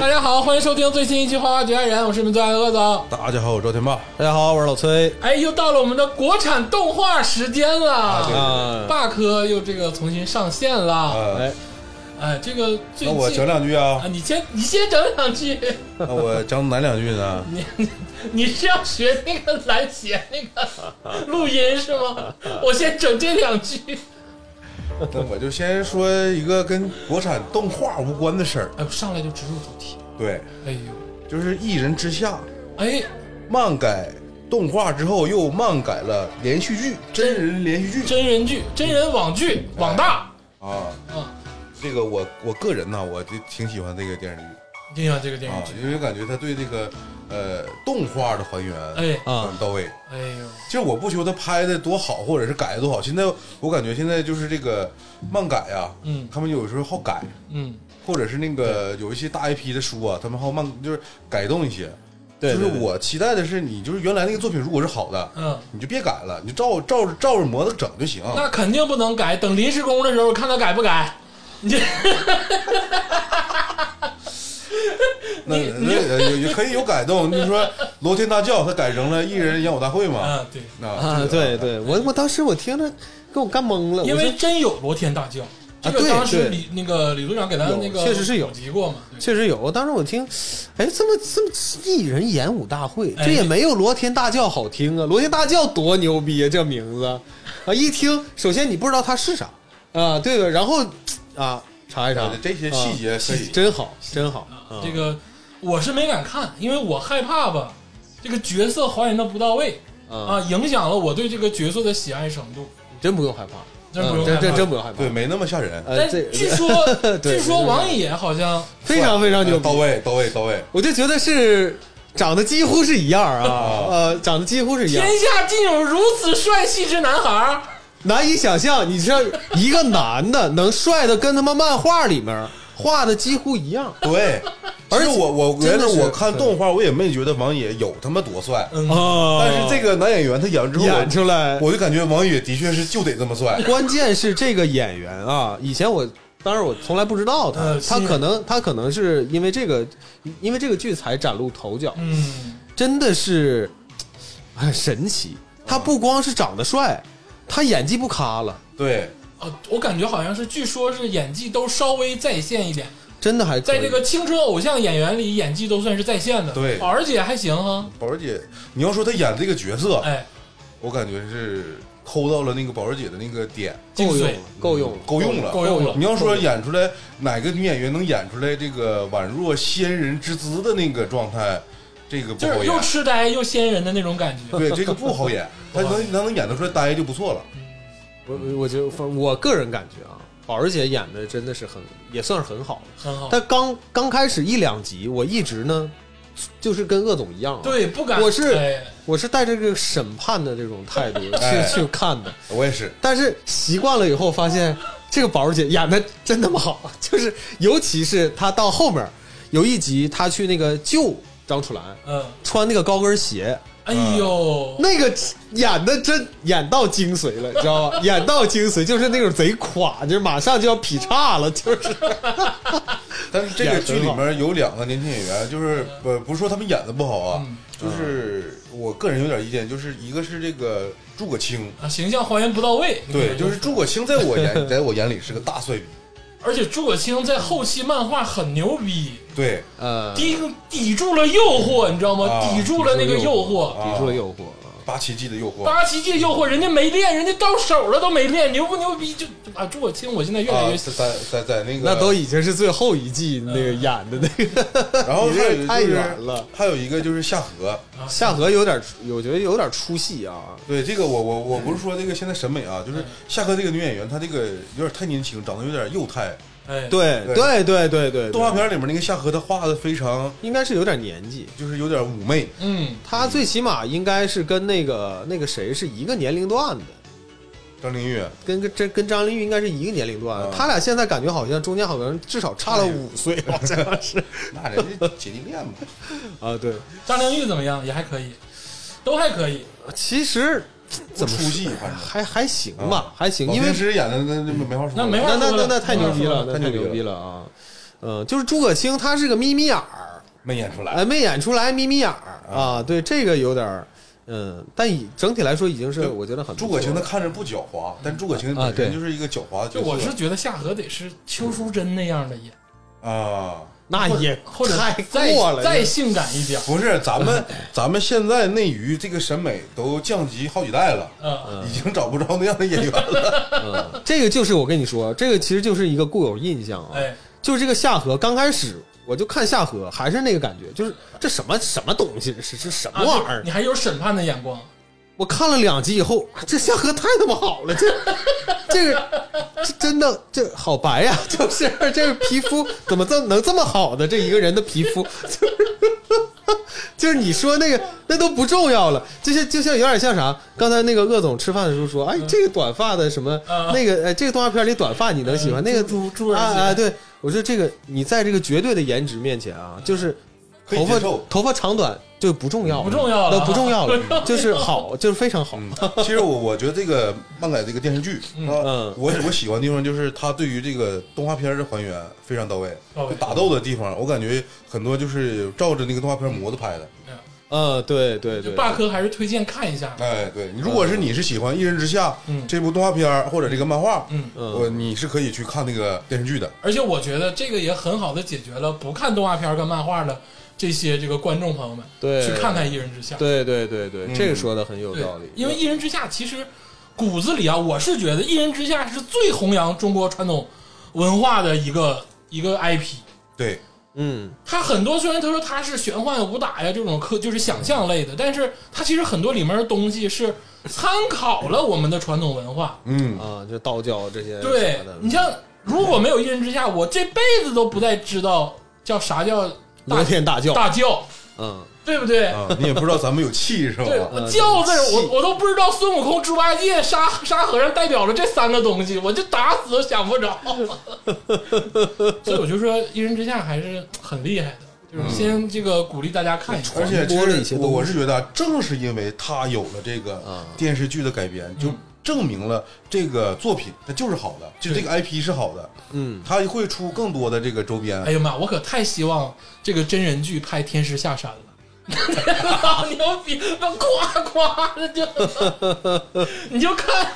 大家好，欢迎收听最新一期《花花局爱人》，我是你们最爱的鄂总。大家好，我是赵天 霸。大家好，我是老崔哎，又到了我们的国产动画时间了，啊。霸科又这个重新上线了。呃，哎，哎，这个最那我近讲两句啊啊，，你先你先整两句， 那我讲哪两句 呢？你你是要学那个蓝鞋那个录音是吗？我先整这两句。那我就先说一个跟国产动画无关的事儿。哎，上来就直入主题。对，哎呦，就是《一人之下哎，》漫改动画之后，又漫改了连续剧，真人连续剧真人剧、真人网剧、网大啊。啊，这个我我个人呢，我就挺喜欢这个电视剧印象这个电啊视剧。，因为感觉它对这个呃动画的还原啊哎很到位。哎呦，其实我不求它拍的多好，或者是改的多好。现在我感觉现在就是这个漫改啊，嗯他们有时候好改，嗯，或者是那个有一些大 IP 的书啊，他们好慢就是改动一些。对对就是我期待的是你就是原来那个作品如果是好的，嗯，你就别改了，你就照照着照着模子整就行。哦那肯定不能改，等临时工的时候看他改不改。你这那你那呃也也可以有改动，你比如 说《罗天大教》他改成了《一人演武大哦会》嘛，啊，对，那啊，对，对，我我当时我听着给我干懵了，因我为说真有罗天大将，这个对当时对李那个李队长给咱有那个确实是有普及过嘛。对确实有，我当时我听，哎，这么这么一人演武大会，哎这也没有罗天大教好听啊！罗天大教多牛逼啊，这名字啊，一听首先你不知道它是啥啊，对吧？然后啊，查一查这些细节可以啊真好，真好啊，这个我是没敢看，因为我害怕吧，这个角色还原的不到位啊，啊，影响了我对这个角色的喜爱程度。真不用害怕，真不用啊真害真怕真不用害怕，对，没那么吓人，呃，但这据说 对据说没事王野好像非常非常牛呃逼到，位到位到位。我就觉得是长得几乎是一样啊哦啊，呃，长得几乎是一样天，下竟有如此帅气之男孩儿。难以想象，你这一个男的能帅的跟他妈漫画里面画的几乎一样， 对，而且其实我我真原的来是我看动画，我也没觉得王野有他妈多帅，嗯哦但是这个男演员他演完之后，演出来，我就感觉王野的确是就得这么帅。关键是这个演员啊，以前我。当然，我从来不知道他，呃他是可能他可能是因为这个，因为这个剧才崭露头角，嗯，真的是很神奇。他不光是长得帅，他演技不咖了，对，啊，我感觉好像是，据说是演技都稍微在线一点，真的还可以在这个青春偶像演员里，演技都算是在线的，对而且还行哈。宝儿姐，你要说她演这个角色，哎，我感觉是抠到了那个宝儿姐的那个点，嗯精够用髓了，嗯够用了，够用了。够用了你。要说演出来哪个女演员能演出来这个宛若仙人之姿的那个状态，这个不就好是又演。痴呆又仙人的那种感觉，对，这个不好演，她能能能演得出来呆就不错了。我我觉得，反正我个人感觉啊，宝儿姐演的真的是很，也算是很好了。很好。但刚刚开始一两集，我一直呢，就是跟鄂总一样、啊，，对，不敢。我是哎我是带着这个审判的这种 态度哎去去看的。我也是，但是习惯了以后，发现这个宝儿姐演的真他妈好， 就是尤其是她到后面有一集，她去那个救张楚岚，嗯，穿那个高跟鞋，哎呦，那个演的真演到精髓了，你知道吧？演到精髓就是那种贼垮，就是马上就要劈叉了，就是但是这个剧里面有两个年轻演员，就是呃不不是说他们演的不好啊，就是我个人有点意见，就是一个是这个诸葛青，啊，形象还原不到位。对，就是诸葛青在我眼 在我眼里是个大帅逼，而且诸葛青在后期漫画很牛逼，对呃，抵抵住了诱惑，你知道吗？啊抵住了那个抵住诱诱惑。啊抵住了诱惑。八奇迹的诱惑。八旗界诱惑，人家没练，人家到手了都没练，牛不牛逼？就啊，诸葛青，我现在越来啊越，在在在那个，那都已经是最后一季那个演的那个，然后你还有这一个太就是远了还有一个就是夏河，夏河有点，我觉得有点出戏啊。对这个我我我不是说这个现在审美啊，就是夏河这个女演员她这个有点太年轻，长得有点幼态。哎，对对对对对对，动画片里面那个夏河她画的非常应该是有点年纪。就是有点妩媚，嗯，他最起码应该是跟那个那个谁是一个年龄段的，张凌月跟跟这跟张凌玉应该是一个年龄段的。嗯他俩现在感觉好像中间好像至少差了五岁，好像是那人家姐弟恋嘛，啊。对，张靓玉怎么样？也还可以，都还可以。其实怎么出说戏啊反 正还还行吧，还行，老因为天师演的那那没法说，那没法那那说了那那太牛逼了，那那太太牛牛逼逼了啊！嗯，就是诸葛青他是个眯眯眼儿，没演出来。哎，没演出来眯眯眼儿啊。对，这个有点儿，嗯，但以整体来说已经是对我觉得很不诸错葛青他了看着不狡猾，但诸葛青啊本身就对是一个狡猾的角色。就我是觉得夏荷得是邱淑贞那样的演，啊，那或者也或者太再过了，再性感一点，不是咱 们咱们现在内娱这个审美都降级好几代了，嗯，已经找不着那样的演员了。 嗯这个就是我跟你说，这个其实就是一个固有印象啊。哎，就是这个夏荷，刚开始我就看夏荷，还是那个感觉，就是这什么什么东西，是是什啊么玩意儿你？还有审判的眼光，我看了两集以后，这夏荷太他妈好了，这这个这真的这好白呀、就是这皮肤怎么这能这么好的这一个人的皮肤，就是就是你说那个那都不重要了，这些就像有点像啥？刚才那个鄂总吃饭的时候说，哎，这个短发的什么、嗯那个哎，这个动画片里短发你能喜嗯欢，那个朱朱啊儿啊，子，对我说这个，你在这个绝对的颜值面前啊，就是可以头发接受头发长短就不重要了，不重要了那不重要了， 就是好，就是非常好。嗯，其实我我觉得这个漫改这个电视剧啊嗯，我我喜欢的地方就是它对于这个动画片的还原非常到位，到位就打斗的地方，我感觉很多就是照着那个动画片模子拍的。 嗯，对对就对，霸科还是推荐看一下，哎，对，如果是你是喜欢《一人之下》嗯这部动画片儿或者这个漫画，嗯。我嗯，你是可以去看那个电视剧的。而且我觉得这个也很好的解决了不看动画片跟漫画的这些这个观众朋友们，对，去看看《一人之下》。对对对对，嗯这个说的很有对道理，因为《一人之下》其实骨子里啊，我是觉得《一人之下》是最弘扬中国传统文化的一个一个 IP。对，嗯它很多虽然他说它是玄幻武打呀这种科就是想象类的，但是它其实很多里面的东西是参考了我们的传统文化。嗯，啊，就道教这些对啥的嗯你像，如果没有《一人之下》，我这辈子都不再知道叫啥叫罗天大教，大叫， 嗯，对不对？啊，你也不知道咱们有气是吧？对，呃我叫字儿，气我我都不知道孙悟空、猪八戒、沙沙和尚代表了这三个东西，我就打死都想不 着。所以我就说，一人之下还是很厉害的，就是先这个鼓励大家看一而看。且传播了一其些实东我西我是觉得啊，正是因为它有了这个啊电视剧的改嗯编，就证明了这个作品它就是好的，就这个 IP 是好的，嗯，它会出更多的这个周边哎。呀妈，我可太希望这个真人剧拍《天师下山》了。老 牛逼，那夸夸的就，你就看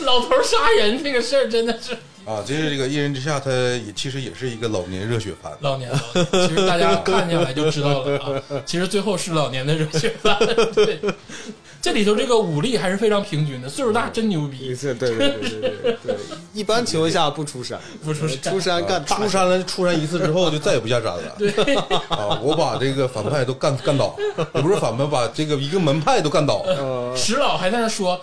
老头杀人这个事儿，真的是啊，这是这个一人之下，它也其实也是一个老年热血番。老年了，其实大家看下来就知道了啊。其实最后是老年的热血番，对，这里头这个武力还是非常平均的，岁数大真牛逼，是，对对对对对对，一般情况下不出山，不 出山出山干大出事山了，出山一次之后就再也不下山了。对 啊，我把这个反派都干干倒，也不是反派，把这个一个门派都干倒。嗯呃啊石老还在那说。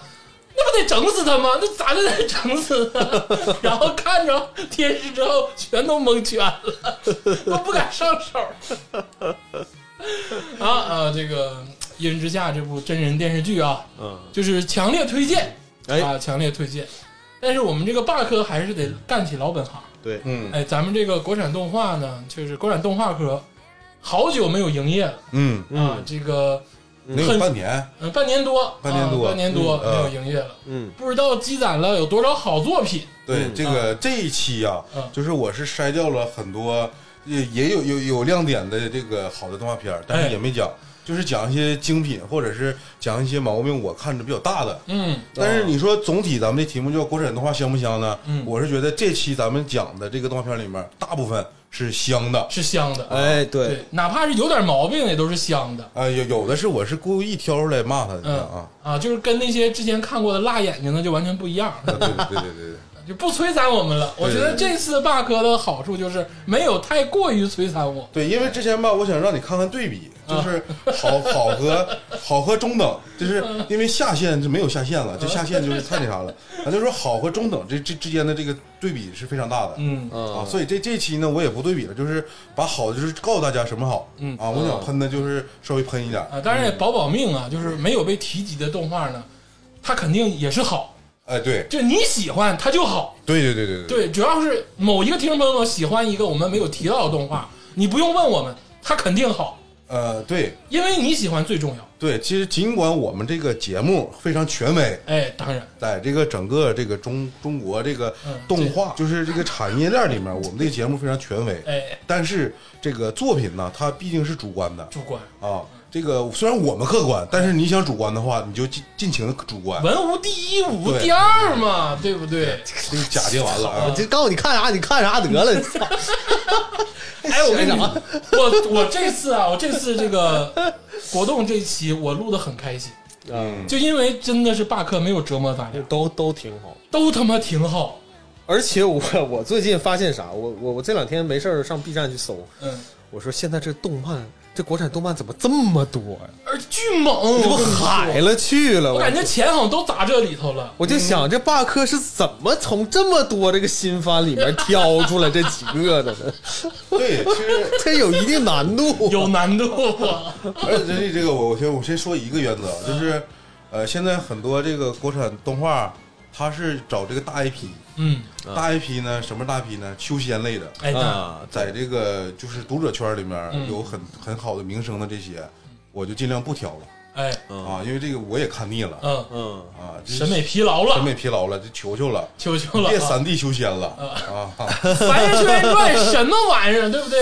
那不得整死他吗？那咋就得整死他？ 然后看着天师之后，全都蒙圈了，都不敢上手。啊啊！这个《一人之下》这部真人电视剧啊，嗯，就是强烈推荐，哎，啊，强烈推荐。但是我们这个霸科还是得干起老本行。对，嗯哎，咱们这个国产动画呢，就是国产动画科，好久没有营业了、嗯，啊嗯，这个能有半年。嗯、半年多，半年多啊半年多嗯没有营业了，嗯不知道积攒了有多少好作品。对嗯这个这一期啊嗯，就是我是筛掉了很多，也也有有有亮点的这个好的动画片儿，但哎是也没讲，就是讲一些精品，或者是讲一些毛病我看着比较大的。嗯，但是你说总体咱们这题目叫国产动画香不香呢？嗯我是觉得这期咱们讲的这个动画片里面，大部分是香的。是香的，哎，对对，哪怕是有点毛病也都是香的。啊，有有的是我是故意挑出来骂他的啊，啊，就是跟那些之前看过的辣眼睛的就完全不一样，对对对对对对，就不摧残我们了。我觉得对这次霸科的好处就是没有太过于摧残我。对，因为之前吧，我想让你看看对比，嗯就是好好和好和中等，就是嗯因为下限就没有下限了，就下限就是太那啥了，咱就说好和中等这这之间的这个对比是非常大的。嗯，啊，嗯，所以这这期呢，我也不对比了，就是把好就是告诉大家什么好，嗯啊，我想喷的就是稍微喷一点，啊，当然也保保命啊，就是没有被提及的动画呢，它肯定也是好，哎，对，就你喜欢它就好。对对对对对，对，主要是某一个听众朋友喜欢一个我们没有提到的动画，你不用问我们，它肯定好。呃，对因为你喜欢最重要。对，其实尽管我们这个节目非常权威，哎，当然，在这个整个这个中中国这个嗯动画，就是这个产业链里面，我们这个节目非常权威，哎，但是这个作品呢，它毕竟是主观的主观，啊。这个虽然我们客观，但是你想主观的话，你就尽尽情的主观。文无第一，武无第二嘛，对不对？这个假定完了我啊，哦就告诉你看啥，你看啥得了。 操哎，我跟你想说，我我这次啊，我这次这个国栋这期我录的很开心，嗯，就因为真的是罢课没有折磨咱俩，都都挺好。都他妈挺好。而且我我最近发现啥，我我我这两天没事儿上 B 站去搜，嗯，我说现在这动漫，这国产动漫怎么这么多呀、而巨猛，我这不跟你说海了去了，啊我我感觉嗯钱好像都砸这里头了。我就想这霸科是怎么从这么多这个新番里面挑出来这几个的 呢？对，其实这有一定难度。有 难度啊！而且这这个我我先我先说一个原则，就嗯是呃，现在很多这个国产动画，它是找这个大 IP，嗯，大 IP 呢，什么大 IP 呢？修仙类的，哎，那啊，在这个就是读者圈里面嗯有很很好的名声的这些，我就尽量不挑了哎，啊，因为这个我也看腻了嗯，嗯，啊，这审美疲劳了，审美疲劳了，就求求了，求求了别啊！嗯三 D 修仙了啊，凡人修仙传什么玩意儿，对不对？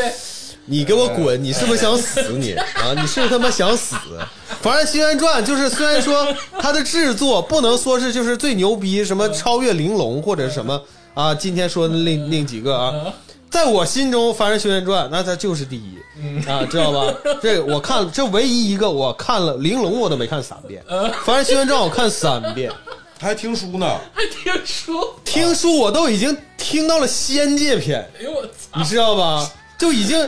你给我滚！你是不是想死你啊？你是不是他妈想死？《凡人修仙传》就是虽然说它的制作不能说是就是最牛逼，什么超越玲珑或者什么啊，今天说的那那几个啊，啊，在我心中，《凡人修仙传》那它就是第一、啊，知道吧？这我看这唯一一个我看了《玲珑》，我都没看三遍，《凡人修仙传》我看三遍，他还听书 呢，啊还听说，听书我都已经听到了仙界篇，哎呦我操！你知道吧？就已经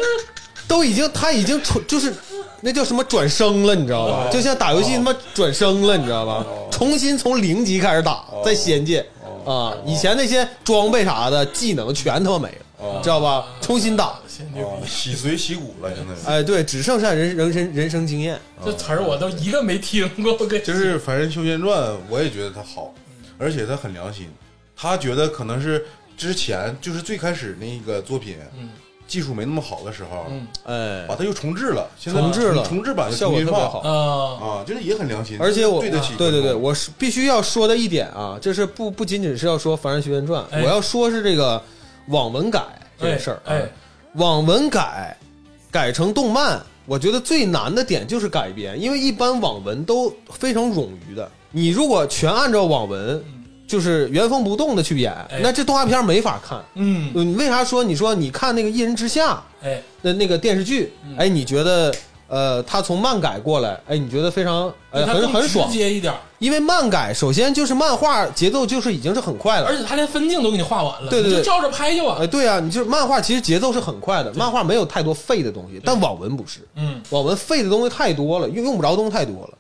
都已经他已经重就是那叫什么转生了，你知道吧？就像打游戏他妈转生了，你知道吧？重新从零级开始打，在仙界啊，以前那些装备啥的技能全他妈没了，知道吧？重新打。先牛啊，逼，洗髓洗骨了，现在是。哎，对，只剩下人人生人生经验。这词儿我都一个没听过，我跟你就是《凡人修仙传》，我也觉得它好，而且它很良心。他觉得可能是之前就是最开始那个作品嗯技术没那么好的时候，嗯哎把，它又重置了，现在重置了重置版又效重果新特别放好。啊，啊，就是也很良心，而且我啊对得起，对对对，我是必须要说的一点啊，这是不不仅仅是要说《凡人学院传》，哎我要说是这个网文改这哎个事儿啊。哎，网文改改成动漫，我觉得最难的点就是改编，因为一般网文都非常冗余的。你如果全按照网文，就是原封不动的去演，哎那这动画片没法看。嗯，嗯，为啥说你说你看那个《一人之下》哎，的那个电视剧嗯，哎，你觉得呃，它从漫改过来，哎，你觉得非常呃它很更很爽直，接一点儿，因为漫改首先就是漫画节奏就是已经是很快了而，且他连分镜都给你画完了，哎对对你就对照着拍就完哎，了。对啊，你就是漫画其实节奏是很快的，漫画没有太多废的东西，但网文不是，嗯，网文废的东西太多了，用用不着的东西太多了。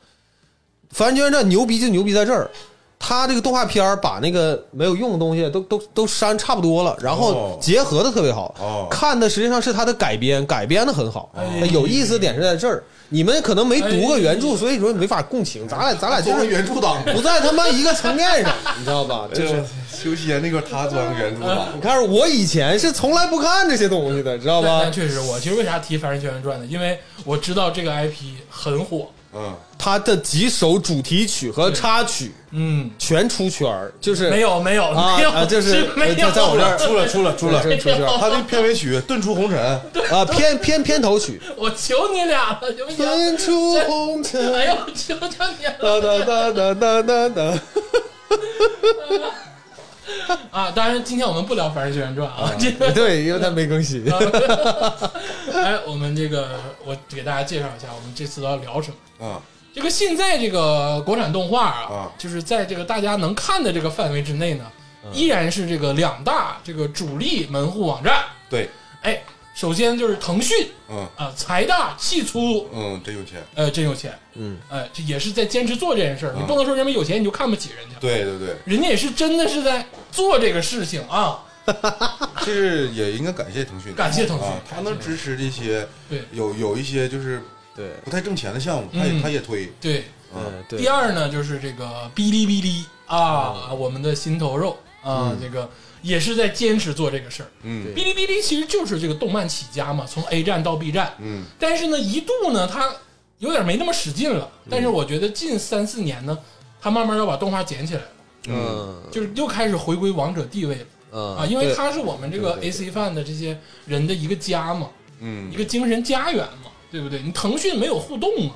凡人修仙传牛逼就牛逼在这儿，他这个动画片儿把那个没有用的东西都都都删差不多了，然后哦结合的特别好，哦看的实际上是他的改编，改编的很好。哎有意思的点是在这儿，你们可能没读过原著，哎所以说没法共情，咱俩咱俩就作为是原著 党，不在他妈一个层面上，你著知道吧？就是是修仙那块他钻原著党啊你看，我以前是从来不看这些东西的，知道吧但？确实，我其实为啥提《凡人修仙传》呢？因为我知道这个 IP 很火，嗯，他的几首主题曲和插曲嗯，全出圈儿，就是没有没有啊没有，啊就是没有在在我这儿出了出了出了这，出圈儿他那片尾曲《遁出红尘 啊，片片片头 曲，我求你俩了，行不行？遁出红尘，哎呦，我求求你了哒哒哒哒哒哒哒，啊！当然，今天我们不聊《凡人修仙传》啊， 这个对，啊因为他没更新，哎，我们这个我给大家介绍一下，我们这次都要聊什么。》啊，这个现在这个国产动画啊啊，就是在这个大家能看的这个范围之内呢，嗯依然是这个两大这个主力门户网站。对，哎，首先就是腾讯嗯啊，财大气粗，嗯，真有钱，呃，真有钱，嗯，啊哎，这也是在坚持做这件事儿。你不能说人们有钱你就看不起人家，对对对，人家也是真的是在做这个事情啊。这是也应该感谢腾讯，感谢腾讯啊，他能支持这些对有有一些就是对，不太挣钱的项目，他也嗯他也推，对，嗯，第对，哦啊嗯二呢就是这个哔哩哔哩啊，我们的心头肉啊，这个也是在坚持做这个事儿。嗯哔哩哔哩其实就是这个动漫起家嘛，从 A 站到 B 站，嗯，但是呢，一度呢，它有点没那么使劲了。嗯但是我觉得近三四年呢，它慢慢要把动画捡起来了，嗯就是又开始回归王者地位了。嗯啊，因为对他是我们这个对 AC 饭的这些人的一个家嘛，嗯一个精神家园嘛，对不对？你腾讯没有互动啊，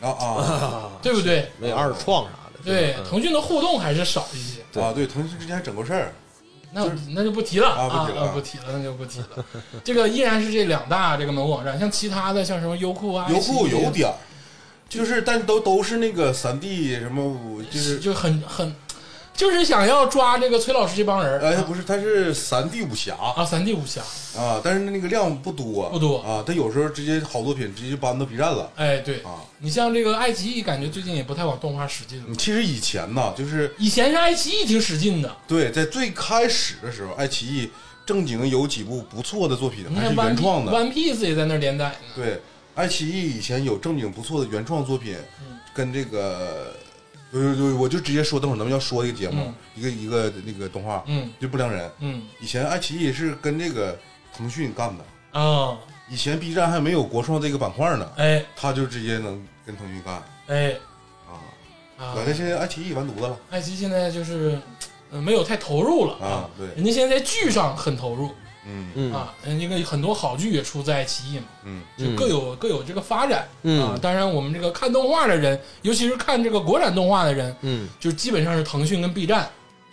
啊啊啊对不对？没有二创啥的，对，嗯腾讯的互动还是少一些。对啊！对，腾讯之前还整过事儿，那就是那就不提了啊不提了啊啊不提了，那就不提了。 这个依然是这两大这个门户网站，像其他的像什么优酷啊，优酷爱奇艺有点儿，就是但都都是那个三 D 什么，就是就很很，就是想要抓这个崔老师这帮人哎，它儿不是，它是三 D 武侠啊，三 D 武侠，啊，但是那个量不多，不多啊，它有时候直接好作品直接搬到 B 站了哎，对啊。你像这个爱奇艺，感觉最近也不太往动画使劲了。嗯其实以前呢，就是以前是爱奇艺挺使劲的，对，在最开始的时候，爱奇艺正经有几部不错的作品，你还看是 One 原创 Piece- 的。 One Piece 也在那儿连载呢。对，爱奇艺以前有正经不错的原创作品，嗯跟这个，有有有，我就直接说，等会儿咱们要说一个节目，嗯一个一个那个动画，嗯就不良人。嗯以前爱奇艺是跟这个腾讯干的，啊，以前 B 站还没有国创这个板块呢，哎他就直接能跟腾讯干哎啊。啊完，了，现在爱奇艺完犊子了爱奇艺现在就是嗯没有太投入了啊，，对，人家现在在剧上很投入嗯嗯啊，嗯，那个很多好剧也出在爱奇艺嘛，嗯就各有各有这个发展啊嗯。当然，我们这个看动画的人，尤其是看这个国产动画的人，嗯就基本上是腾讯跟 B 站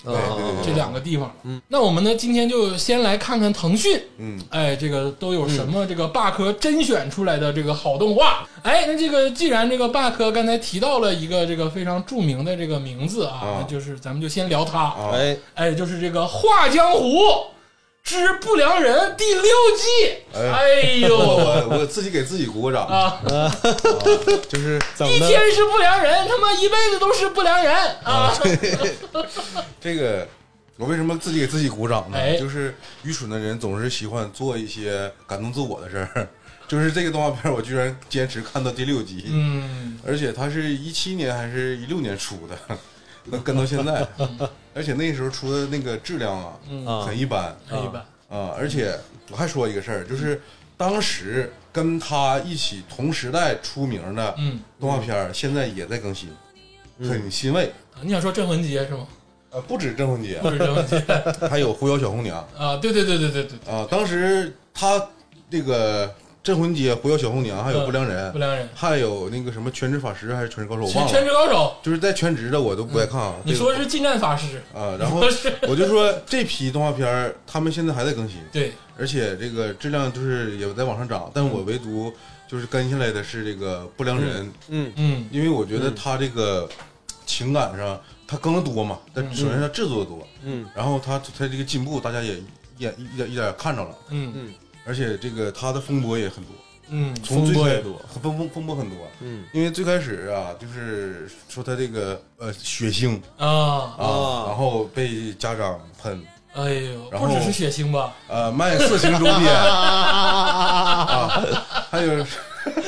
嗯对对对这两个地方。嗯，那我们呢，今天就先来看看腾讯嗯，哎，这个都有什嗯么这个霸科甄选出来的这个好动画？哎，那这个既然这个霸科刚才提到了一个这个非常著名的这个名字啊，啊那就是咱们就先聊它。啊，哎哎，就是这个《画江湖之不良人》第六季。哎哎 呦我我自己给自己鼓个掌，啊！就是怎一么的天是不良人，他妈一辈子都是不良人啊！这个我为什么自己给自己鼓掌呢？哎就是愚蠢的人总是喜欢做一些感动自我的事儿。 就是这个动画片，我居然坚持看到第六集，嗯，而且它是一七年还是一六年出的， 能跟到现在，而且那时候出的那个质量啊，啊很一般很一般。啊。而且我还说一个事儿，就是当时跟他一起同时代出名的嗯，动画片儿，现在也在更新，很欣慰。你想说《镇魂街》是吗？嗯呃，不止郑文杰不，是《镇魂街》 还有《狐妖小红娘》。啊！对对对对对对，啊，当时他这个《镇魂街》《狐妖小红娘》，还有《不良人不》，良人，还有那个什么《全职法师》还是《全职高手》，我全忘全了。职高手，就是在全职的我都不爱看嗯啊。你这个说是近战法师？啊？ 然后不是，我就说这批动画片儿，他们现在还在更新， 对，而且这个质量就是也在往上涨，但我唯独就是跟下来的是这个《不良人》，嗯嗯因为我觉得他这个情感上他更的多嘛，但首先他制作的多， 嗯然后他他这个进步大家也一眼一点一点看着了。嗯嗯而且这个他的风波也很多，嗯从最风波开也多，风风风波很多。嗯因为最开始啊，就是说他这个呃血腥啊，啊，啊然后被家长喷，哎呦，然不后只是血腥吧？呃，卖色情周 边，啊还有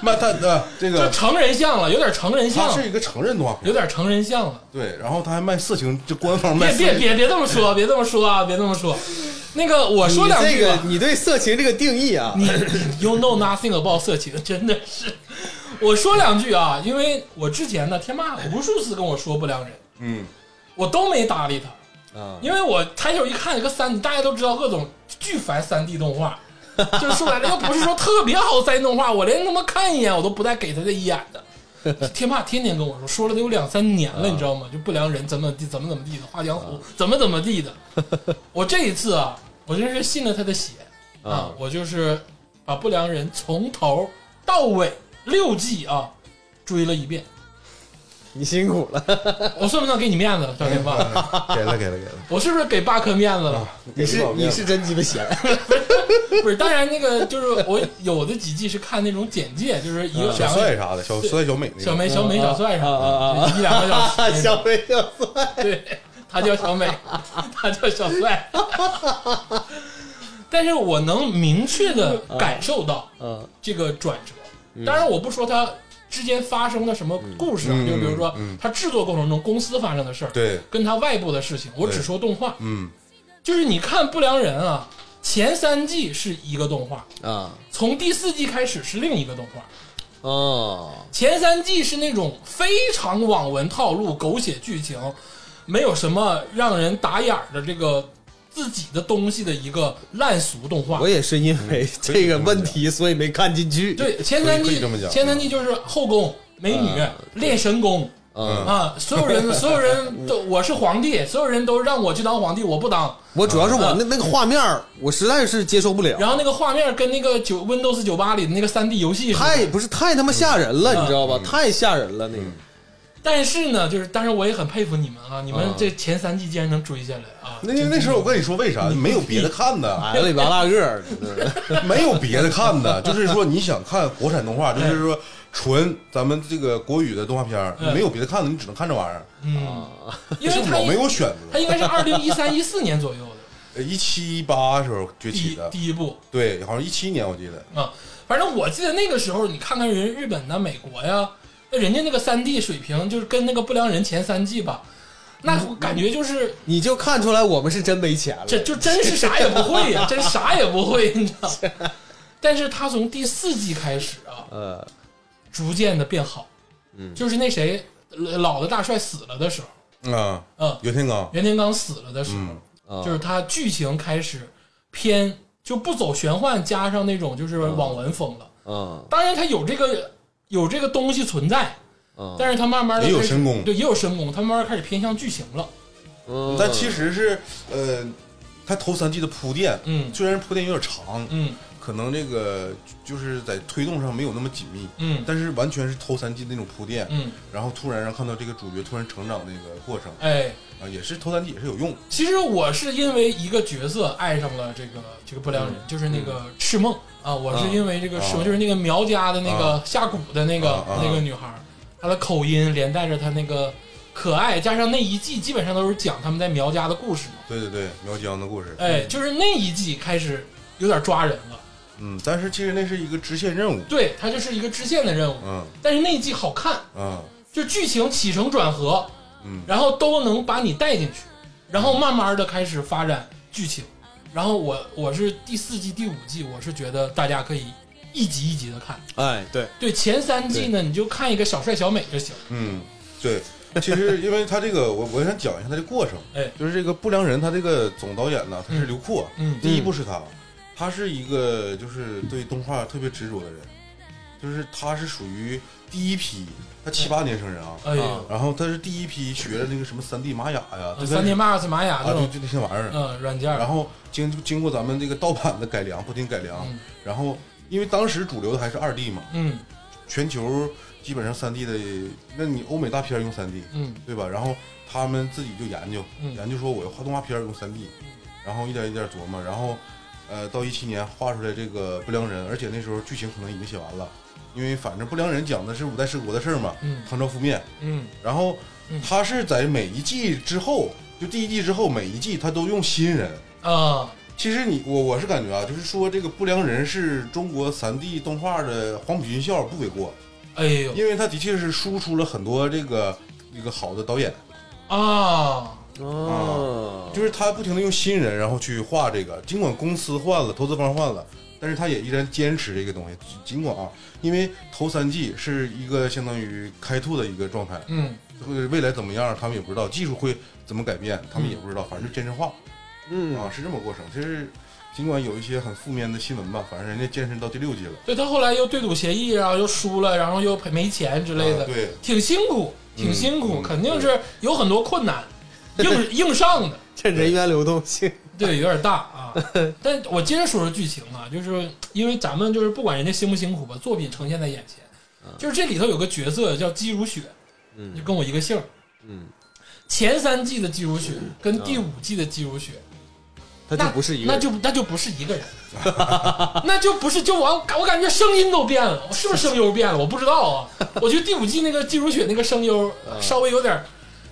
卖他呃这这个，成人像了，有点成人像他了，是一个成人动画片，有点成人像了。对，然后他还卖色情，这官方卖别色别情，别别这么说，别这么说啊，别这么说。那个我说两你句这个吧，你对色情这个定义啊，你 you know nothing about 色情，真的是。我说两句啊，因为我之前呢，天妈无数次跟我说不良人，嗯我都没搭理他。啊因为我抬头一看，这个三，大家都知道各种巨烦三 D 动画，就是说白了，要不是说特别好三 D 动画，我连他妈看一眼我都不带给他这一眼的。天霸天天跟我说，说了得有两三年啊了，你知道吗？就不良人怎么地，怎么怎么地的，画江湖怎么怎么地 的。我这一次啊，我真是信了他的邪啊啊，我就是把不良人从头到尾六季啊追了一遍。你辛苦了，我算不算给你面子，赵天霸？给了给了给了，我是不是给霸哥面子了？你是你是真鸡巴 闲，啊不是，当然那个就是我有的几季是看那种简介，就是一个啊小两帅啊个啥的，小帅小美那个，小梅、小美、小啊帅啥的，啊就一两个 小 时， 小飞小帅，对，他叫小美，他叫小帅。但是我能明确的啊感受到嗯这个转折，当然我不说它之间发生的什么故事啊，嗯就比如说嗯嗯它制作过程中公司发生的事儿，嗯对，跟它外部的事情，我只说动画。嗯就是你看《不良人》啊，前三季是一个动画，啊从第四季开始是另一个动画。哦，前三季是那种非常网文套路、狗血剧情，没有什么让人打眼儿的这个自己的东西的一个烂俗动画 我。也是因为这个问题，所以没看进去。对，前三可以季可以这么讲嗯前三季就是后宫、美女、啊练神功啊，啊，所 有人所有人都我是皇帝，所有人都让我去当皇帝，我不当。我主要是我啊那那个画面儿，我实在是接受不了，然后那个画面跟那个九 Windows 九八里的那个三 D 游戏似的太不是太他妈吓人了，嗯你知道吧？太吓人了，那个但是呢，就是但是我也很佩服你们啊，你们啊这前三季竟然能追下来啊！那那时候我跟你说为啥没有别的看 的，矮了里八大个儿，真的没有别的看的，就是说你想看国产动哎画，就是说纯咱们这个国语的动画片儿，嗯没有别的看的，你只能看这玩意儿。嗯，因为就是它我没应有选它应该是二零一三一四年左右择，的一七一八时候崛第起一的，第一部对，好像一七年我记得。啊。反正我记得那个时候，你看看人日本呐、美国呀，那人家那个三 D 水平，就是跟那个《不良人》前三季吧，那我感觉就是 你就看出来我们是真没钱了。这就真是啥也不 会呀、真啥也不会，你知道。但是他从第四季开始啊，呃，逐渐的变好。嗯，就是那谁老的大帅死了的时候，啊，嗯，袁天罡，袁天罡死了的时候，嗯啊就是他剧情开始偏就不走玄幻，加上那种就是啊网文风了。嗯当然，他有这个有这个东西存在，嗯但是他慢慢的啊也有神功对，也有神功，他慢慢开始偏向剧情了。嗯，但其实是呃，他头三季的铺垫，嗯虽然铺垫有点长，嗯可能这个就是在推动上没有那么紧密，嗯但是完全是头三季那种铺垫，嗯，然后突然让看到这个主角突然成长的一个过程哎，啊，也是头三季也是有用，其实我是因为一个角色爱上了这个这个不良人，就是那个赤梦啊，我是因为这个赤梦，啊就是那个苗家的那个下蛊的那个啊啊那个女孩儿，她的口音连带着她那个可爱，加上那一季基本上都是讲他们在苗家的故事嘛。对对对，苗疆的故事，哎，就是那一季开始有点抓人了。嗯，但是其实那是一个支线任务，对，它就是一个支线的任务，嗯但是那一季好看，啊就剧情起承转合，嗯然后都能把你带进去，然后慢慢的开始发展剧情。然后我我是第四季、第五季，我是觉得大家可以一集一集的看。哎对，对前三季呢，你就看一个小帅小美就行。嗯，对， 其 实因为他这个我我想讲一下他的过程，哎，就是这个不良人他这个总导演呢，他是刘阔，啊嗯第一部是他，他是一个就是对动画特别执着的人，就是他是属于第一批，他七八年生人啊，哎啊呦，呃然后他是第一批学的那个什么三 D 玛雅呀，就嗯三 D Max、玛雅啊，这对，啊种就那些玩意儿，嗯软件儿，然后经经过咱们这个盗版的改良，不停改良，嗯然后因为当时主流的还是二 D 嘛，嗯全球基本上三 D 的，那你欧美大片儿用三 D，嗯对吧？然后他们自己就研究，嗯研究说我要画动画片儿用三 D，然后一点一点琢磨，然后呃，到一七年画出来这个《不良人》，而且那时候剧情可能已经写完了，因为反正《不良人》讲的是五代十国的事儿嘛，嗯唐朝覆灭，嗯然后嗯他是在每一季之后，就第一季之后每一季他都用新人。啊其实你我我是感觉啊，就是说这个《不良人》是中国三 D 动画的黄埔军校不为过，哎呦因为他的确是输出了很多这个这个好的导演。啊哦，就是他不停的用新人，然后去画这个，尽管公司换了，投资方换了，但是他也依然坚持这个东西。尽管啊，因为头三季是一个相当于开拓的一个状态，嗯会未来怎么样他们也不知道，技术会怎么改变他们也不知道，反正就坚持画嗯啊，是这么个过程。其实尽管有一些很负面的新闻吧，反正人家健身到第六季了，对他后来又对赌协议，然啊后又输了，然后又赔没钱之类的啊，对，挺辛苦，挺辛苦，嗯肯定是有很多困难，硬硬上的，这人员流动性对，有点大啊。但我接着说说剧情啊，就是因为咱们就是不管人家辛不辛苦吧，作品呈现在眼前，就是这里头有个角色叫姬如雪，嗯就跟我一个姓儿，嗯，前三季的姬如雪跟第五季的姬如雪，他就那不是一个那人，就那就不是一个人， 那就不是就我我感觉声音都变了，我是不是声优变了？我不知道啊。我觉得第五季那个季如雪那个声优啊稍微有点儿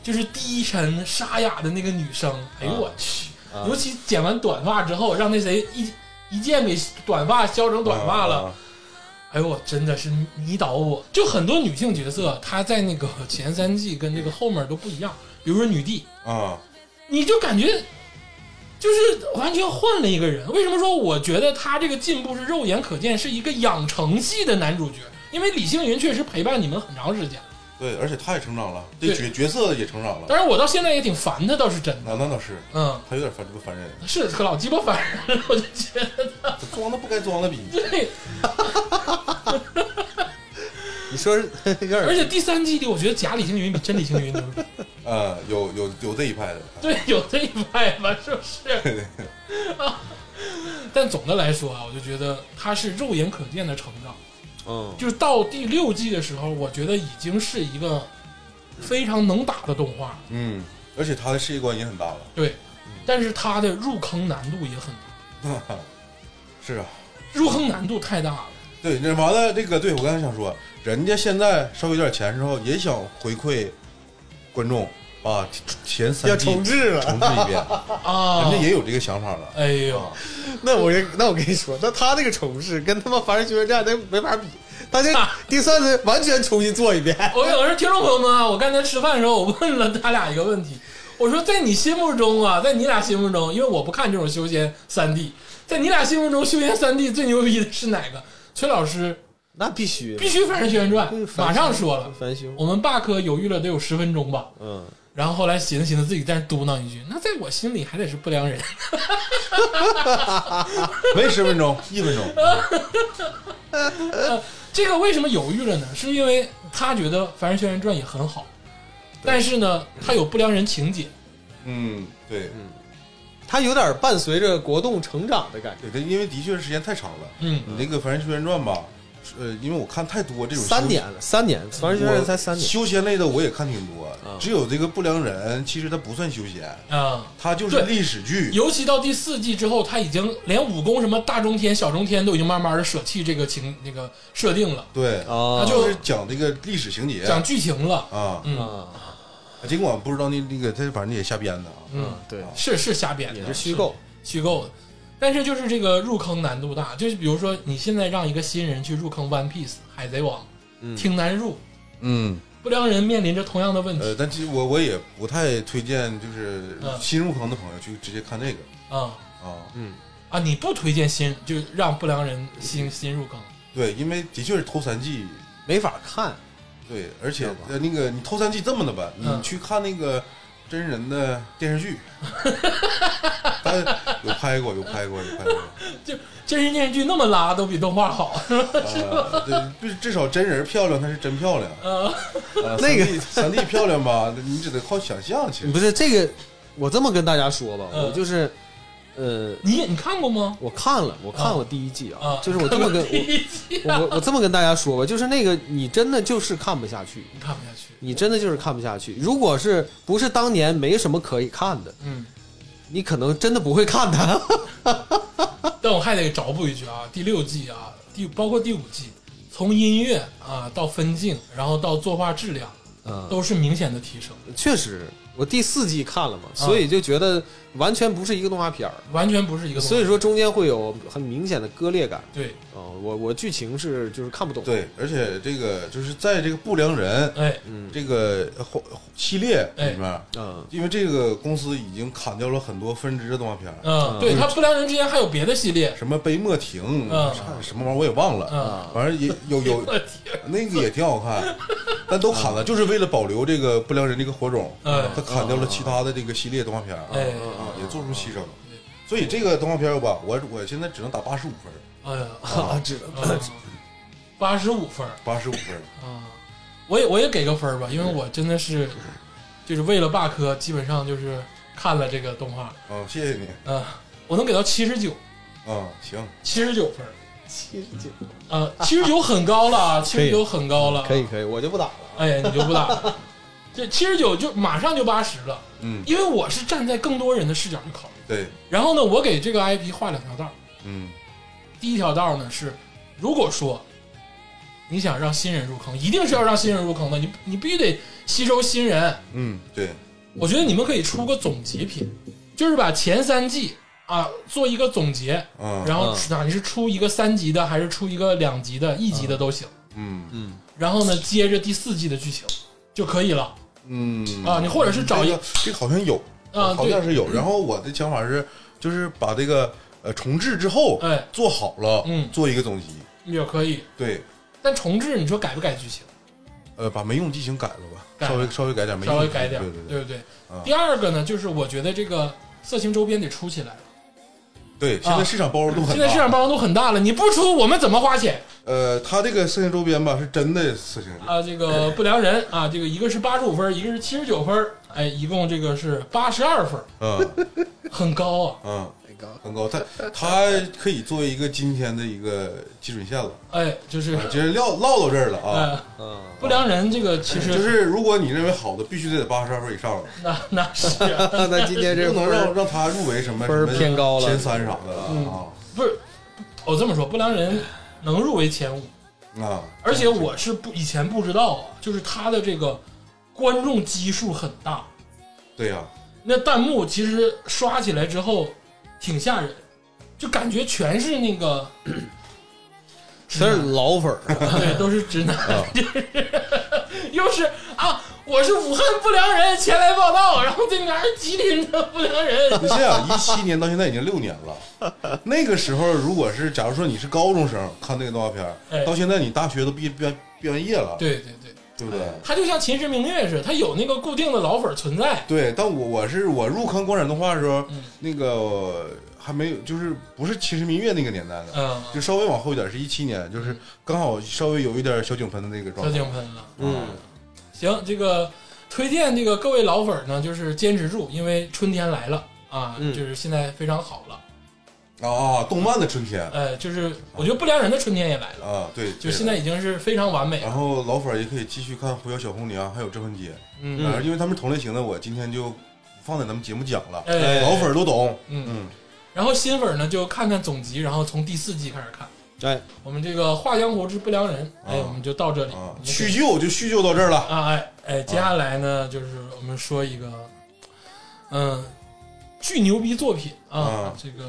就是低沉沙哑的那个女生，哎呦啊我去！啊尤其剪完短发之后，让那谁一一剑给短发削成短发嗯了，啊，哎呦我真的是迷倒我。就很多女性角色，她在那个前啊三季跟这个后面都不一样，比如说女帝，啊啊，你就感觉就是完全换了一个人。为什么说我觉得他这个进步是肉眼可见，是一个养成系的男主角？因为李星云确实陪伴你们很长时间。对，而且他也成长了，对这角角色也成长了。当然，我到现在也挺烦他，倒是真的。那那倒是，嗯，他有点烦不烦人，是可老鸡巴烦人了，我就觉得装的不该装的逼。对。你 说是有点而且第三季里，我觉得假李星云比真李星云牛逼。啊，有有有这一派的，对，有这一派吧，是不是？啊，但总的来说啊，我就觉得他是肉眼可见的成长。嗯就是到第六季的时候，我觉得已经是一个非常能打的动画，嗯，而且他的世界观也很大了。对。但是它的入坑难度也很大， 是啊，入坑难度太大了。对，那完了，这个对我刚才想说，人家现在稍微有点钱之后，也想回馈观众啊，前要三季重置了。重置一 遍，啊人家，也有这个想法了。哎呦啊，那我跟那我跟你说，那他那个重置跟他妈《凡人修仙传》那没法比，他就啊第三次完全重新做一遍。我有时听众朋友们啊，我刚才吃饭的时候，我问了他俩一个问题，我说在你心目中啊， 在你俩心目中，因为我不看这种修仙三 D，在你俩心目中修仙三 D 最牛逼的是哪个？崔老师那必须必须《凡人学院传》，马上说了，翻修，我们霸科犹豫了得有十分钟吧，嗯，然后后来寻思寻思，自己在那嘟囔一句：“那在我心里还得是不良人。 没十分钟，一分钟， 这个为什么犹豫了呢？是因为他觉得《凡人修仙传》也很好，但是呢，他有不良人情节。嗯，对，他有点伴随着国栋成长的感觉。对，这因为的确是时间太长了。嗯你那个《凡人修仙传》吧，呃，因为我看太多这种三修年了，三年，《凡人修仙传》才三年。修仙类的我也看挺多啊，只有这个不良人，其实他不算修仙，啊、他就是对历史剧。尤其到第四季之后，他已经连武功什么大中天、小中天都已经慢慢的舍弃这个情那个设定了，对，啊他就就是讲这个历史情节讲剧情了。啊。嗯，啊，尽管不知道那那个他反正也瞎编的啊。嗯对，是是瞎编的，也是虚构。虚构的。但是就是这个入坑难度大，就是比如说你现在让一个新人去入坑 One Piece、海贼王，嗯挺难入。嗯，不良人面临着同样的问呃，题但其实我我也不太推荐，就是嗯新入坑的朋友去直接看这个呃啊啊。嗯，啊！你不推荐新，就让不良人新新入坑，对，因为的确是头三季，没法看。对，而且是吧呃那个你头三季这么的吧，嗯你去看那个真人的电 视剧，但有拍过，有拍过，有拍过。 真人电视剧那么拉都比动画好， 啊，对，至至少真人漂亮，她是真漂亮。呃，啊那个三 D 三 D 漂亮吧，你只能靠想象。其实不是这个，我这么跟大家说吧，嗯我就是，呃，你你看过吗？我看了，我看啊过第一季啊啊，，就是我这么 跟第一季我我我这么跟大家说吧，就是那个你真的就是看不下去，你看不下去，你真的就是看不下去。如果是不是当年没什么可以看的，嗯。你可能真的不会看它。但我还得找补一句啊，第六季啊，第包括第五季，从音乐啊到分镜，然后到作画质量，嗯，都是明显的提升，确实，我第四季看了嘛，所以就觉得完全啊不是一个动画片儿，完全不是一个东西。所以说中间会有很明显的割裂感。对，啊、我我剧情是就是看不懂。，对，而且这个就是在这个不良人哎嗯这个呃后系列里面，嗯因为这个公司已经砍掉了很多分支的动画片儿，嗯，对他不良人之间还有别的系列，什么《杯莫停》嗯啥什么玩意儿我也忘啊了，嗯，反正也有有 我天，那个也挺好看，但都砍了，就是为了保留这个不良人这个火种，嗯他砍掉了其他的这个系列动画片儿，哎嗯啊，也做出牺牲。所以这个动画片儿吧，我我现在只能打八十五分儿，哎呀， 啊，这八十五分儿八十五分儿。啊，我也我也给个分儿吧，因为我真的是就是为了霸科，基本上就是看了这个动画，嗯，谢谢你。嗯，我能给到七十九，嗯，行，七十九分儿。七十九，啊，七十九很高了啊，七可以十九很高了，可以。可以，我就不打了。哎呀，你就不打了， 这七十九就马上就八十了，嗯，因为我是站在更多人的视角去考虑。对，然后呢，我给这个 IP 画两条道儿，嗯第一条道呢是，如果说你想让新人入坑，一定是要让新人入坑的，你你必须得吸收新人。嗯，对，我觉得你们可以出个总结品，就是把前三季啊做一个总结，嗯，然后嗯哪你是出一个三级的，还是出一个两级的、一级的都行。嗯嗯，然后呢，接着第四季的剧情就可以了嗯啊你或者是找一这个，这个好像有，啊。好对像是有。然后我的想法是，就是把这个呃重置之后，哎做好了，嗯做一个总集，也可以。对，但重置，你说改不改剧情？呃，把没用剧情改了吧，改稍微稍微改点没用稍的微剧情，改点儿，对对对对不对啊？第二个呢，就是我觉得这个色情周边得出起来了。对，现在市场包容度很啊现大，在市场包容度很大了，你不出我们怎么花钱呃，它这个色情周边吧是真的色情，啊？这个不良人啊，这个一个是八十五分，一个是七十九分，哎，一共这个是八十二分，嗯很高啊！嗯，那个很高，它它可以作为一个今天的一个基准线了，哎，就是啊就是唠唠到这儿了啊。呃，嗯，不良人这个其就实是如果你认为好的，必须得八十二分以上了，那 那是啊那今 天这不能分让儿让它入围什么分儿什么偏高了嗯前三啥的啊不是？我这么说，不良人能入围前五，啊！而且我是不以前不知道啊，就是他的这个观众基数很大，对呀、那弹幕其实刷起来之后挺吓人，就感觉全是那 个直全男是老粉儿， 对，都是直男，啊 就是又是啊，我是武汉不良人前来报道，然后对面还是吉林的不良人， 你想想，一七年到现在已经六年 了，那个时候如果是假如说你是高中生看那个动画片儿，哎到现在你大学都毕毕完毕完业了，对对对，对不对？他就像《秦时明月》似的，他有那个固定的老粉存在，对，但我我是我入坑国产动画的时候，嗯那个还没有，就是不是《秦时明月》那个年代的，嗯，就稍微往后一点是一七年，就是刚好稍微有一点小井喷的那个小状态。井喷了。嗯，行，这个推荐这个各位老粉儿呢，就是坚持住，因为春天来了啊，嗯就是现在非常好了。啊，动漫的春天呃，就是我觉得不良人的春天也来了，啊，对，就对现在。已经是非常完美了。然后老粉儿也可以继续看《狐妖小红娘》，还有《镇魂街》嗯，啊，因为他们是同类型的，我今天就不放在咱们节目讲了，哎，老粉儿都懂。嗯，嗯，然后新粉儿呢就看看总集，然后从第四季开始看。哎，我们这个《画江湖之不良人》，哎，啊我们就到这里啊，。你就叙旧就叙旧到这儿了。啊，哎哎，接下来呢，就是我们说一个，嗯，巨牛逼作品啊啊，这个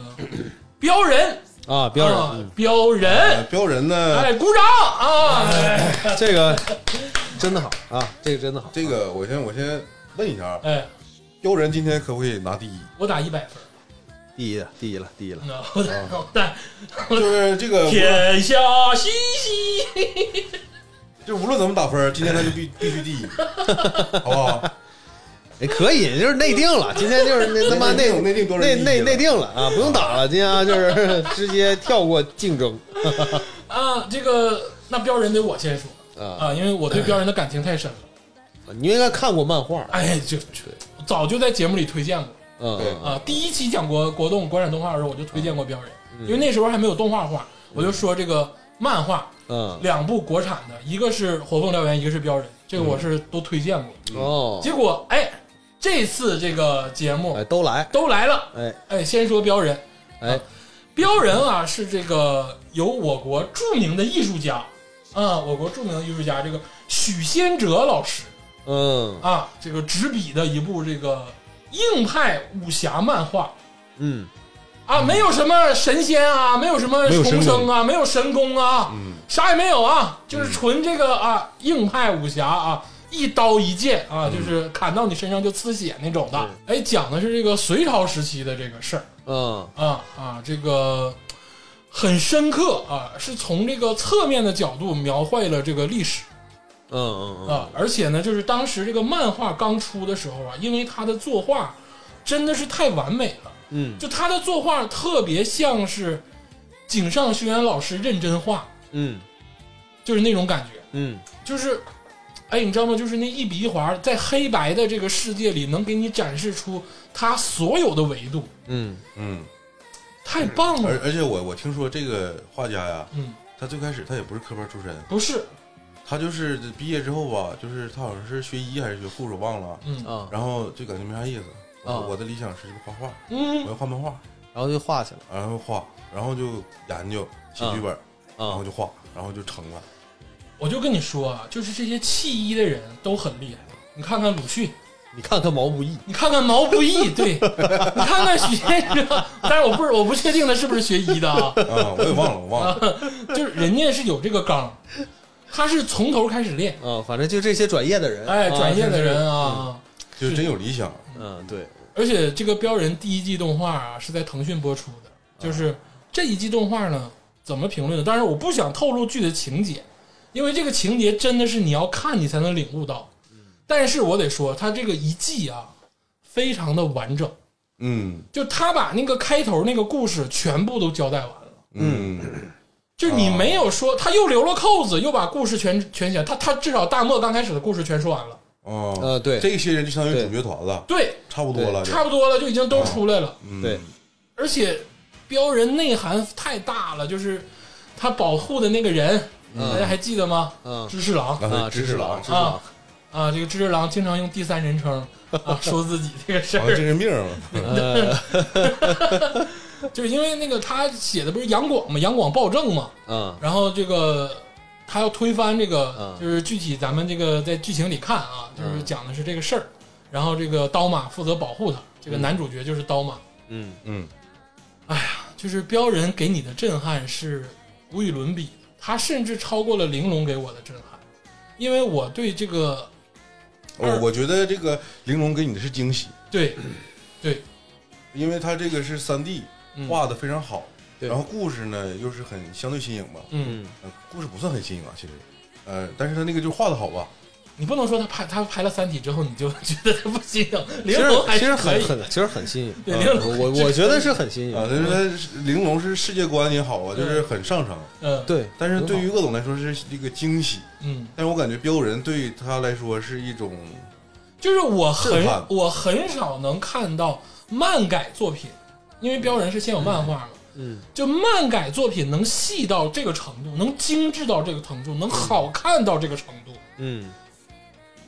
标人，啊，标准啊嗯，标人，呃标人呢，哎，鼓掌啊！哎这个真的好啊，这个真的好。这个我先我先问一下啊，哎，标人今天可不可以拿第一？我打一百分，第一了，第一了，第一了。那我打我打就是这个，天下熙熙，就无论怎么打分，今天他就必必须第一， 好不好？哎，可以，就是内定了，今天就是那他妈内内定标内人第一内内了定了啊，不用打了，今天啊就是 直接跳过竞争啊，这个那标人得我先说啊。啊，因为我对标人的感情太深了，你应该看过漫画，哎，就就早就在节目里推荐过。嗯，啊，第一期讲国国动国产动画的时候，我就推荐过《标人》嗯因为那时候还没有动画化，我就说这个漫画嗯，两部国产的，一个是《火凤燎原》，一个是《标人》，这个我是都推荐过。嗯哦，结果哎，这次这个节目哎，都来，都来了，哎哎，先说《标人》，哎，标人啊是这个由我国著名的艺术家啊，我国著名的艺术家这个许仙哲老师嗯啊，这个执笔的一部这个硬派武侠漫画。嗯，啊，没有什么神仙啊，没有什么没有神重功生啊，没有神功啊，嗯，啥也没有啊，就是纯这个啊硬派武侠啊，一刀一剑啊，嗯就是砍到你身上就呲血那种的。哎，讲的是这个隋朝时期的这个事儿嗯啊啊，这个很深刻啊，是从这个侧面的角度描绘了这个历史嗯嗯嗯，啊，而且呢，就是当时这个漫画刚出的时候啊，因为它的作画真的是太完美了。嗯就他的作画特别像是井上雄彦老师认真画，嗯就是那种感觉，嗯，就是，哎，你知道吗？就是那一笔一划，在黑白的这个世界里，能给你展示出他所有的维度，嗯嗯，太棒而了。而且我我听说这个画家呀，嗯，他最开始他也不是科班出身，不是，他就是毕业之后吧，就是他好像是学医还是学护士忘了，嗯啊，然后就感觉没啥意思。啊我的理想是画画，我嗯要画漫画，然后就画起来然后画，然后就研究写剧本，然后啊就画，然后就成了。我就跟你说啊，就是这些弃医的人都很厉害。你看看鲁迅，你看看毛不易，你看看毛不易，对， 你看看许先生，但是我不是我不确定他是不是学医的啊，啊，我也忘了，我忘了。就是人家是有这个纲，他是从头开始练。啊，反正就这些转业的人，哎，啊转业的人，啊，就是真有理想，就是嗯，对，而而且这个标人第一季动画啊是在腾讯播出的，就是这一季动画呢怎么评论的？当然我不想透露剧的情节，因为这个情节真的是你要看你才能领悟到。但是我得说，它这个一季啊非常的完整，嗯就他把那个开头那个故事全部都交代完了。嗯就是你没有说，他又留了扣子，又把故事全全讲，他他至少大漠刚开始的故事全说完了，哦，呃对这些人就相当于对主角团了，对，差不多了，差不多了，就已经都出来了。嗯对，而且标人内涵太大了，就是他保护的那个人，大家还记得吗？嗯知世郎啊，啊知知识识了了，知知识识了，啊啊，这个知世郎经常用第三人称啊说自己哦这个事好像儿，精神病了， 呃就是因为那个他写的不是杨广嘛，杨广暴政嘛，嗯然后这个他要推翻这个嗯，就是具体咱们这个在剧情里看啊，就是讲的是这个事儿。然后这个刀马负责保护他，这个男主角就是刀马。嗯嗯就是标人给你的震撼是无与伦比的，他甚至超过了玲珑给我的震撼，因为我对这个我哦我觉得这个玲珑给你的是惊喜，对因为它这个是三 D 嗯画的非常好，对然后故事呢又是很相对新颖吧，嗯，嗯呃故事不算很新颖啊，其实，呃，但是它那个就画的好吧，你不能说他拍他拍了《三体》之后你就觉得他不 新颖，其玲实珑还其实是可很以，很其实很新颖，对啊玲珑我我我觉得是很新啊，颖，但是它是玲珑是世界观也好啊，就是很上乘，嗯对，但是对于很恶总来说是一个惊喜，嗯，但是我感觉标人对他来说是一种，就是我震很撼我很少能看到漫改作品，因为标人是先有漫画嘛，好嗯就漫改作品能细到这个程度，能精致到这个程度，能好看到这个程度。嗯嗯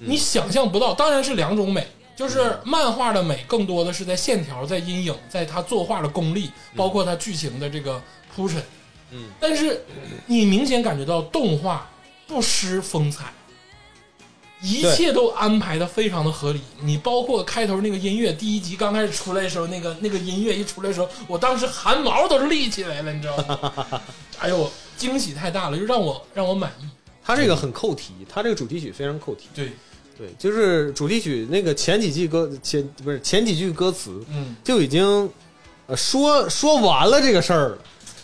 你想象不到，当然是两种美，就是漫画的美更多的是在线条、在阴影、在它作画的功力，包括它剧情的这个铺陈。嗯，但是你明显感觉到动画不失风采，一切都安排的非常的合理。你包括开头那个音乐，第一集刚开始出来的时候，那个那个音乐一出来的时候，我当时汗毛都立起来了，你知道吗？ 哎呦，惊喜太大了，就让我让我满意。它这个很扣题，它这个主题曲非常扣题，对，对，就是主题曲那个前几句歌前不是前几句歌词嗯，就已经呃说说完了这个事儿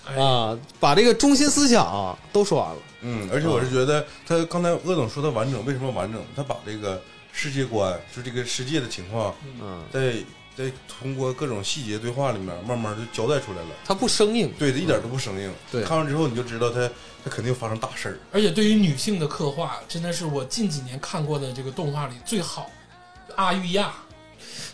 哎了，啊，把这个中心思想啊都说完了，嗯，而且我是觉得他刚才鄂总说的完整，为什么完整？他把这个世界观，就这个世界的情况，嗯，在在通过各种细节对话里面，慢慢就交代出来了。它不生硬，对，一点都不生硬。对看完之后你就知道他他肯定发生大事儿。而且对于女性的刻画，真的是我近几年看过的这个动画里最好。阿育亚，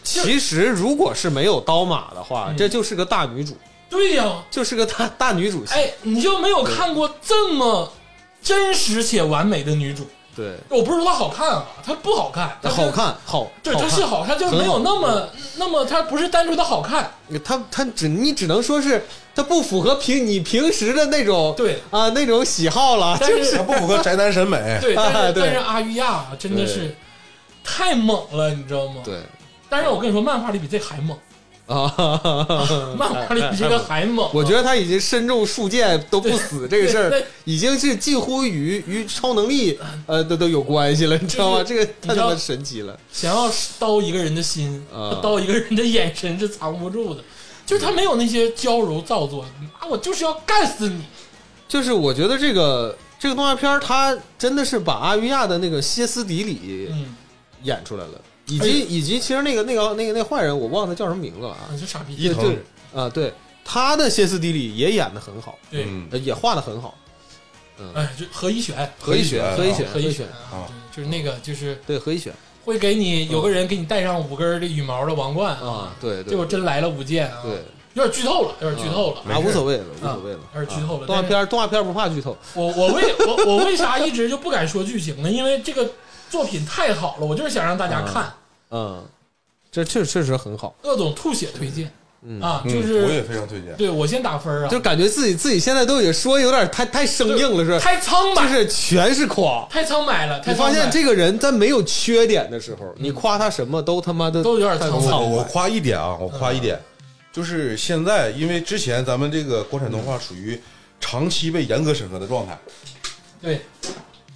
其实如果是没有刀马的话，嗯这就是个大女主，对呀、就是个大大女主戏。哎，你就没有看过这么真实且完美的女主？对，我不是说她好看啊，她不好看，她她是好，看，嗯好，对，她是好好，她就没有很好那么那么，她不是单纯的好看，看，她她只你只能说是她不符合平你平时的那种对啊那种喜好了，但就是他不符合宅男审美。对，但是、 啊对但是阿育亚啊真的是太猛了，你知道吗？对但是我跟你说，漫画里比这还猛，啊， 嗯哎漫画里比这个还猛。 我觉得他已经身中数箭都不死这个事对儿，已经是近乎与与超 能力呃都都有关系了，你知道吗？就这是个太他妈神奇了，想要刀一个人的心，啊刀一个人的眼神是藏不住的，就是他没有那些娇柔造作，啊，我就是要干死你，就是我觉得这个这个动画片儿，它真的是把阿育亚的那个歇斯底里嗯，演出来了，以哎及以及其实那个那个那个那坏人，我忘了他叫什么名字了啊你，是傻逼，伊藤对啊对，他的歇斯底里也演的很好，对，嗯呃也画的很好，哎，就何一选，何一选选何一啊选何一选啊啊，对就是那个就是对何一选会给你有个人给你戴上五根儿这羽毛的王冠啊，对结对果真来了五件啊，对，有点剧透了，有点剧透了。啊没事无所谓了无啊所谓了，有点剧透了啊动画片儿动画片儿不怕剧透，我我为我我为啥一直就不敢说剧情呢？因为这个作品太好了，我就是想让大家啊看。嗯，这确确实很好，鄂总吐血推荐嗯啊，嗯就我也是非常推荐。对我先打分儿啊，就感觉自己自己现在都已经说有点太太生硬了，是吧，太苍就白，是全是夸。太苍白了。太你苍发白现了这个人在没有缺点的时候，你夸他什么都他妈的都有点太苍苍白白我我夸一点啊，我夸一嗯点，就是现在，因为之前咱们这个国产动画属于长期被严格审核的状态，对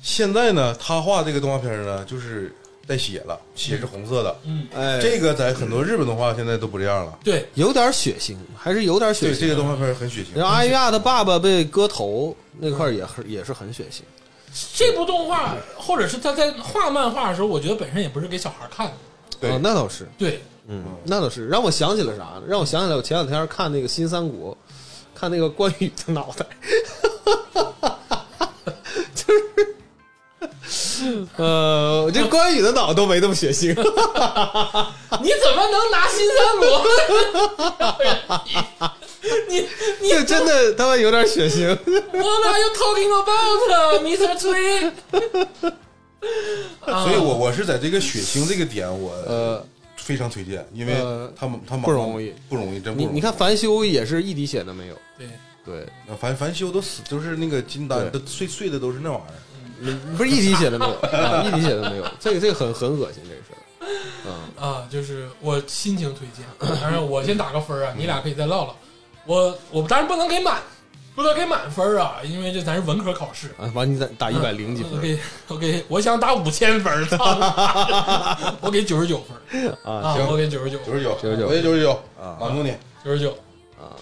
现在呢，他画这个动画片呢，就是带血了，血是红色的。哎，这个在很多日本动画现在都不这样了。嗯对，有点血腥，还是有点嗯血对，腥。这个动画片很血然腥。后阿亚的爸爸被割头那块儿也很也是很血腥。这部动画或者是他在画漫画的时候，我觉得本身也不是给小孩看的。对啊，那倒是， 对，嗯，那倒是，让我想起了啥呢？让我想起来，我前两天看那个《新三国》，看那个关羽的脑袋，就是，呃，这关羽的脑都没那么血腥，你怎么能拿新三国？ 你你这真的他妈有点血腥。 What are you talking about, 啊 Mr. 崔？所以我我是在这个血腥这个点，我呃，非常推荐，因为呃他们他们不容易，不容易，真不你容易。你看，樊修也是一滴血都没有，对，对，凡凡修都死，就是那个金丹对都碎碎的都是那玩意儿。嗯不是一滴血都没有，啊一滴血都没有，这个这个很很恶心，这个事儿，嗯，啊，就是我亲情推荐。当然，我先打个分儿啊，你俩可以再唠唠。我我当然不能给满，不能给满分儿啊，因为这咱是文科考试。啊，完你打打一百零几我 分给我给我想打五千分儿，操 你妈的！我给九十九分儿啊啊，行我给九十九，九十九， 99我也九十九啊满足你。九十九啊，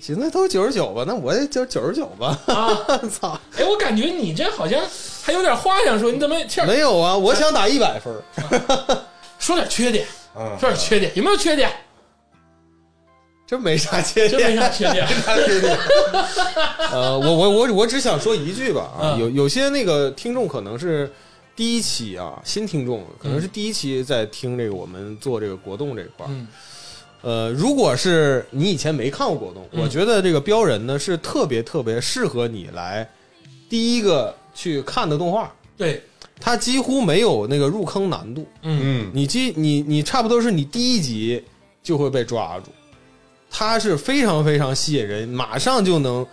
寻思都九十九吧，那我也就九十九吧。啊！操，哎，我感觉你这好像还有点话想说，你怎么这没有啊，我想打一百分儿。说点缺点， 嗯，说点缺点，有没有缺点？真没啥缺真没点，啥缺点。嗯呃，我我我我只想说一句吧啊，嗯有有些那个听众可能是第一期啊，新听众可能是第一期在听这个我们做这个国动这块儿，嗯呃，如果是你以前没看过国动，嗯我觉得这个标人呢是特别特别适合你来第一个去看的动画，对，它几乎没有那个入坑难度，嗯嗯，你记你你差不多是你第一集就会被抓住，它是非常非常吸引人，马上就能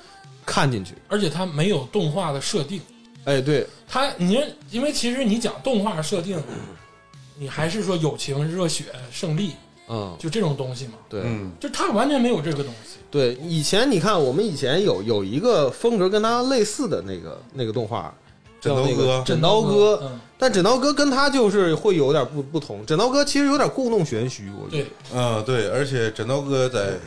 看进去。而且它没有动画的设定，哎，对，它你说因为其实你讲动画设定，你还是说友情、热血、胜利嗯，就这种东西嘛，对、嗯，就它完全没有这个东西。对，以前你看我们以前有有一个风格跟它类似的那个那个动画，枕叫头那个哥，啊枕刀哥，嗯，但枕刀哥跟他就是会有点不不同，枕刀哥其实有点故弄玄虚，我觉对得。，嗯，对，而且枕头哥在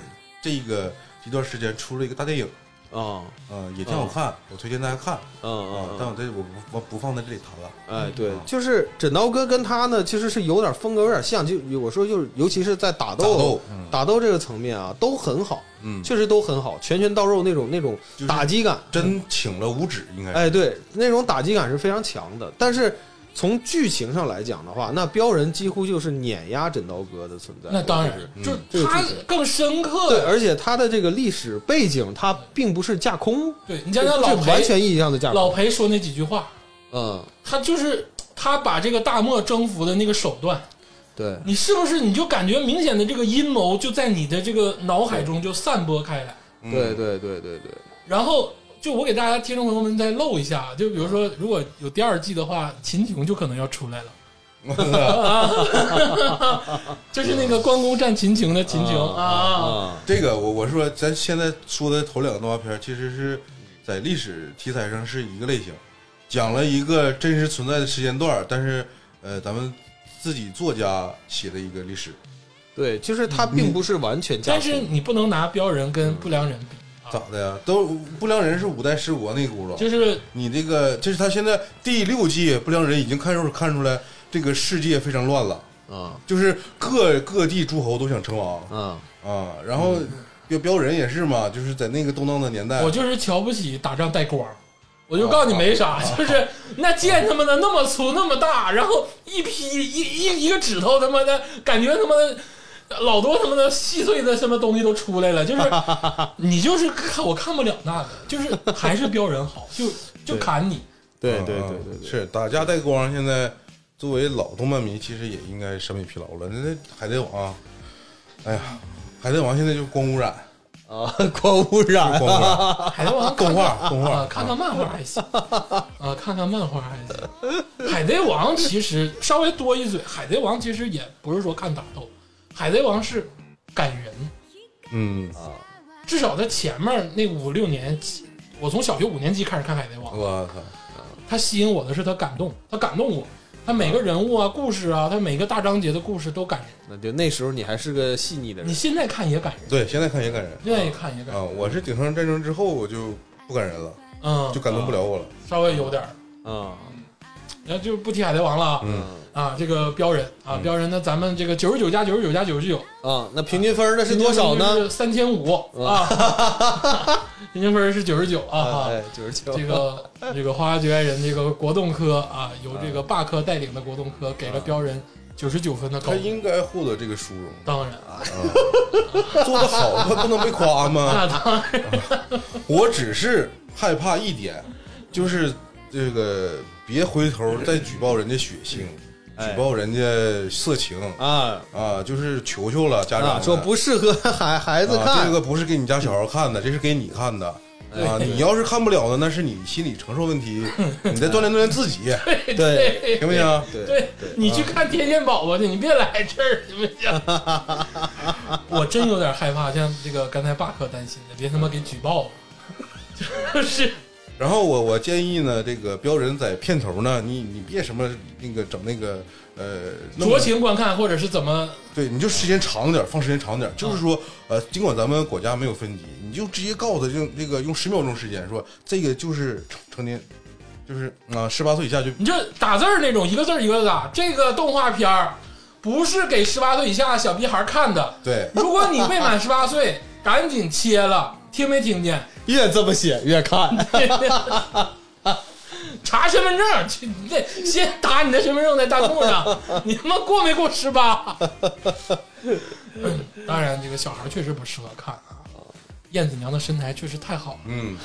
这个一段时间出了一个大电影，啊，嗯，也挺好看，我推荐大家看啊。嗯嗯但嗯，我这我不我不放在这里谈了。哎，对，嗯就是枕刀哥跟他呢，其实是有点风格有点像，就我说就是，尤其是在打打斗，嗯打斗这个层面啊，都很好，嗯，确实都很好，拳拳到肉那种那种就是打击感，真请了五指， 应该是哎，对，那种打击感是非常强的。但是从剧情上来讲的话，那标人几乎就是碾压枕刀哥的存在。那当然我觉得，嗯就这是个它剧情更深对，刻。而且他的这个历史背景，他并不是架空，对你这讲讲老完裴，全意义上的架老空。裴说那几句话，嗯，他就是他把这个大漠征服的那个手段，对，你是不是你就感觉明显的这个阴谋就在你的这个脑海中就散播开来？嗯对，对，对，对，对，然后就我给大家听众朋友们再露一下，啊就比如嗯说如果有第二季的话，秦琼就可能要出来了。就是那个关公战秦琼的秦琼嗯啊啊，啊，这个我我说咱现在说的头两个动画片，其实是在历史题材上是一个类型，讲了一个真实存在的时间段，但是呃，咱们自己作家写的一个历史，对，就是他并不是完全架但空。是你不能拿标人跟不良人比，咋的呀？都不良人是五代十国那轱辘，就是你这个就是他现在第六季不良人已经看出看出来这个世界非常乱了，啊就是各各地诸侯都想称王啊，啊，然后标标人也是嘛，就是在那个动荡的年代我，就是瞧不起打仗带光儿，我就告诉你没哦啥，就是那剑他妈的那么粗那么大，然后一劈一一一个指头他妈的，感觉他妈的。老多他妈的细碎的什么东西都出来 了，就是你就是看我看不了那个，就是还是标人好，就就砍你，对嗯对对嗯对对，是打架带光。现在作为老动漫迷，其实也应该审美疲劳了。那海贼王啊，哎呀，海贼王现在就光污 染，啊，光污染光污染，海贼王啊 动画动画啊，看看漫画 还行啊，看看漫画还行。海贼王其实稍微多一嘴，海贼王其实也不是说看打斗，海贼王是感人，嗯，啊，至少在前面那五六年，我从小学五年级开始看《海贼王》，我操，它吸引我的是它感动，它感动我，它他每个人物啊、故事啊，他每个大章节的故事都感人。那就那时候你还是个细腻的你人，现在看也感人，对，现在看也感人现在一看也感啊！人，我是顶上战争之后，我就不感人了，嗯，就感动不了我了。稍微有点儿。啊，然后就不提海贼王了啊、嗯嗯啊，这个标人啊，标人，那咱们这个九十九加九十九加九十九啊，那平均分儿那是多少呢？？三千五啊， 平均分是九十九啊。哎，九十九这个这个花花绝爱人这个国栋科啊，由这个霸科带领的国栋科给了标人九十九分的高他分，应该获得这个殊荣，当然啊，做得好，他不能被夸 吗？啊那当然我只是害怕一点，就是这个别回头再举报人家血腥，哎举报人家色情啊啊，就是求求了家长啊，们说不适合孩孩子啊，这看哎个不是给你家小孩看的，这是给你看的。对啊，你要是看不了呢，那是你心理承受问 题，你再锻炼锻炼自己，对行不行？对，对你去看天线宝宝去，你别来这儿行不行？我真有点害怕，像这个刚才霸科担心的，别他妈给举报了，就是然后我我建议呢，这个标人在片头呢，你你别什么那个整那个呃那么酌情观看或者是怎么对，你就时间长点，放时间长点。就是嗯说，呃，尽管咱们国家没有分级，你就直接告诉他，用这个用十秒钟时间说，这个就是成成年，就是啊，十、八岁以下就你就打字儿那种，一个字儿一个字儿打。这个动画片儿不是给十八岁以下小屁孩看的。对。如果你未满十八岁，赶紧切了，听没听见？越这么写越 看，查身份证去，你得先打你的身份证在弹幕上，你他妈过没过十八、嗯当然，这个小孩确实不适合看啊。燕子娘的身材确实太好 嗯，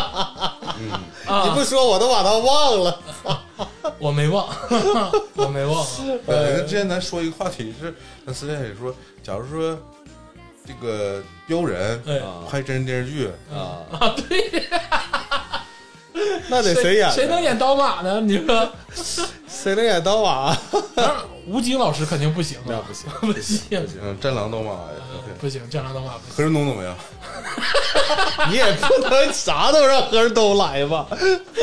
了啊！你不说我都把它忘了。我没 忘，我没忘啊。呃，之前咱说一个话题是，咱私下里说，假如说这个标人哎啊拍真人电视剧， 啊，对， 那得谁演？谁能？演刀马呢？你 说，谁能演啊刀马？当然吴京老师肯定不行 那啊，不行，不行，嗯，战狼刀马，对不行，战狼刀马不行。何润东怎么样？ 你也不能啥都让何润东来吧？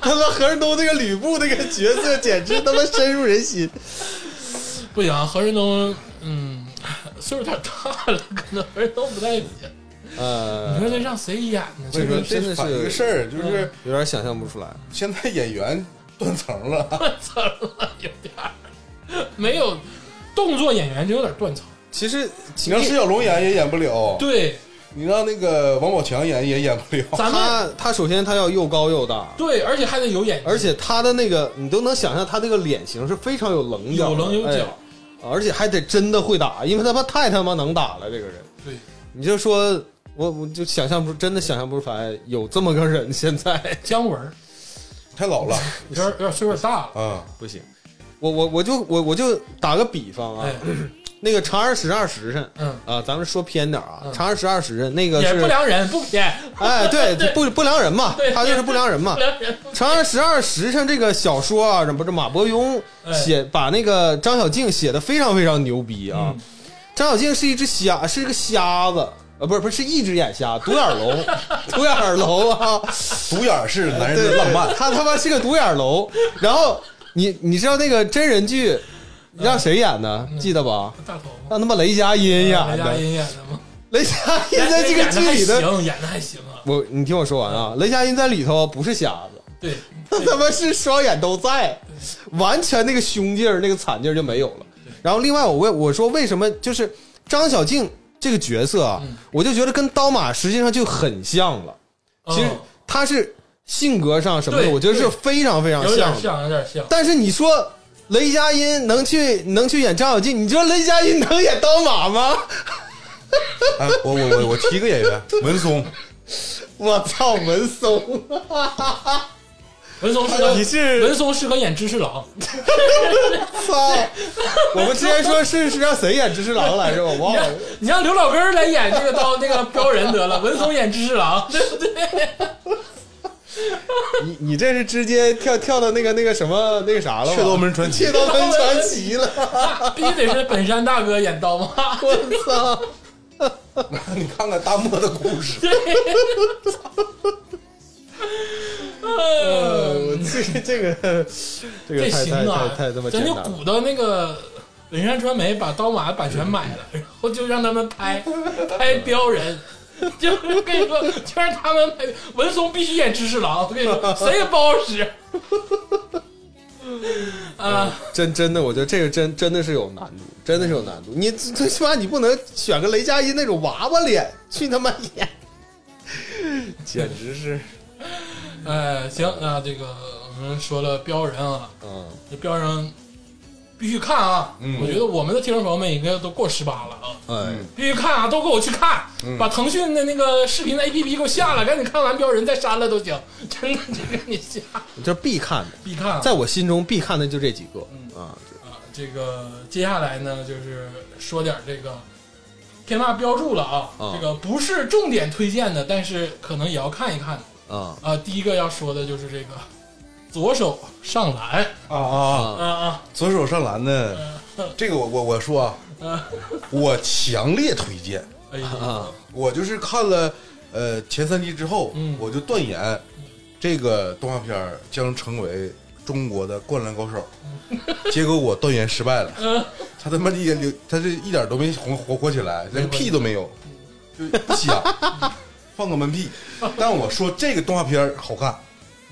他妈何润东这个吕布这个角色，简直他妈深入人心。不行，何润东，嗯，岁数有点大了，可能何润东不太行。你呃说，这让谁演呢？所以这说个这真的是嗯反映一个事儿，就是有点想象不出来。现在演员断层了，层了有点儿没有动作演员就有点断层。其实，你让释小龙演也演不哦了，对，你让那个王宝强演也演不了。咱们他他首先他要又高又大，对，而且还得有演技，而且他的那个你都能想象，他这个脸型是非常有棱角有的，棱有角哎。而且还得真的会打，因为他妈太他妈能打了这个人。对，你就说我我就想象不真的想象不出来有这么个人，现在姜文儿太老了有点有点岁数大了。啊！不行。我我我就我我就打个比方啊，哎，那个《长安十二时辰》嗯，啊，咱们说偏点啊，嗯长安十二时辰》那个演是不良人不偏，哎对不不良人嘛对，他就是不良人嘛不。良人《长安十二时辰》这个小说啊，这不是马伯庸哎写，把那个张小敬写的非常非常牛逼啊。嗯张小敬是一只瞎，是一个瞎子，呃，不是不是，是一只眼瞎，独眼龙，独眼龙啊，独眼是男人对的浪漫，他他妈是个独眼龙。然后你你知道那个真人剧嗯让谁演的？记得吧？大头发，让他妈雷佳音哎演嗯雷佳的。音演的吗？雷佳音在这个剧里演得还的，行，演的还行啊。我你听我说完啊，雷佳音在里头不是瞎子。对，他他妈是双眼都在，完全那个凶劲儿、那个惨劲儿就没有了。然后另外我问我说为什么就是张小静这个角色啊，嗯我就觉得跟刀马实际上就很像了。 其实嗯他是性格上什么的，对我觉得是非常非常有点像的。像，有点像。但是你说雷佳音能去能去演张小静，你说雷佳音能演刀马吗？哎，我我我我提一个演员，文松，我操，文松，文松是个你是文松适合演知识郎， 操！我们之前说是是让谁演知识郎来着？我忘你让了。你让刘老根儿来演这个刀那个标人得 了，文松演知识郎，对不对？你你这是直接跳跳到那个那个什么那个啥了吧？雀 刀门传奇雀刀门传奇了！ 必须得是本山大哥演刀马，我 操！ 你看看大漠的故事，呃我去这个这个这个这呃太行太啊太太这么，咱简就单了。鼓到那个文山传媒把刀马版权买了，然后就让他们 拍拍标人。就是跟你说，就让他们拍文松必须演知识郎。我跟你说，谁也不好 使。啊，真真的，我觉得这个真真的是有难度，真的是有难度。你最最起码你不能选个雷佳音那种娃娃脸，去他妈演， 简直是，哎，行，那这个我们说了标人啊， 嗯，这标人必须看啊！嗯我觉得我们的听众朋友们应该都过十八了啊，哎，必须看啊，都给我去看，嗯把腾讯的那个视频的 APP 给我下了，赶紧看完标人再删了都行， 真的，这个你下这必看的，必看啊。在我心中必看的就这几个嗯啊，啊，这个接下来呢，就是说点这个天霸标注了啊，啊这个不是重点推荐的，但是可能也要看一看的啊啊。第一个要说的就是这个左手上篮 啊啊！啊啊啊，左手上篮呢，这个我我我说啊，我强烈推荐。哎呀，啊！我就是看了呃前三集之后，嗯我就断言这个动画片儿将成为中国的灌篮高 手。结果我断言失败了，他他妈的也流，他这一点都没火火火起来，连屁都没有，就不 响，放个闷屁。但我说这个动画片儿好看，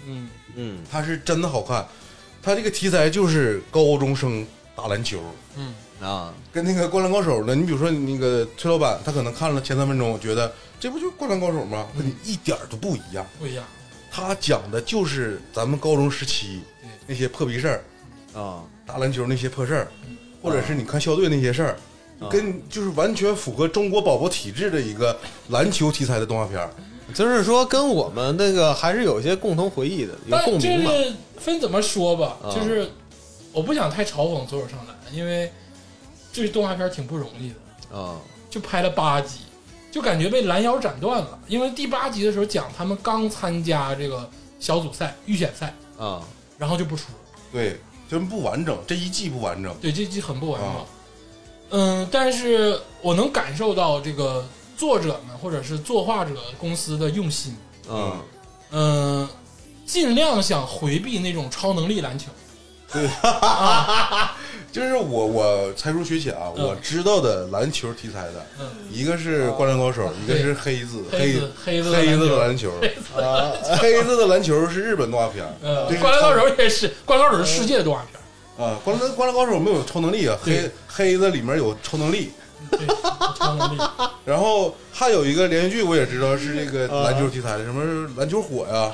嗯嗯它是真的好看，它这个题材就是高中生打篮球。嗯啊，跟那个《灌篮高手》呢，你比如说那个崔老板，他可能看了前三分钟，觉得这不就是《灌篮高手》吗？嗯跟你一点儿都不一样。不一样，他讲的就是咱们高中时期对那些破逼事儿，啊打篮球那些破事儿，嗯或者是你看校队那些事儿，啊跟就是完全符合中国宝宝体质的一个篮球题材的动画片儿。嗯就是说跟我们那个还是有一些共同回忆的，有但共就鸣嘛。是分怎么说吧，啊就是我不想太嘲讽左手上篮，因为这动画片挺不容易的，啊就拍了八集，就感觉被拦腰斩断了。因为第八集的时候讲他们刚参加这个小组赛预选赛，啊然后就不出了。对，真不完整，这一季不完整。对，这集很不完整。啊嗯，但是我能感受到这个作者们或者是作画者公司的用心，啊！嗯，尽量想回避那种超能力篮球。就是我我才疏学浅啊，嗯我知道的篮球题材的，嗯，一个是《灌篮高手》，一个对是黑子，黑黑子黑子黑子的篮球。篮球，啊， 黑子的篮球是日本动画片儿，嗯，对《灌篮高手》也是，《灌篮高手》是世界的动画片。啊，灌篮灌篮高手没有超能力啊，黑对黑子里面有超能力，对，超能力。然后还有一个连续剧我也知道是这个嗯篮球题材的，什么篮球火呀，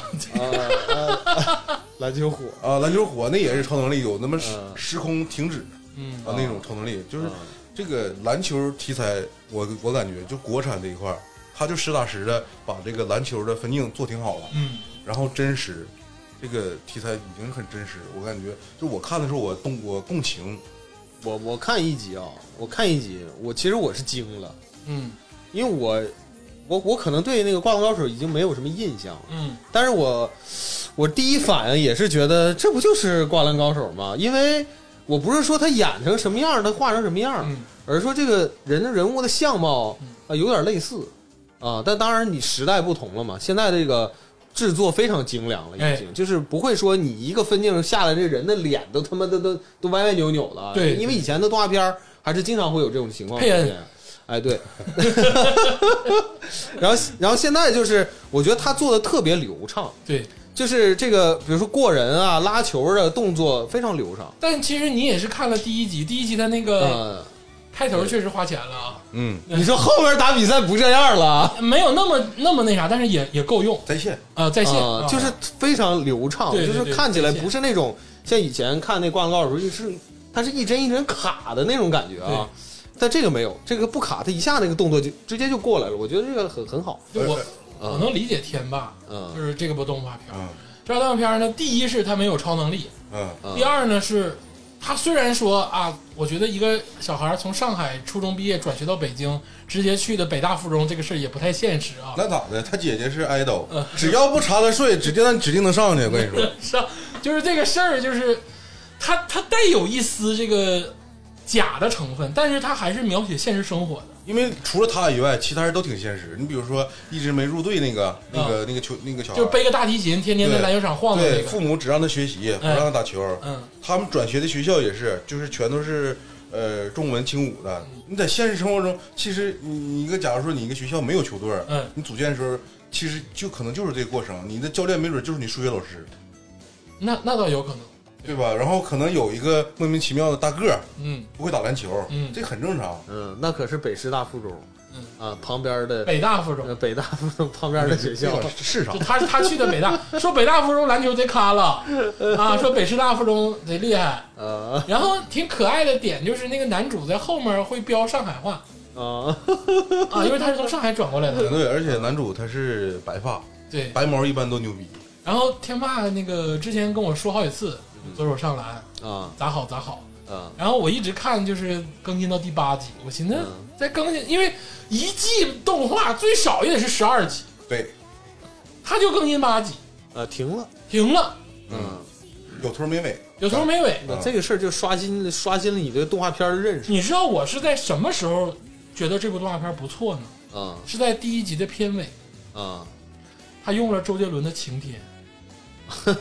篮球火啊，篮球火那也是超能力，有那么时嗯时空停止嗯，啊那种超能力，就就是是这个篮球题材，我我感觉就国产这一块儿，他就实打实的把这个篮球的分镜做挺好了。嗯，然后真实，这个题材已经很真实，我感觉就我看的时候我动我共情，我我看一集啊，我看一集，我其实我是惊了，嗯因为我我我可能对那个《灌篮高手》已经没有什么印象了，嗯但是我我第一反应也是觉得这不就是《灌篮高手》吗？因为我不是说他演成什么样，他画成什么样，嗯而是说这个人的人物的相貌啊嗯、有点类似啊，但当然你时代不同了嘛，现在这个制作非常精良了，哎已经、就是不会说你一个分镜下来，这人的脸都他妈的都都歪歪扭扭了。对因为以前的动画片儿还是经常会有这种情况出佩恩现。哎，对， 然后然后现在就是，我觉得他做的特别流畅，对。就是这个，比如说过人啊、拉球的动作非常流畅。但其实你也是看了第一集，第一集他那个嗯，开头确实花钱了啊，嗯，你说后边打比赛不这样了啊？没有那么那么那啥，但是也也够用在线啊，在线啊，就是非常流畅，对对对就是看起来不是那种像以前看那《灌篮高手》时候，是它是一帧一帧卡的那种感觉啊。但这个没有，这个不卡，它一下那个动作就直接就过来了，我觉得这个很很好。就我嗯呃我能理解天霸，就嗯是这个部动画片儿。啊这部动画片儿呢，第一是他没有超能力，啊嗯第二呢是，他虽然说啊，我觉得一个小孩儿从上海初中毕业转学到北京，直接去的北大附中这个事儿也不太现实啊。那咋的？他姐姐是 idol，、嗯只要不查他税，指定他指定能上去。我跟你说，是啊， 就是这个事儿，就是他他带有一丝这个假的成分，但是他还是描写现实生活的。因为除了他以外，其他人都挺现实。你比如说，一直没入队那个、那个、那个球、那个小孩嗯就是背个大提琴，天天在对篮球场晃荡那啊对，个。哎父母只让他学习，不让他打球。嗯，他们转学的学校也是，就是全都是呃重文轻武的。嗯你在现实生活中，其实你你一个假如说你一个学校没有球队，嗯，你组建的时候，其实就可能就是这个过程。你的教练没准就是你数学老师，那那倒有可能。对吧？然后可能有一个莫名其妙的大个儿嗯，不会打篮球，嗯这很正常。嗯，那可是北师大附中，啊，旁边的北大附 中，呃北大附中旁边的学校这个，是啥就？他他去的北大，说北大附中篮球贼咖了啊，说北师大附中贼厉害。呃然后挺可爱的点就是那个男主在后面会飙上海话啊，啊，因为他是从上海转过来的。对，而且男主他是白发，对，白毛一般都牛逼。然后天霸那个之前跟我说好几次，左手上篮，啊砸好砸好。啊然后我一直看就是更新到第八集，我寻思嗯再更新，因为一季动画最少也得是十二集，对，他就更新八集，呃，停了，停了，嗯，有头没尾。有头没尾。那这个事儿就刷新刷新了你对动画片儿的认识你知道我是在什么时候觉得这部动画片不错呢？啊是在第一集的片尾，啊，他用了周杰伦的《晴天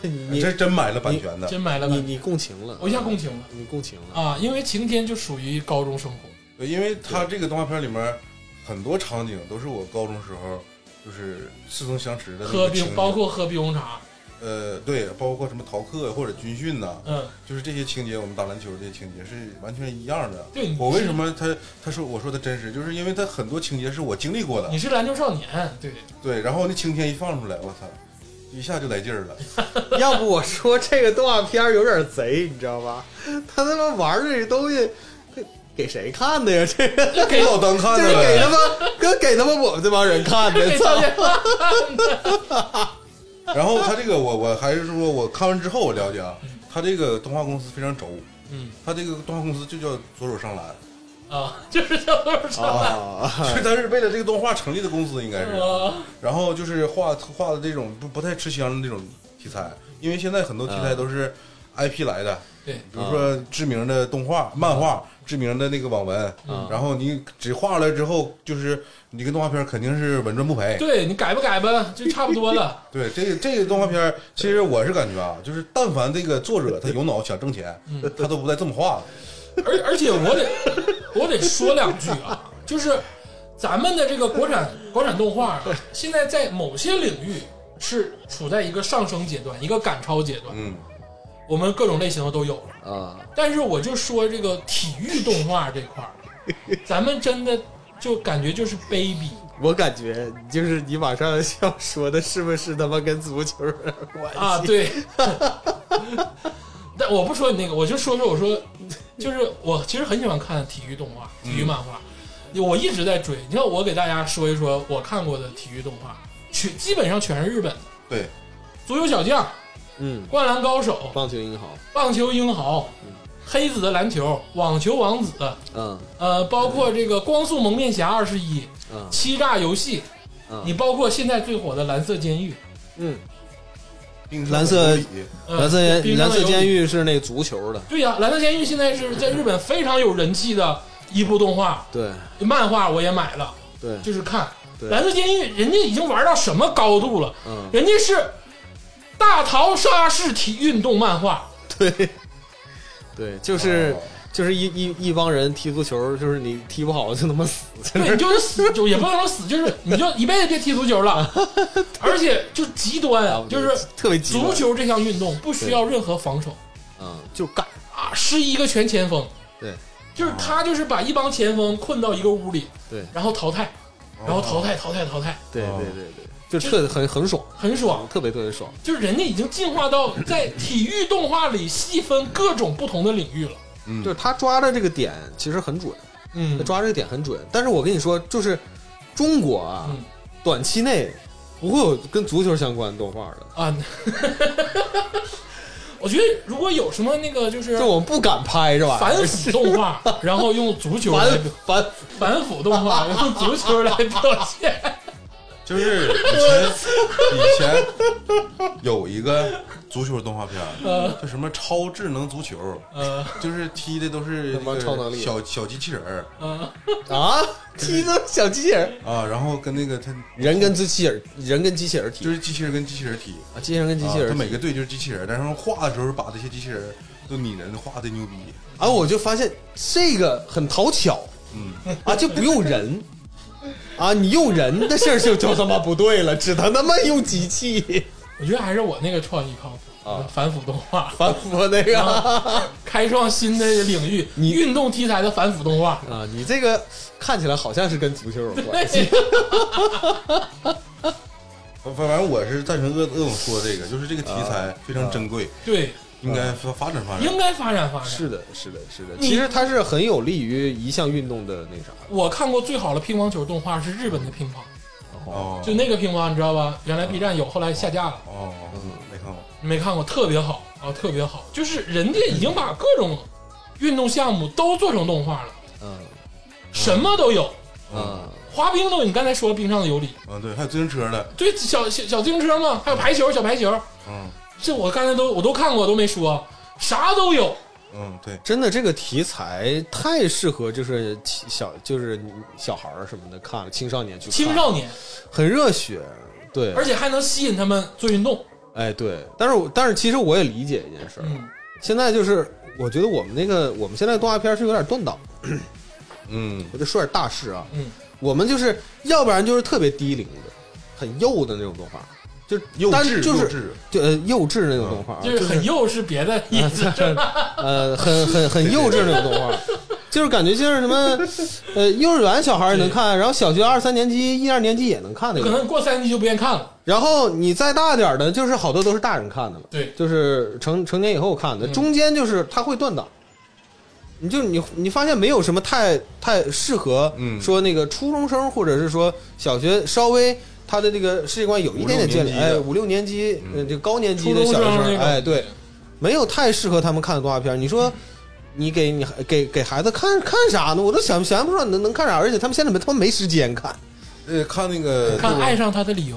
你你这真买了版权》，的，真买了你版，你共情了，我一下共情了你共情了，啊！因为《晴天》就属于高中生活，对因为他这个动画片里面很多场景都是我高中时候就是似曾相识的那喝个情冰景，包括喝冰红茶，呃对，包括什么逃课或者军训呐、嗯，就是这些情节，我们打篮球这些情节是完全一样的。对，你我为什么他他说我说他真实，就是因为他很多情节是我经历过的你，是篮球少年？ 对，对，然后那晴天一放出来，我操，一下就来劲 儿了。要不我说这个动画片儿有点贼，你知道吧？他他妈玩儿这东西，给给谁看的呀？这个就给给老当看这着是给他了，妈跟给他妈我们这帮人看的， 给操周！杰伦看的。然后他这个我我还是说我看完之后我了解嗯啊，他这个动画公司非常轴，嗯他这个动画公司就叫左手上篮，啊，就是叫多少哦啊， 所以他是为了这个动画成立的公司应该是。嗯啊，然后就是画画的这种不不太吃香的这种题材，因为现在很多题材啊都是 IP 来的，对，比如说知名的动画、漫画、知名的那个网文，嗯然后你只画出来之后，就是你跟动画片肯定是稳赚不赔。对你改吧改吧，就差不多了。对，这个这个动画片儿，其实我是感觉啊，就是但凡这个作者他有脑想挣钱，他都不带这么画的。而而且我得我得说两句啊，就是咱们的这个国产国产动画啊，现在在某些领域是处在一个上升阶段，一个赶超阶段，嗯，我们各种类型的都有了。啊，但是我就说这个体育动画这块儿，咱们真的就感觉就是 baby。我感觉就是你马上要说的，是不是他妈跟足球有点关系啊，对。 但我不说你那个，我就说说我说，就是我其实很喜欢看体育动画、体育漫画，我一直在追。你看，我给大家说一说我看过的体育动画，全基本上全是日本的，对，足球小将、嗯，灌篮高手、棒球英豪，棒球英豪、黑子的篮球、网球王子，嗯呃，包括这个光速蒙面侠二十一、嗯欺诈游戏，嗯，你包括现在最火的蓝色监狱，嗯，冰蓝上色有理呃蓝色冰监上蓝的色游监狱是那足球的，对呀、蓝色监狱》现在是在日本非常有人气的一部动画、对漫画，我也买了，对，就是看《对蓝色监狱》，人家已经玩到什么高度了？嗯人家是大逃杀式体运动漫 画，对对，就是哦就是一一一帮人踢足球，就是你踢不好就他妈死，对，你就是死就也不能说死，就是你就一辈子别踢足球 了，而且就极啊端，啊就是特别极端足球这项运动不需要任何防守嗯，就干，啊，十一个全前锋，对就是他就是把一帮前锋困到一个屋里，对然后淘汰，然后淘汰淘汰淘汰，对哦对对对，就彻底很很爽，很爽。特别特别爽，就是人家已经进化到在体育动画里细分各种不同的领域了。嗯就是他抓的这个点其实很准，嗯他抓这个点很准，但是我跟你说，就是中国啊，嗯短期内不会有跟足球相关的动画的。啊， 我觉得如果有什么那个就是就我们不敢拍这玩意反儿，腐动画，然后用足球来 反反反腐动画，用足球来表现。就是以前以前有一个足球动画片儿，就什么超智能足球，呃就是踢的都是什那么个超能力小小机器人儿呃，啊， 踢的小机器人，啊，然后跟那个他人跟机器人，人跟机器人踢就是机器人跟机器人踢，啊，机器人跟机器啊人他踢。每个队就是机器人，但是画的时候把这些机器人都拟人画的牛逼，啊，我就发现这个很讨巧嗯，啊，就不用人 啊，你用人的事儿就就他妈不对了，只能他妈用机器 我觉得还是我那个创意靠谱啊反腐动画，反腐那个啊开创新的领域，你运动题材的反腐动画。啊你这个看起来好像是跟足球有关系，反反正我是赞成鄂鄂总说这个，就是这个题材非常珍贵，对，应该发发展发展。应该发展发展。 是的，是的，是的，你其实它是很有利于一项运动的那啥我看过最好的乒乓球动画是日本的乒乓，哦，就那个乒乓，你知道吧？原来 B 站有，后来下架了，哦，没看过，你没看过，特别好啊，特别好。就是人家已经把各种运动项目都做成动画了，嗯什么都有，啊滑冰都有。你刚才说了冰上的有理，嗯，对，还有自行车的，对，小小小自行车嘛，还有排球，小排球，嗯这我刚才都我都看过，都没说，啥都有。嗯，对，真的，这个题材太适合就是青小就是小孩儿什么的看了，青少年去看，青少年，很热血，对，而且还能吸引他们做运动。哎对，但是我但是其实我也理解一件事儿，嗯，现在就是我觉得我们那个我们现在动画片是有点断档，嗯我得说点大事啊，嗯，我们就是要不然就是特别低龄的，很幼的那种动画，就幼但稚就幼是稚，就呃幼稚那种动画啊，就是很幼是别的意 思，呃，很很很幼稚那种动 画，就是感觉就是什么，呃，幼儿园小孩儿能看，然后小学二三年级、一二年级也能看那可个，能过三级就不愿意看了。然后你再大点儿的，就是好多都是大人看的了，对，就是成成年以后看的，嗯中间就是它会断档。你就你你发现没有什么太太适合嗯说那个初中生或者是说小学稍微他的这个世界观有一点点建立，五六年级的哎，五六年级嗯呃这高年级初的中小生学生那个，哎对，没有太适合他们看的动画片。你说，你给你给给孩子看看啥呢？我都想想不出来能能看啥，而且他们现在没他们没时间看。呃，看那个看《爱上他的理由》，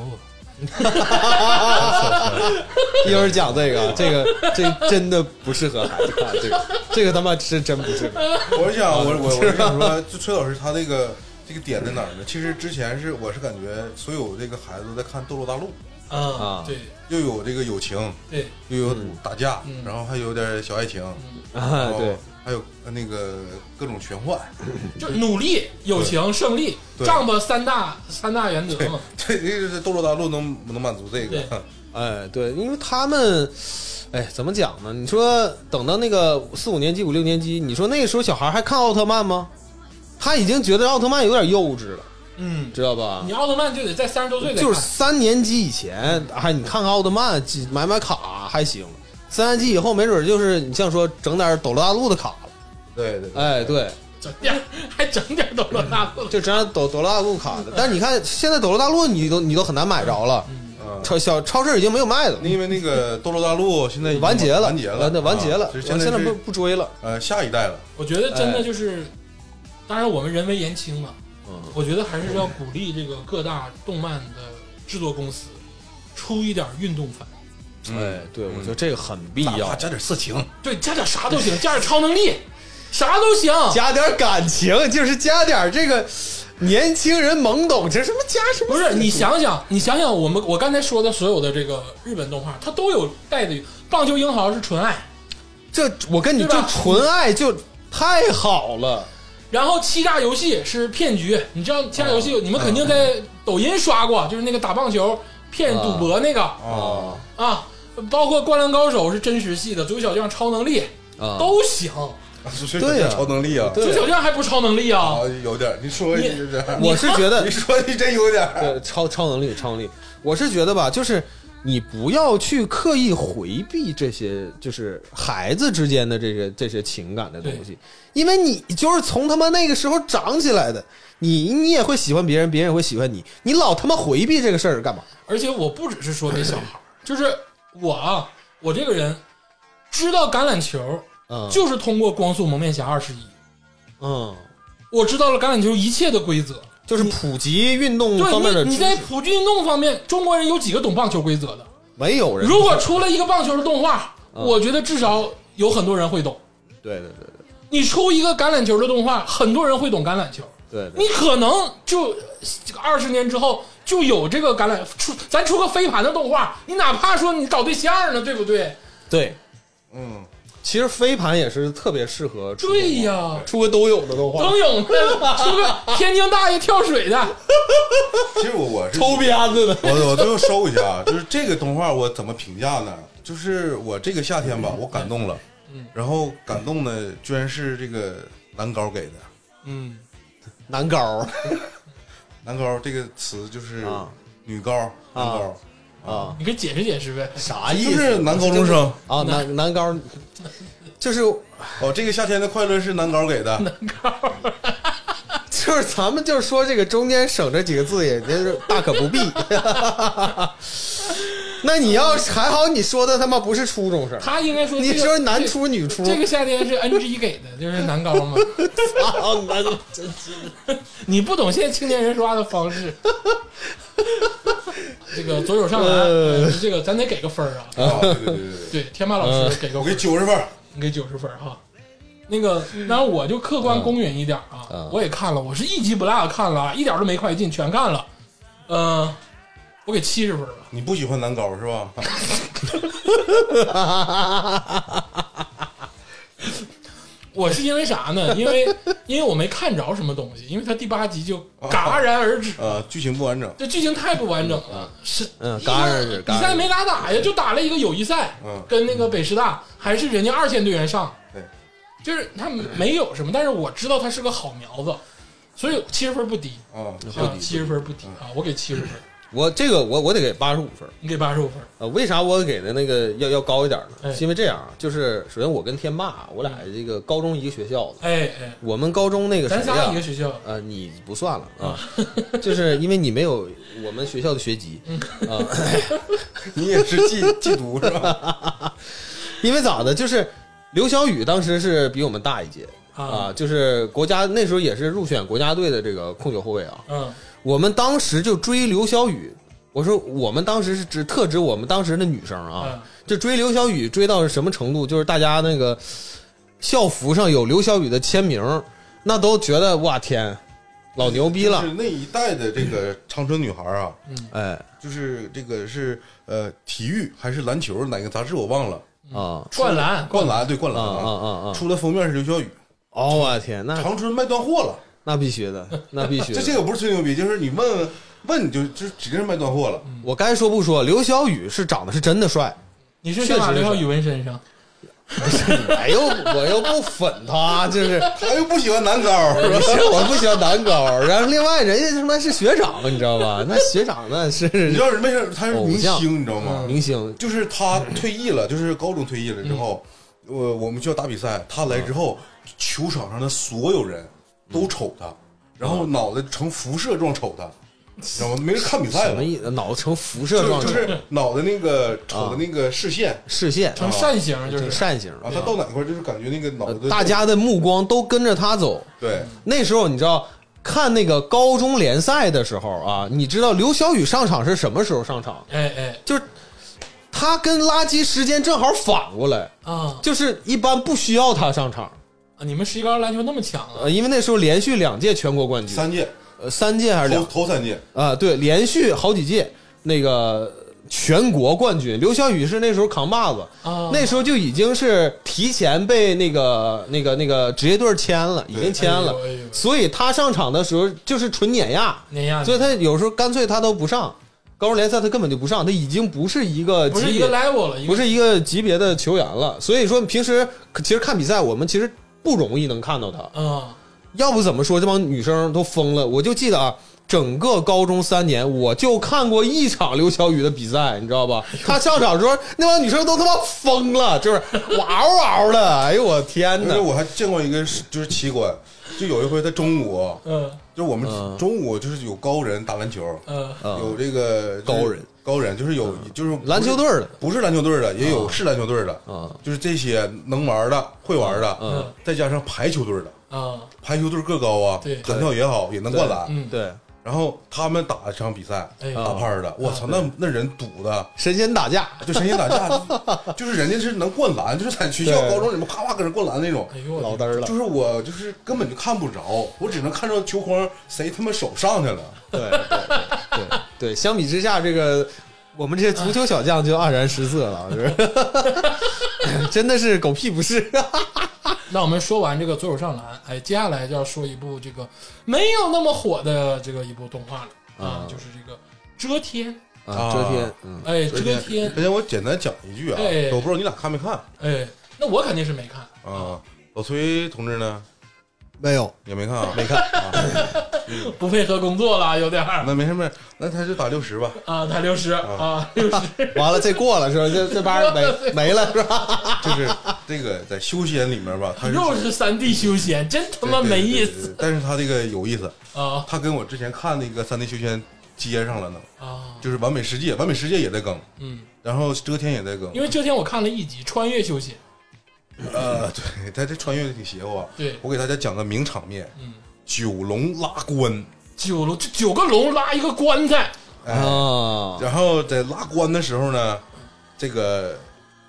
一会儿讲这个，这个这真的不适合孩子看，这个这个他妈是真不适合。我是想，我我我是想说，就崔老师他那个这个点在哪儿呢？其实之前是我是感觉所有这个孩子在看《斗罗大陆》，啊啊对又有这个友情，对，又有打架，嗯然后还有点小爱情，啊哦然，后对，还有呃那个各种玄幻，就努力、友情、胜利对，Jump 三大三大原则嘛。 这这就是《斗罗大陆》能能满足这个对，哎，对，因为他们，哎，怎么讲呢？你说等到那个四五年级、五六年级，你说那个时候小孩还看奥特曼吗？他已经觉得奥特曼有点幼稚了，嗯，知道吧？你奥特曼就得在三十多岁再就是看三年级以前，哎，你看看奥特曼，几买买卡还行。三年级以后，没准就是你像说整点斗罗大陆的卡了， 对对对，哎，对，整点儿 还整点儿斗罗大陆了。就整点斗斗罗大陆卡的。但是你看现在斗罗大陆，你都你都很难买着了，嗯。超小超市已经没有卖的了，因为那个《斗罗大陆》现在已经完结了，呃完结了，那完结了啊，就是完现现在在不是不追了。呃下一代了，我觉得真的就是，当然我们人微言轻嘛，嗯我觉得还是要鼓励这个各大动漫的制作公司出一点运动番，哎，对，我觉得这个很必必要，加点色情，对，加点啥都行，加点超能力，啥都 行。加点感情，就是加点这个年轻人懵懂，这什么加什么不是你想想，你想想我们我刚才说的所有的这个日本动画，它都有带的棒球英豪是纯爱，这，我跟你对就吧纯爱就太好了。然后欺诈游戏是骗局，你知道欺诈游哦戏、你们嗯肯定在抖音刷过，就是那个打棒球骗啊赌博那个 哦，啊，包括《灌篮高手》是真实系的，《足球小将》超能力啊都行，是对呀超能力啊， 《足对哦球小将》还不是超能力啊？啊有点儿，你说你有点儿，我是觉得 你说你真有点儿，对呃超超能力，超能力，我是觉得吧，就是你不要去刻意回避这些，就是孩子之间的这些这些情感的东西，因为你就是从他妈那个时候长起来的，你你也会喜欢别人，别人也会喜欢你，你老他妈回避这个事儿干嘛？而且我不只是说给小孩儿，就是我啊，我这个人知道橄榄球嗯，就是通过《光速蒙面侠二十一》。嗯，我知道了橄榄球一切的规则。就是普及运动方面对的你，知你识在普及运动方面，中国人有几个懂棒球规则的？没有人。如果出了一个棒球的动画，嗯我觉得至少有很多人会懂。对对对你出一个橄榄球的动画，很多人会懂橄榄球。对对对你可能就二十年之后就有这个橄榄出，咱出个飞盘的动画，你哪怕说你搞对象呢，对不对？对，嗯，其实飞盘也是特别适合出动画对呀，出个都有的动画灯，勇出个天津大爷跳水的，其实我我是抽鞭子的。我我最后收一下啊，就是这个动画我怎么评价呢？就是我这个夏天吧，我感动了，嗯然后感动呢，居然是这个蓝高给的。嗯，男高男高这个词就是啊女高、男高，啊，你给解释解释呗。啥意就思？是男高中生。啊，男男高，就是 哦，这个夏天的快乐是男高给的，就是咱们就是说这个中间省这几个字，也就是大可不必。 那你要还好，你说的他妈不是初中生，他应该说、这个，你说男出女 出，这这个夏天是 N G 给的， 就是男高嘛。 啊，男真是你不懂现在青年人说话的方式。这个左手上篮，呃这个咱得给个分儿啊。啊，对对对对对，对，天霸老师给个我分给儿，九十分儿，你给九十分儿哈。那个，然后我就客观公允一点儿啊，嗯我也看了，我是一集不落地看了，啊，一点儿都没快进，全看了。嗯、我给七十分儿吧。你不喜欢男高是吧？我是因为啥呢？因为因为我没看着什么东西，因为它第八集就哦戛然而止，啊，剧情不完整，这剧情太不完整了。是，嗯戛然而止戛然而止比赛没打打呀，就打了一个友谊赛，嗯跟那个北师大还是人家二线队员上，对，就是他没有什么，但是我知道他是个好苗子，所以七十分不低，啊，不啊，低七十分不低啊，我给七十分，我这个我我得给八十五分。你给八十五分，呃，为啥我给的那个要要高一点呢？哎是因为这样啊，就是首先我跟天霸，我俩这个高中一个学校的，哎哎，我们高中那个谁咱呀、仨一个学校，呃，你不算了啊，就是因为你没有我们学校的学籍啊，你也是嫉嫉妒是 吧？因为咋的，就是刘晓宇当时是比我们大一届啊啊，就是国家那时候也是入选国家队的这个控球后卫啊，嗯我们当时就追刘晓宇。我说我们当时是指特指我们当时的女生啊，嗯就追刘晓宇追到什么程度？就是大家那个校服上有刘晓宇的签名，那都觉得哇天，老牛逼了就！是那一代的这个长春女孩啊，哎就是这个是呃体育还是篮球哪个杂志我忘了，啊灌篮，灌篮对灌啊篮啊啊啊！出的封面是刘晓宇，哦，我天，那长春卖断货了，那必须的，那必须这的。这个不是吹牛逼，就是你问问问你就就指定是卖断货了。我该说不说，刘晓宇是长得是真的帅。 你是想把留到宇文身上，哎呦，我又不粉他，就是 他又不喜欢男高，不是我不喜欢男高。然后另外人家他妈是学长，你知道吧？那学长那是你知道没事，他是明偶像嗯星，你知道吗？明星就是他退役了，就是高中退役了之后，我我们学校打比赛，他来之后，球场上的所有人嗯都瞅他，然后脑袋成辐射状瞅他，你知道吗？没人看比赛什了么，意思？脑子成辐就射状啊就态，是脑袋那个瞅的那个视线视线啊成扇形就就是是扇形。啊，他到哪块儿就是感觉那个脑袋嗯呃大家嗯的目光都跟着他走。对那时候你知道看那个高中联赛的时候啊，你知道刘晓宇上场是什么时候上场？哎哎就是他跟垃圾时间正好反过来，啊，就是一般不需要他上场，你们石一高篮球那么强啊呃，？因为那时候连续两届全国冠军，三届呃，三届还是两头头三届，啊、对，连续好几届那个全国冠军，刘晓宇是那时候扛把子，啊那时候就已经是提前被那个那个那个职业队签了，已经签了哎呦哎呦，哎所以他上场的时候就是纯碾压，那样，所以他有时候干脆他都不上，高中联赛他根本就不上，他已经不是一个不是级一别个 level 了，一个不是一个级别的球员了，所以说平时其实看比赛我们其实不容易能看到他，嗯要不怎么说这帮女生都疯了？我就记得啊，整个高中三年，我就看过一场刘晓宇的比赛，你知道吧？他上场的时候，那帮女生都他妈疯了，就是哇嗷嗷的，哎呦我天因 哪为！我还见过一个是就是奇观，就有一回在中午，嗯就是我们中午就是有高人打篮球，嗯啊有这个就是高人啊高人就是有就是不是篮球队儿的不是篮球队儿的，也有是篮球队儿的，啊就是这些能玩儿的、会玩儿的，嗯再加上排球队儿的，啊排球队儿个高啊对，弹跳也好，也能灌篮。嗯对，然后他们打一场比赛，哎打拍儿的，啊我操，那那人堵的，神仙打架，就神仙打 架，就是人家是能灌篮，就是在学校对高中里面咔咔搁那灌篮那种哎，呦我老的嘚儿了就，是我就是根本就看不着，我只能看着球框谁他妈手上去了， 对对对对对，相比之下，这个我们这些足球小将就黯然失色了，就是 真的是狗屁不是，那我们说完这个左手上篮，哎，接下来就要说一部这个没有那么火的这个一部动画了啊，啊就是这个遮天，啊遮天，嗯，哎，昨遮天，昨天我简单讲一句啊，哎我不知道你俩看没看哎，那我肯定是没看，啊？老崔同志呢？没有，也没看啊？没看啊？不配合工作了，有点儿那没什么，那他就打六十吧。啊，他六十啊，六十，完了这过了是吧？这这玩意儿没没了是吧？就是这个在休闲里面吧，他是又是三 D 休闲，真他妈没意对对对对思但是他这个有意思，啊他跟我之前看那个三 D 修仙接上了呢，啊，就是完美世界，完美世界也在更，嗯，然后遮天也在更因，为遮天我看了一集穿越休闲，呃，对，他这穿越挺邪乎啊。对，我给大家讲个名场面，嗯，九龙拉棺，九龙这九个龙拉一个棺材，哎，啊，然后在拉棺的时候呢，这个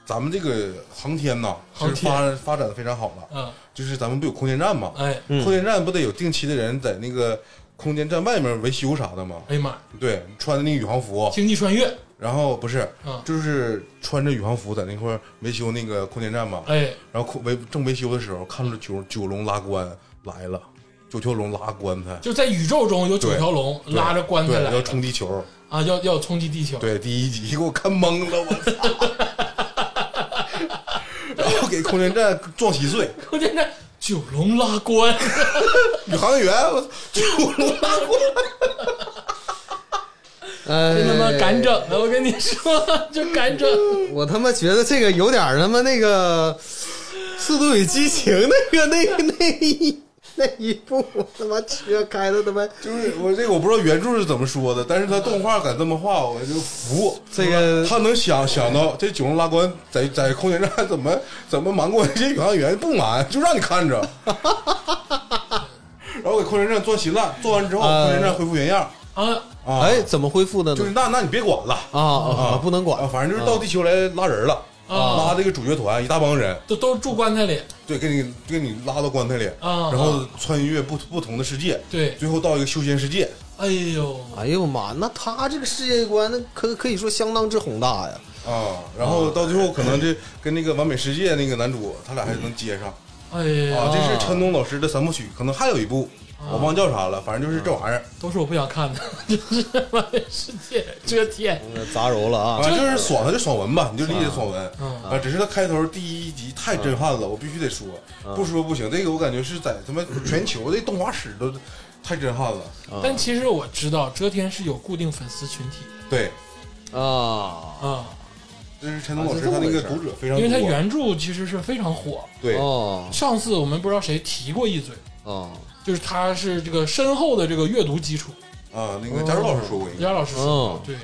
咱们这个航天呐，就航是天发发展的非常好了，嗯，就是咱们不有空间站吗？哎，嗯空间站不得有定期的人在那个空间站外面维修啥的吗？哎呀妈呀，对，穿的那个宇航服，星际穿越，然后不是，嗯，就是穿着宇航服在那块儿维修那个空间站嘛。哎，然后空维正维修的时候，看着九九龙拉棺来了，九条龙拉棺材，就在宇宙中有九条龙对拉着棺材对，来要了冲地球。啊，要要冲击地球，对，第一集给我看懵了，我操！ 然后给空间站撞稀碎，我真的九龙拉棺，宇航员，我操九龙拉棺，哎真他妈敢整的，我跟你说，就敢整，我他妈觉得这个有点儿他妈那个《速度与激情》那个那个那一那一部，我他妈车开的他妈就是我这个我不知道原著是怎么说的，但是他动画敢这么画，我就服。这个他能想想到这九龙拉棺在在空间站怎么怎么瞒过这些宇航员，不瞒就让你看着， 然后给空间站做稀烂，做完之后呃空间站恢复原样啊，啊，哎怎么恢复的就是呢？那那你别管了啊啊，不能啊，管反正就是到地球来拉人了，啊拉这个主角团一大帮人，都都住棺材里，对，给你给你拉到棺材里，啊然后穿越不不同的世界，对，最后到一个修仙世界，哎呦，哎呦妈，那他这个世界观那可可以说相当之宏大呀！啊，然后到最后可能这跟那个完美世界那个男主他俩还能接上。哎呀，啊，这是陈东老师的三部曲，可能还有一部，我忘叫啥了，反正就是这玩意儿，都是我不想看的， 真是妈呀，世界遮天，那杂糅了啊反，正就是爽，他就爽文吧，你就理解爽文。嗯啊，只是他开头第一集太震撼了，我必须得说，不说不行。这个我感觉是在他妈全球的动画史都太震撼了。但其实我知道遮天是有固定粉丝群体对，啊的啊，这是陈东老啊师是这么他那回个事读者非常因多，为它原著其实是非常火。对哦上次我们不知道谁提过一嘴，哦就是它是这个深厚的这个阅读基础，啊，那个佳茹老师说过一李个，佳老师说哦对，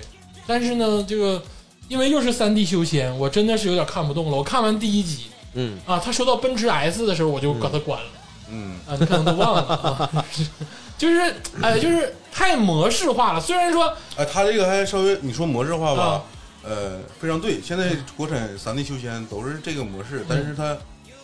但是呢，这个因为又是三 D 修仙，我真的是有点看不动了。我看完第一集嗯啊，他说到奔驰 S 的时候，我就把它关了、嗯，啊，你可能都忘了啊， 就是哎、就是太模式化了。虽然说哎，他这个还稍微你说模式化吧啊，呃，非常对。现在国产三 D 修仙都是这个模式，但是他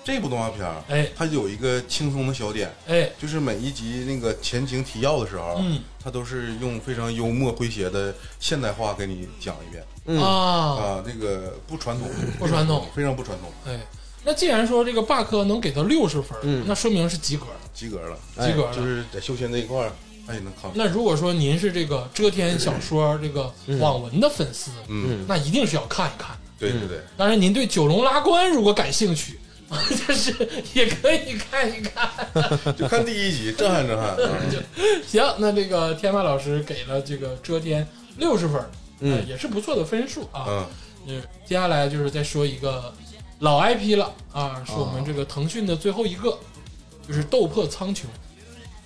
这部动画片儿。哎它有一个轻松的小点，哎就是每一集那个前情提要的时候，嗯它都是用非常幽默诙谐的现代化给你讲一遍嗯啊啊，这个不传统，不传统，非常不传统，哎，那既然说这个霸克能给到六十分儿，嗯那说明是及格及格了，哎的，及格的。就是在修仙这一块儿，哎，能看，那如果说您是这个遮天小说这个嗯网文的粉丝，嗯，那一定是要看一看的。对对对，当然，您对九龙拉棺如果感兴趣， 就是也可以看一看。就看第一集，震撼震撼，嗯行，那这个天霸老师给了这个遮天六十分儿，嗯呃也是不错的分数啊。嗯，嗯，接下来就是再说一个老 IP 了啊，是我们这个腾讯的最后一个，就是《斗破苍穹》。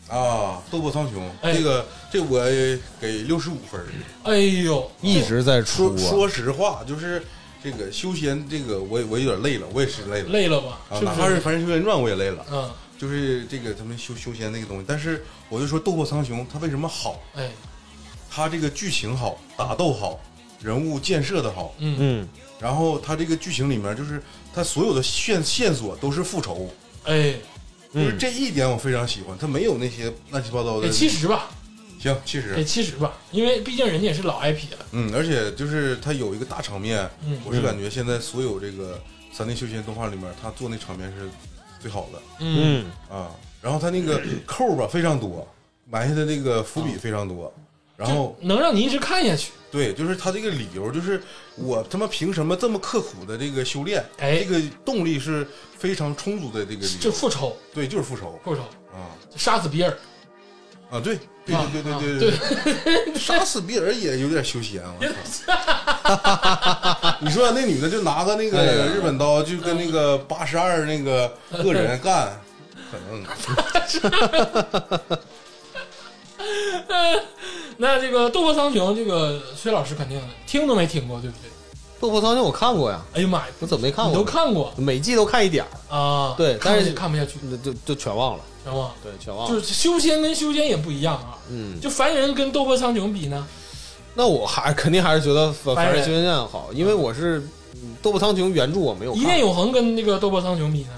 啊，斗破苍穹，哎这个这我给六十五分儿，哎呦，一直在出说啊，说实话，就是这个修仙这个我我有点累了，我也是累了。累了吧？啊，是不哪怕嗯是是《凡人修仙传》，我也累了。嗯，就是这个咱们修修仙那个东西。但是我就说《斗破苍穹》它为什么好？哎，它这个剧情好，打斗好，人物建设的好，嗯，嗯，然后它这个剧情里面就是它所有的线线索都是复仇，哎，就是嗯这一点我非常喜欢，它没有那些乱七八糟给的。七十吧，行，其实给七十吧，因为毕竟人家也是老 IP 了。嗯，而且就是它有一个大场面，嗯我是感觉现在所有这个三 D 修仙动画里面，它做那场面是最好的嗯，嗯啊。然后它那 个扣儿吧非常多，埋下的那个伏笔非常多。啊然后能让你一直看下去。对，就是它这个理由，就是我他妈凭什么这么刻苦的这个修炼？哎这个动力是非常充足的这个理就由。复仇，对，就是复仇复仇，啊杀死比尔，啊！对对啊对对对对对对，杀死比尔也有点修仙，我操！ 你说那女的就拿个那哎个呀日本刀，就跟那个八十二那个恶人干，可能那这个《斗破苍穹》，这个崔老师肯定听都没听过，对不对？ 《斗破苍穹》我看过呀，哎呀妈呀，我怎么没看你过？都看过每季都看一点儿，啊？对看不但下是看不下去，那就就全忘了，知道吗？对，全忘就了。是修仙跟修仙也不一样啊。嗯，就凡人跟《斗破苍穹》比呢，那我还肯定还是觉得反白反人正修仙剑好，因为我是嗯《斗破苍穹》原著我没有《看，一念永恒》跟那个《斗破苍穹》比呢，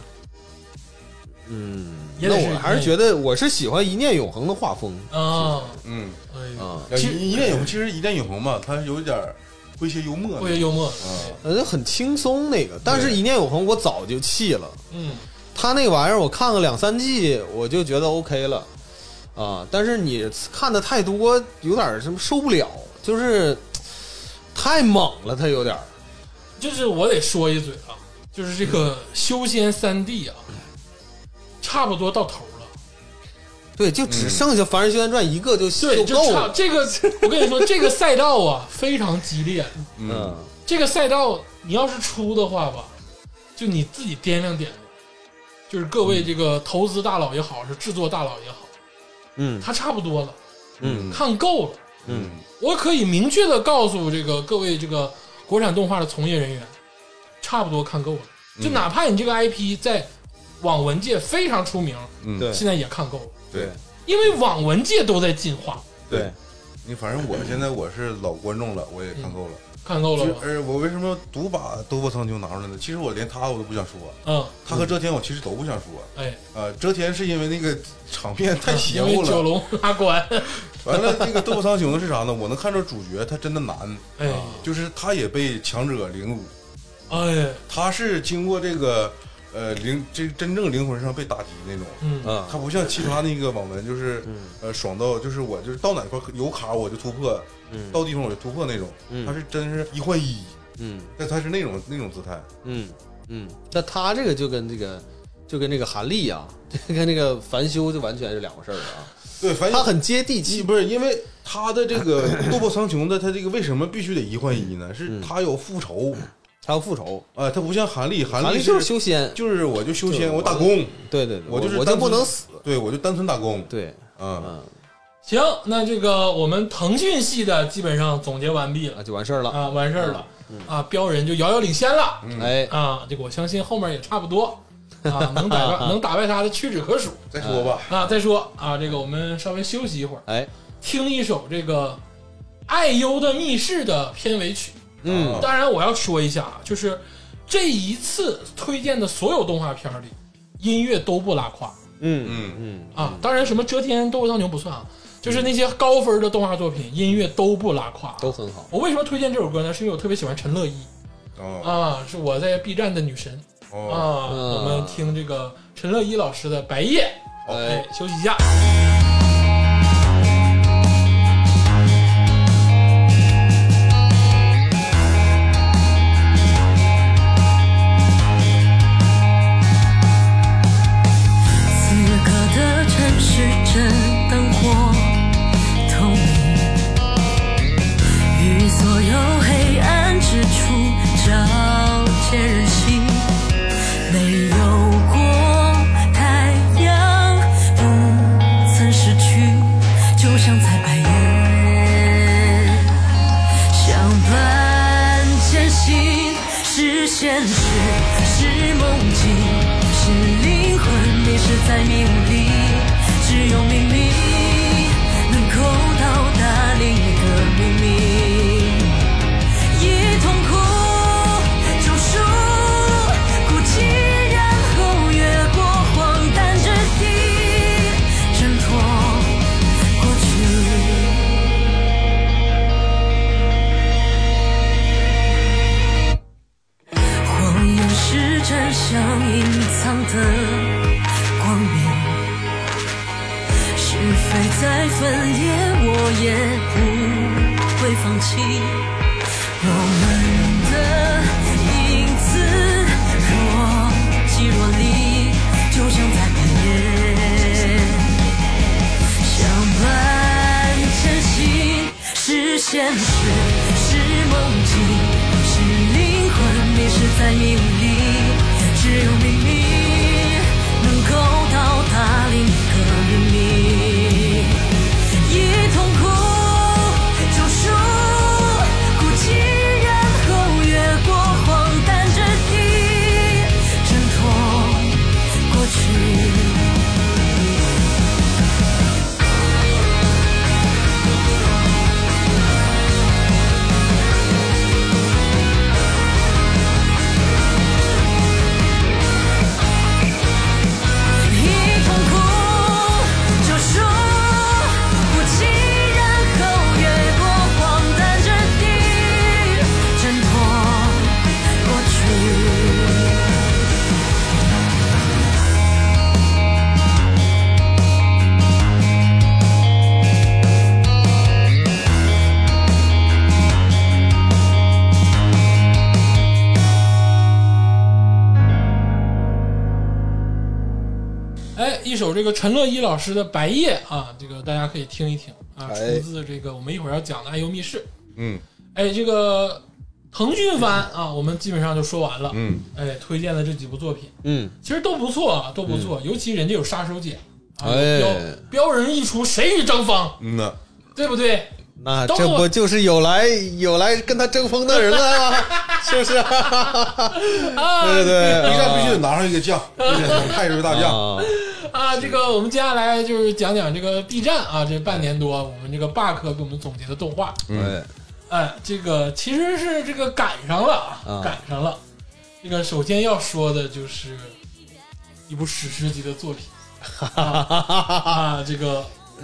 嗯，也那得我还是觉得我是喜欢《一念永恒》的画风啊， 嗯，哎呦，啊，其一一念永恒其实一念永恒嘛，它有点儿诙谐幽默特那别种，幽默，啊，反正呃很轻松那个。但是《对一念永恒》我早就弃了，嗯，他那玩意儿我看个两三季我就觉得 OK 了啊，但是你看的太多有点儿什么受不了，就是太猛了，他有点儿就是我得说一嘴啊，就是这个修仙三 D 啊，差不多到头了。对，就只剩下《凡人修仙传》一个就对，就就够差了，这个，我跟你说，这个赛道啊非常激烈。嗯，这个赛道你要是出的话吧，就你自己掂量掂量，就是各位这个投资大佬也好，是制作大佬也好，嗯他差不多了，嗯看够了。嗯我可以明确的告诉这个各位这个国产动画的从业人员，差不多看够了。就嗯哪怕你这个 IP 在网文界非常出名，嗯，对现在也看够了，对因为网文界都在进化，对，你反正我现在我是老观众了，我也看够了。看嗯够了就吧？而我为什么独把《斗破苍穹》拿出来呢？其实我连他我都不想说，嗯，他和遮天我其实都不想说。哎，嗯呃，遮天是因为那个场面太邪因乎为了，九龙拉关， 完了那个《斗破苍穹》是啥呢？我能看出主角他真的难，哎就是他也被强者凌辱，哎，他是经过这个呃灵这真正灵魂上被打击那种，嗯啊他不像其他那个网文就是、嗯呃爽到就是我就是到哪块有卡我就突破，嗯到地方我就突破那种，嗯他是真是一换一，嗯但他是那种那种姿态，嗯嗯，那他这个就跟这个就跟这个韩立啊， 这跟这个凡修就完全是两个事儿了啊，对，反他正很接地你气，不是因为他的这个斗破苍穹的他这个为什么必须得一换一呢？是嗯他有复仇他要复仇，啊，他不像韩立，韩韩立立就是是修仙，就是我就修就是仙，我我打工，对对，对我我就是我单就不纯能死，对我就单纯打工，对，啊，嗯行，那这个我们腾讯系的基本上总结完毕了啊就完事儿了，啊，完事儿了啊，标人就遥遥领先了嗯哎，啊，这个我相信后面也差不多啊，能打败能打败他的屈指可数再说吧，啊。再说啊，这个我们稍微休息一会儿，哎，听一首这个《爱优的密室》的片尾曲。嗯啊当然，我要说一下啊，就是这一次推荐的所有动画片里，音乐都不拉胯。嗯嗯。嗯啊，当然什么遮天、斗破苍穹不算啊，就是那些高分的动画作品，音乐都不拉胯。都很好，我为什么推荐这首歌呢？是因为我特别喜欢陈乐一嗯哦啊，是我在 B 站的女神啊。哦，我们听这个陈乐一老师的《白夜》，哎哎，，休息一下。此刻的城市正灯火通明，于所有黑暗之处照见人心。没有过太阳，不曾失去，就像在白夜相伴前行，是现实，是梦境，是是灵魂迷失在命里，只有秘密能够到达另一个秘密。以痛苦救赎，哭泣，然后越过荒诞之地，挣脱过去。谎言是真相隐藏的光明，是非在分野，我也不会放弃。我们的影子若即若离，就像在半夜。相伴前行，是现实，是梦境，是灵魂迷失在命里，只有秘密能够到达另一个秘密。以痛苦救赎，哭泣，然后越过荒诞之地，挣脱过去。以痛苦救赎，哭泣，然后越过荒诞之地，挣脱过去。哎，一首这个陈乐一老师的《白夜》啊，这个大家可以听一听啊，哎出自这个我们一会儿要讲的《爱优密室》。嗯哎，这个腾讯番啊，我们基本上就说完了。嗯，哎，推荐的这几部作品嗯，其实都不错啊，都不错，尤其人家有杀手锏啊，哎标标人一出，谁与争锋，嗯啊呐，对不对？那这不就是有来有来跟他争锋的人了吗？是不是？啊， 对不 对，一战必须得拿上一个将，对对派出大将。啊，啊，这个我们接下来就是讲讲这个 B 站啊，这半年多我们这个 bug 给我们总结的动画，嗯，哎，哎，这个其实是这个赶上了啊啊，赶上了。这个首先要说的就是一部史诗级的作品，啊，啊这个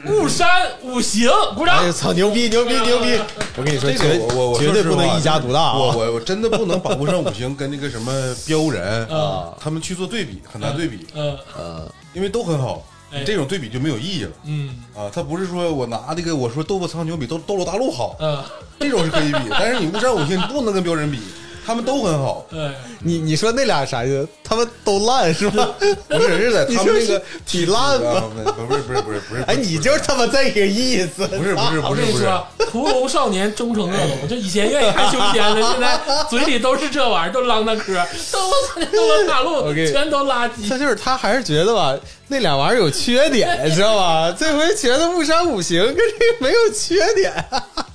《雾山五行》，鼓掌哎呦操，牛逼牛逼牛逼！ 我跟你说，这绝个我我我绝对不能一家独大啊！我我我真的不能把巫山五行跟那个什么标人啊！他们去做对比，很难对比，嗯呃，因为都很好，哎你这种对比就没有意义了。嗯啊，他不是说我拿那个我说豆腐苍穹比斗斗罗大陆好，嗯，这种是可以比，但是你巫山五行你不能跟标人比，他们都很好。哎，你你说那俩啥意思？他们都烂是 吧？不是，是在你他们那就个是你烂啊吗？不是不是不是不是，哎，你就是他妈这个意思。不是不是我不跟是你不是说，啊，屠龙少年终成恶龙，这以前愿意看修仙的，现在嘴里都是这玩意儿，都啷当嗑，都我操，都大 陆 OK 全都垃圾他。就是他还是觉得吧，那俩玩意儿有缺点，知道吧？这回觉得雾山五行跟这个没有缺点。啊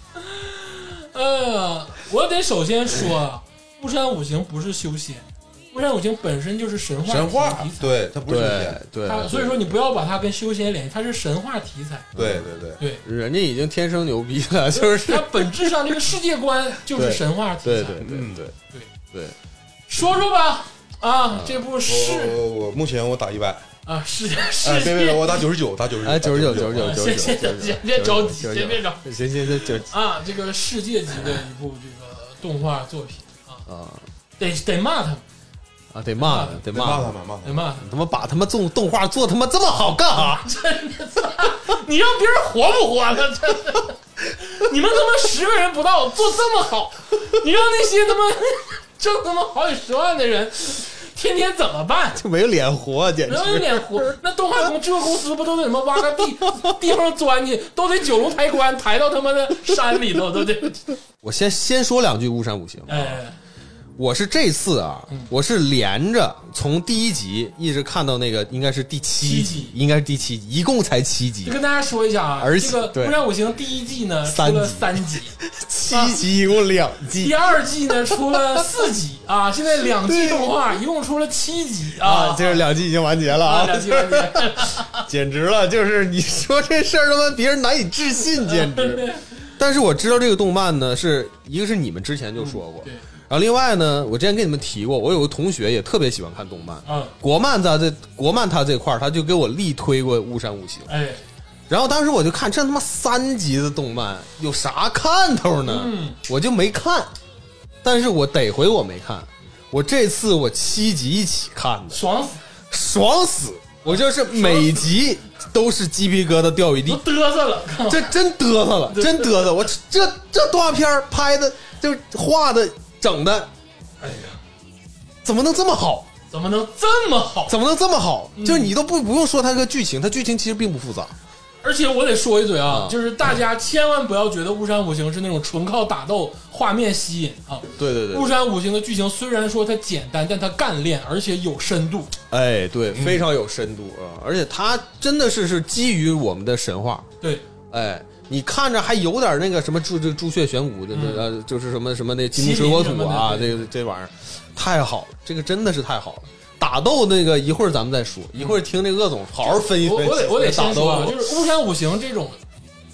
哎呀，我得首先说，啊，巫山五行不是修仙，巫山五行本身就是神话神话题，材，对，他不是神仙，对它所以说你不要把它跟修仙联系，它是神话题材，对对对，对，人家已经天生牛逼了，就是它本质上这个世界观就是神话题材。嗯对。对对，说说吧，啊，这部是我我我目前我打一百，啊是是哎，别别别，我打九十九，打九十哎，九，九十九，九十九，九，九十先九，先先先别着急，先别着急急，行行行，九啊，这个世界级的一部这个动画作品啊，啊得得骂他们，啊，得骂他，得骂骂他他，们，骂他得们，骂他们，他妈把他妈动动画做他妈这么好干啊啥？ 你让别人活不活了？真的， 你们他妈十个人不到做这么好，你让那些他妈 挣他妈好几十万的人，天天怎么办？ 就没有脸活，啊简能有直脸活？那动画公制作公司不都得他妈挖个地 地方钻去，都得九龙抬棺抬到他妈的山里头，都得我先先说两句巫山五行。哎，我是这次啊，嗯我是连着从第一集一直看到那个，应该是第七七集应该是第七集，一共才七就集，跟大家说一下啊，而且这个《对不战五行》第一季呢出三了集三集，七集一共两第季二季呢出了四集啊，现在两季动画一共出了七集啊，啊这是两季已经完结了啊，啊，两季完结。简直了！就是你说这事儿，他妈别人难以置信，简 直。但是我知道这个动漫呢，是一个是你们之前就说过，嗯对，然后另外呢，我之前跟你们提过，我有个同学也特别喜欢看动漫，嗯，国漫在这国漫他这块儿，他就给我力推过《巫山五行》，哎，然后当时我就看这他妈三集的动漫有啥看头呢？嗯我就没看，但是我得回我没看，我这次我七集一起看的，爽死，爽死！我就是每集都是鸡皮疙瘩掉一都 地，嘚瑟了，这真嘚瑟了，真嘚瑟！我这这动画片儿拍的，就是画的，整的哎呀，怎么能这么好？怎么能这么好？怎么能这么好？就是你都不不用说它这个剧情，它剧情其实并不复杂。而且我得说一嘴啊啊，就是大家千万不要觉得《巫山五行》是那种纯靠打斗画面吸引啊，对对《巫山五行》的剧情虽然说它简单，但它干练，而且有深度。哎，对，非常有深度嗯啊！而且它真的是是基于我们的神话，对，哎，你看着还有点那个什么朱这朱雀玄武的，嗯呃，就是什么什么那金木水火土啊，麒麟什么的这对个这玩意儿太好了，这个真的是太好了。打斗那个一会儿咱们再说，一会儿听那个鄂总好好分析我分析。我得我得打先斗说啊，就是《巫山五行》这种，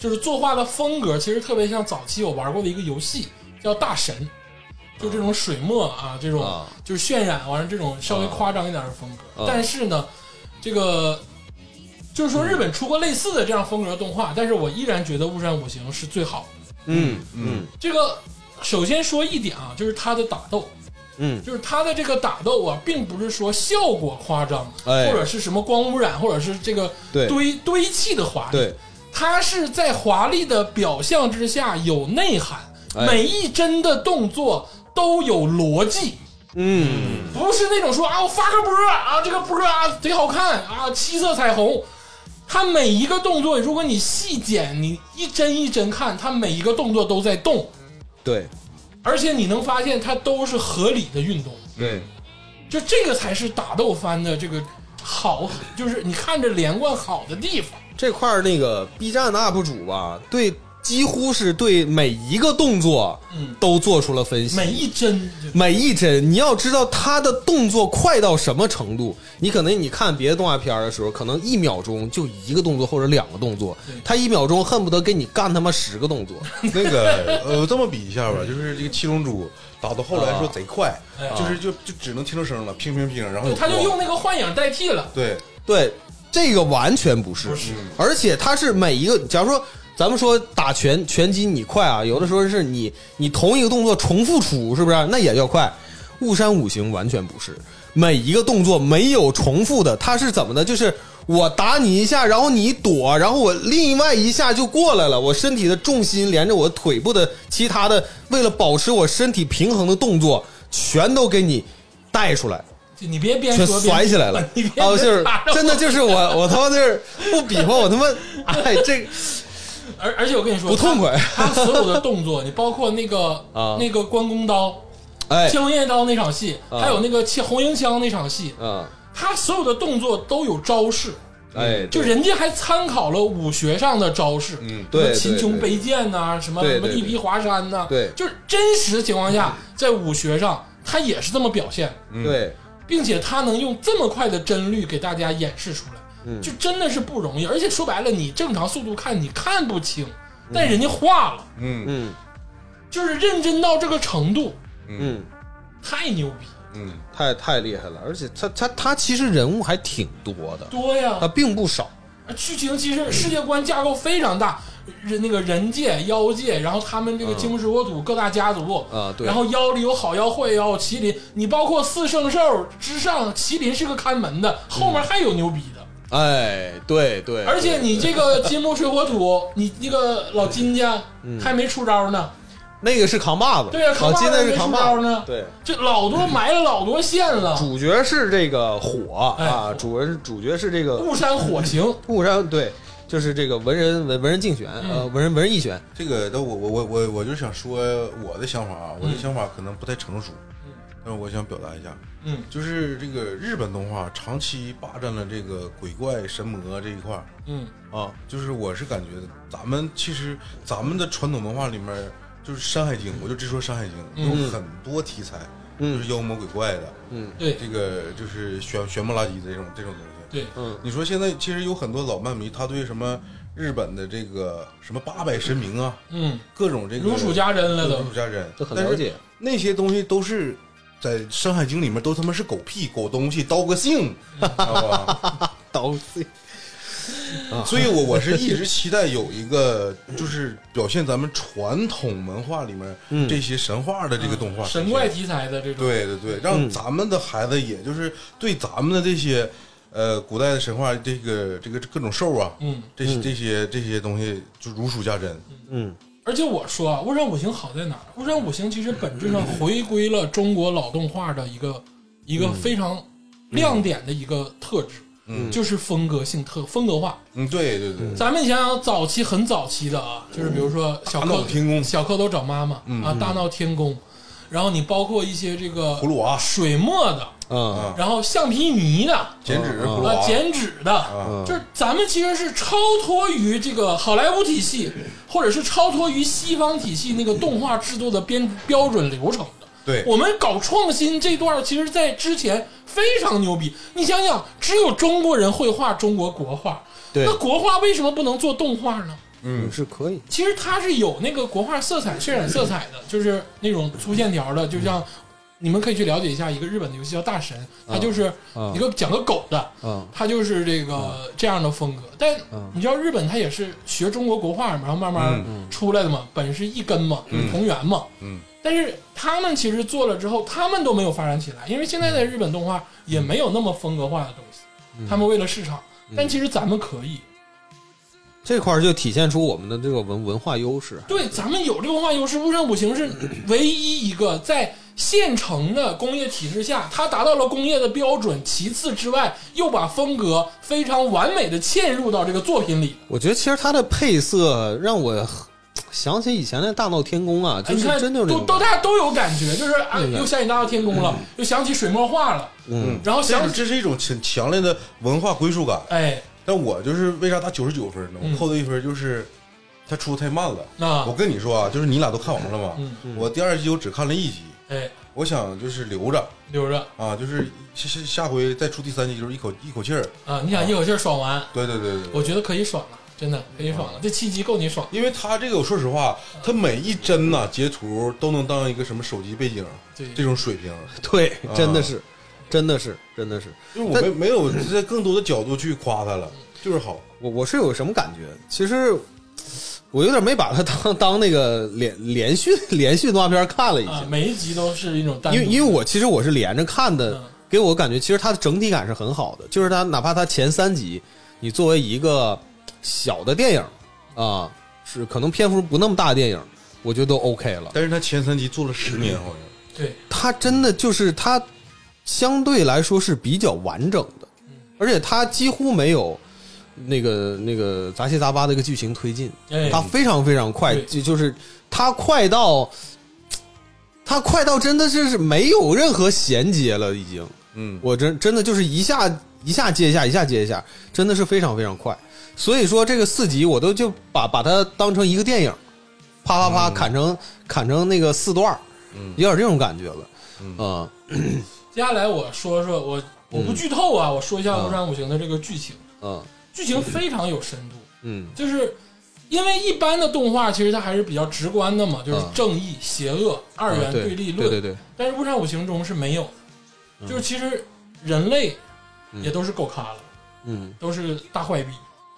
就是作画的风格，其实特别像早期我玩过的一个游戏，叫《大神》，就这种水墨啊，这种啊就是渲染完了这种稍微夸张一点的风格。啊但是呢，这个就是说日本出过类似的这样风格的动画，但是我依然觉得《巫山五行》是最好的。嗯嗯这个首先说一点啊，就是它的打斗，嗯，就是它的这个打斗啊，并不是说效果夸张，哎或者是什么光污染，或者是这个对堆堆砌的华丽，对，它是在华丽的表象之下有内涵，哎每一帧的动作都有逻辑。嗯不是那种说啊，我发个波儿啊，这个波儿啊贼好看啊，七色彩虹。它每一个动作，如果你细剪，你一帧一帧看，它每一个动作都在动，对而且你能发现它都是合理的运动。对，就这个才是打斗番的这个好，就是你看着连贯好的地方。这块儿那个 B 站的 UP 主吧，对几乎是对每一个动作嗯都做出了分析，每一帧就 每一帧，你要知道他的动作快到什么程度。你可能你看别的动画片儿的时候，可能一秒钟就一个动作或者两个动作对，他一秒钟恨不得给你干他妈十个动作。那个 呃，这么比一下吧，就是这个七龙珠打到后来啊说贼快哎，就是就就只能听出声了，乒乒乒，然后就有他就光用那个幻影代替了。对对，这个完全不是，不是而且他是每一个，假如说咱们说打拳拳击你快啊，有的时候是你你同一个动作重复出，是不啊是？那也叫快。雾山五行完全不是，每一个动作没有重复的，它是怎么的？就是我打你一下，然后你躲，然后我另外一下就过来了，我身体的重心连着我腿部的其他的，为了保持我身体平衡的动作，全都给你带出来。就你别边全说边甩起来了 你别，哦，就是打扰真的就是我，我他妈就是不比划，我他妈，哎，这而而且我跟你说不痛快他，他所有的动作，你包括那个 啊那个关公刀、哎青龙偃月刀那场戏，啊还有那个切红缨枪那场戏，啊，他所有的动作都有招式，哎，就人家还参考了武学上的招式，嗯什么对秦琼背剑呐，什么对什么对力劈华山呐，对嗯就是真实情况下，在武学上他也是这么表现，对并且他能用这么快的帧率给大家演示出来，嗯就真的是不容易。而且说白了，你正常速度看你看不清，但人家画了，嗯嗯就是认真到这个程度，嗯，太牛逼，嗯太太厉害了，而且他他他其实人物还挺多的，多呀他！并不少，剧情其实世界观架构非常大，人那个人界、妖界，然后他们这个金木水火土各大家族啊对然后妖里有好妖、坏妖、麒麟，你包括四圣兽之上，麒麟是个看门的，后面还有牛逼的。哎，对嗯对，而且你对嗯这个金木水火土，你那个老金家还没出招呢，那个是扛把子，对呀，啊，扛把今子天是没扛出把招子，呢，对。这老多埋了老多线了，主角是这个火哎啊，主人主角是这个雾山火行，雾山，对，就是这个文人文文人竞选，呃，嗯文人文人艺选，这个，但我我我我我就想说我的想法啊，我的想法可能不太成熟，但是我想表达一下，嗯就是这个日本动画长期霸占了这个鬼怪神魔这一块儿嗯啊，就是我是感觉咱们其实咱们的传统文化里面，就是《山海经》，我就只说《山海经》，嗯有很多题材，就是妖魔鬼怪的，嗯对这个就是玄玄不拉几的这种这种东西。对，嗯你说现在其实有很多老漫迷，他对什么日本的这个什么八百神明啊，嗯，各种这个如数家珍了如都数，家珍，都很了解。那些东西都是在《山海经》里面都他妈是狗屁狗东西，刀个 性，知道吧？刀碎，所以我我是一直期待有一个就是表现咱们传统文化里面嗯这些神话的这个动画，嗯神怪。嗯题材的这种，对对对，让咱们的孩子也就是对咱们的这些呃古代的神话这个这个各种兽啊，嗯，这些这些这些东西就如数家珍。嗯而且我说啊，《巫山五行》好在哪儿？《巫山五行》其实本质上回归了中国老动画的一个一个非常亮点的一个特质，嗯就是风格性特风格化。嗯，对对对，咱们想想早期很早期的啊，就是比如说嗯小大蝌闹天宫嗯小蝌蚪找妈妈啊，大闹天宫，然后你包括一些这个葫芦娃水墨的，啊啊然后橡皮泥的啊，剪纸葫芦娃，剪纸的。啊，就是咱们其实是超脱于这个好莱坞体系，或者是超脱于西方体系那个动画制作的编标准流程的。对我们搞创新这段儿，其实在之前非常牛逼。你想想，只有中国人会画中国国画，对那国画为什么不能做动画呢？嗯是可以，其实它是有那个国画色彩、渲染色彩的，就是那种粗线条的，就像你们可以去了解一下一个日本的游戏叫《大神》，它就是啊一个讲个狗的，啊它就是这个这样的风格。但你知道日本它也是学中国国画嘛，然后慢慢出来的嘛，本是一根嘛，就是同源嘛。嗯，但是他们其实做了之后，他们都没有发展起来，因为现在的日本动画也没有那么风格化的东西，他们为了市场。但其实咱们可以，这块儿就体现出我们的这个文文化优势。对，咱们有这个文化优势，巫山五行是唯一一个在现成的工业体制下，它达到了工业的标准，其次之外，又把风格非常完美的嵌入到这个作品里。我觉得其实它的配色让我想起以前的《大闹天宫》啊，哎就你是看，真就是那都种都感觉大家都有感觉，就是啊，对对又想起大闹天宫了，又想起水墨画了，嗯然后这想种起这是一种强强烈的文化归属感。哎，但我就是为啥打九十九分呢？嗯我扣的一分就是他出的太慢了。那我跟你说啊，就是你俩都看完了嘛，嗯我第二季我只看了一集，哎我想就是留着留着啊，就是下下下回再出第三季，就是一口一口气儿。啊，你想一口气儿爽完，对对对对，我觉得可以爽了，真的可以爽了，这七集够你爽。因为他这个我说实话，他每一帧呐、截图都能当一个什么手机背景对，这种水平，对，啊真的是，真的是，真的是。就是我但没没有在更多的角度去夸他了，就是好。我我是有什么感觉？其实我有点没把它当当那个连连续连续动画片看了一啊下，，每一集都是一种单独因的，为因为我其实我是连着看的，嗯给我感觉其实它的整体感是很好的，就是它哪怕它前三集，你作为一个小的电影啊，是可能篇幅不那么大的电影，我觉得都 OK 了。但是他前三集做了十年，好像。对它真的就是它相对来说是比较完整的，嗯而且它几乎没有那个那个杂七杂八的一个剧情推进，哎它非常非常快，对就就是它快到它快到真的是是没有任何衔接了，已经。嗯，我真真的就是一下一下接一下，一下接一下，真的是非常非常快。所以说这个四集我都就把把它当成一个电影，啪啪啪砍成、砍成那个四段儿嗯有点这种感觉了。嗯啊、接下来我说说我我嗯不剧透啊，我说一下《啊巫山五行》的这个剧情，嗯剧情非常有深度，嗯就是因为一般的动画其实它还是比较直观的嘛，就是啊正义、邪恶、二元对立对对论，对，但是《巫山五行》中是没有的，就是其实人类也都是够咖了，嗯都是大坏逼，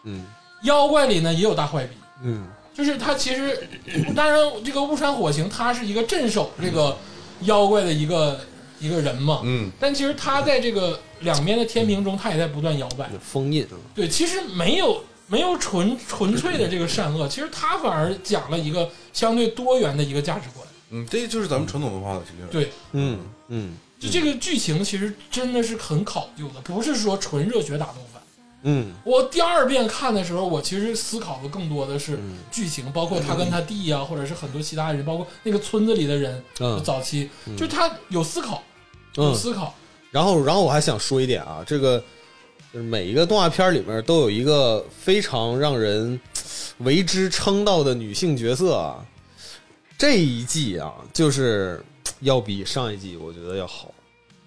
嗯妖怪里呢也有大坏逼，嗯就是它其实，当然这个巫山火行他是一个镇守这个妖怪的一个一个人嘛，嗯，但其实他在这个两边的天平中，他也在不断摇摆。封印对，其实没有没有纯纯粹的这个善恶，其实他反而讲了一个相对多元的一个价值观。嗯，这就是咱们传统文化的这个。对，嗯嗯就这个剧情其实真的是很考究的，不是说纯热血打斗番。嗯我第二遍看的时候，我其实思考的更多的是嗯剧情，包括他跟他弟呀、或者是很多其他人，包括那个村子里的人，嗯早期就他有思考，有嗯思考，然后，然后我还想说一点啊，这个就是每一个动画片里面都有一个非常让人嘖为之称道的女性角色啊。这一季啊，就是嘖要比上一季我觉得要好。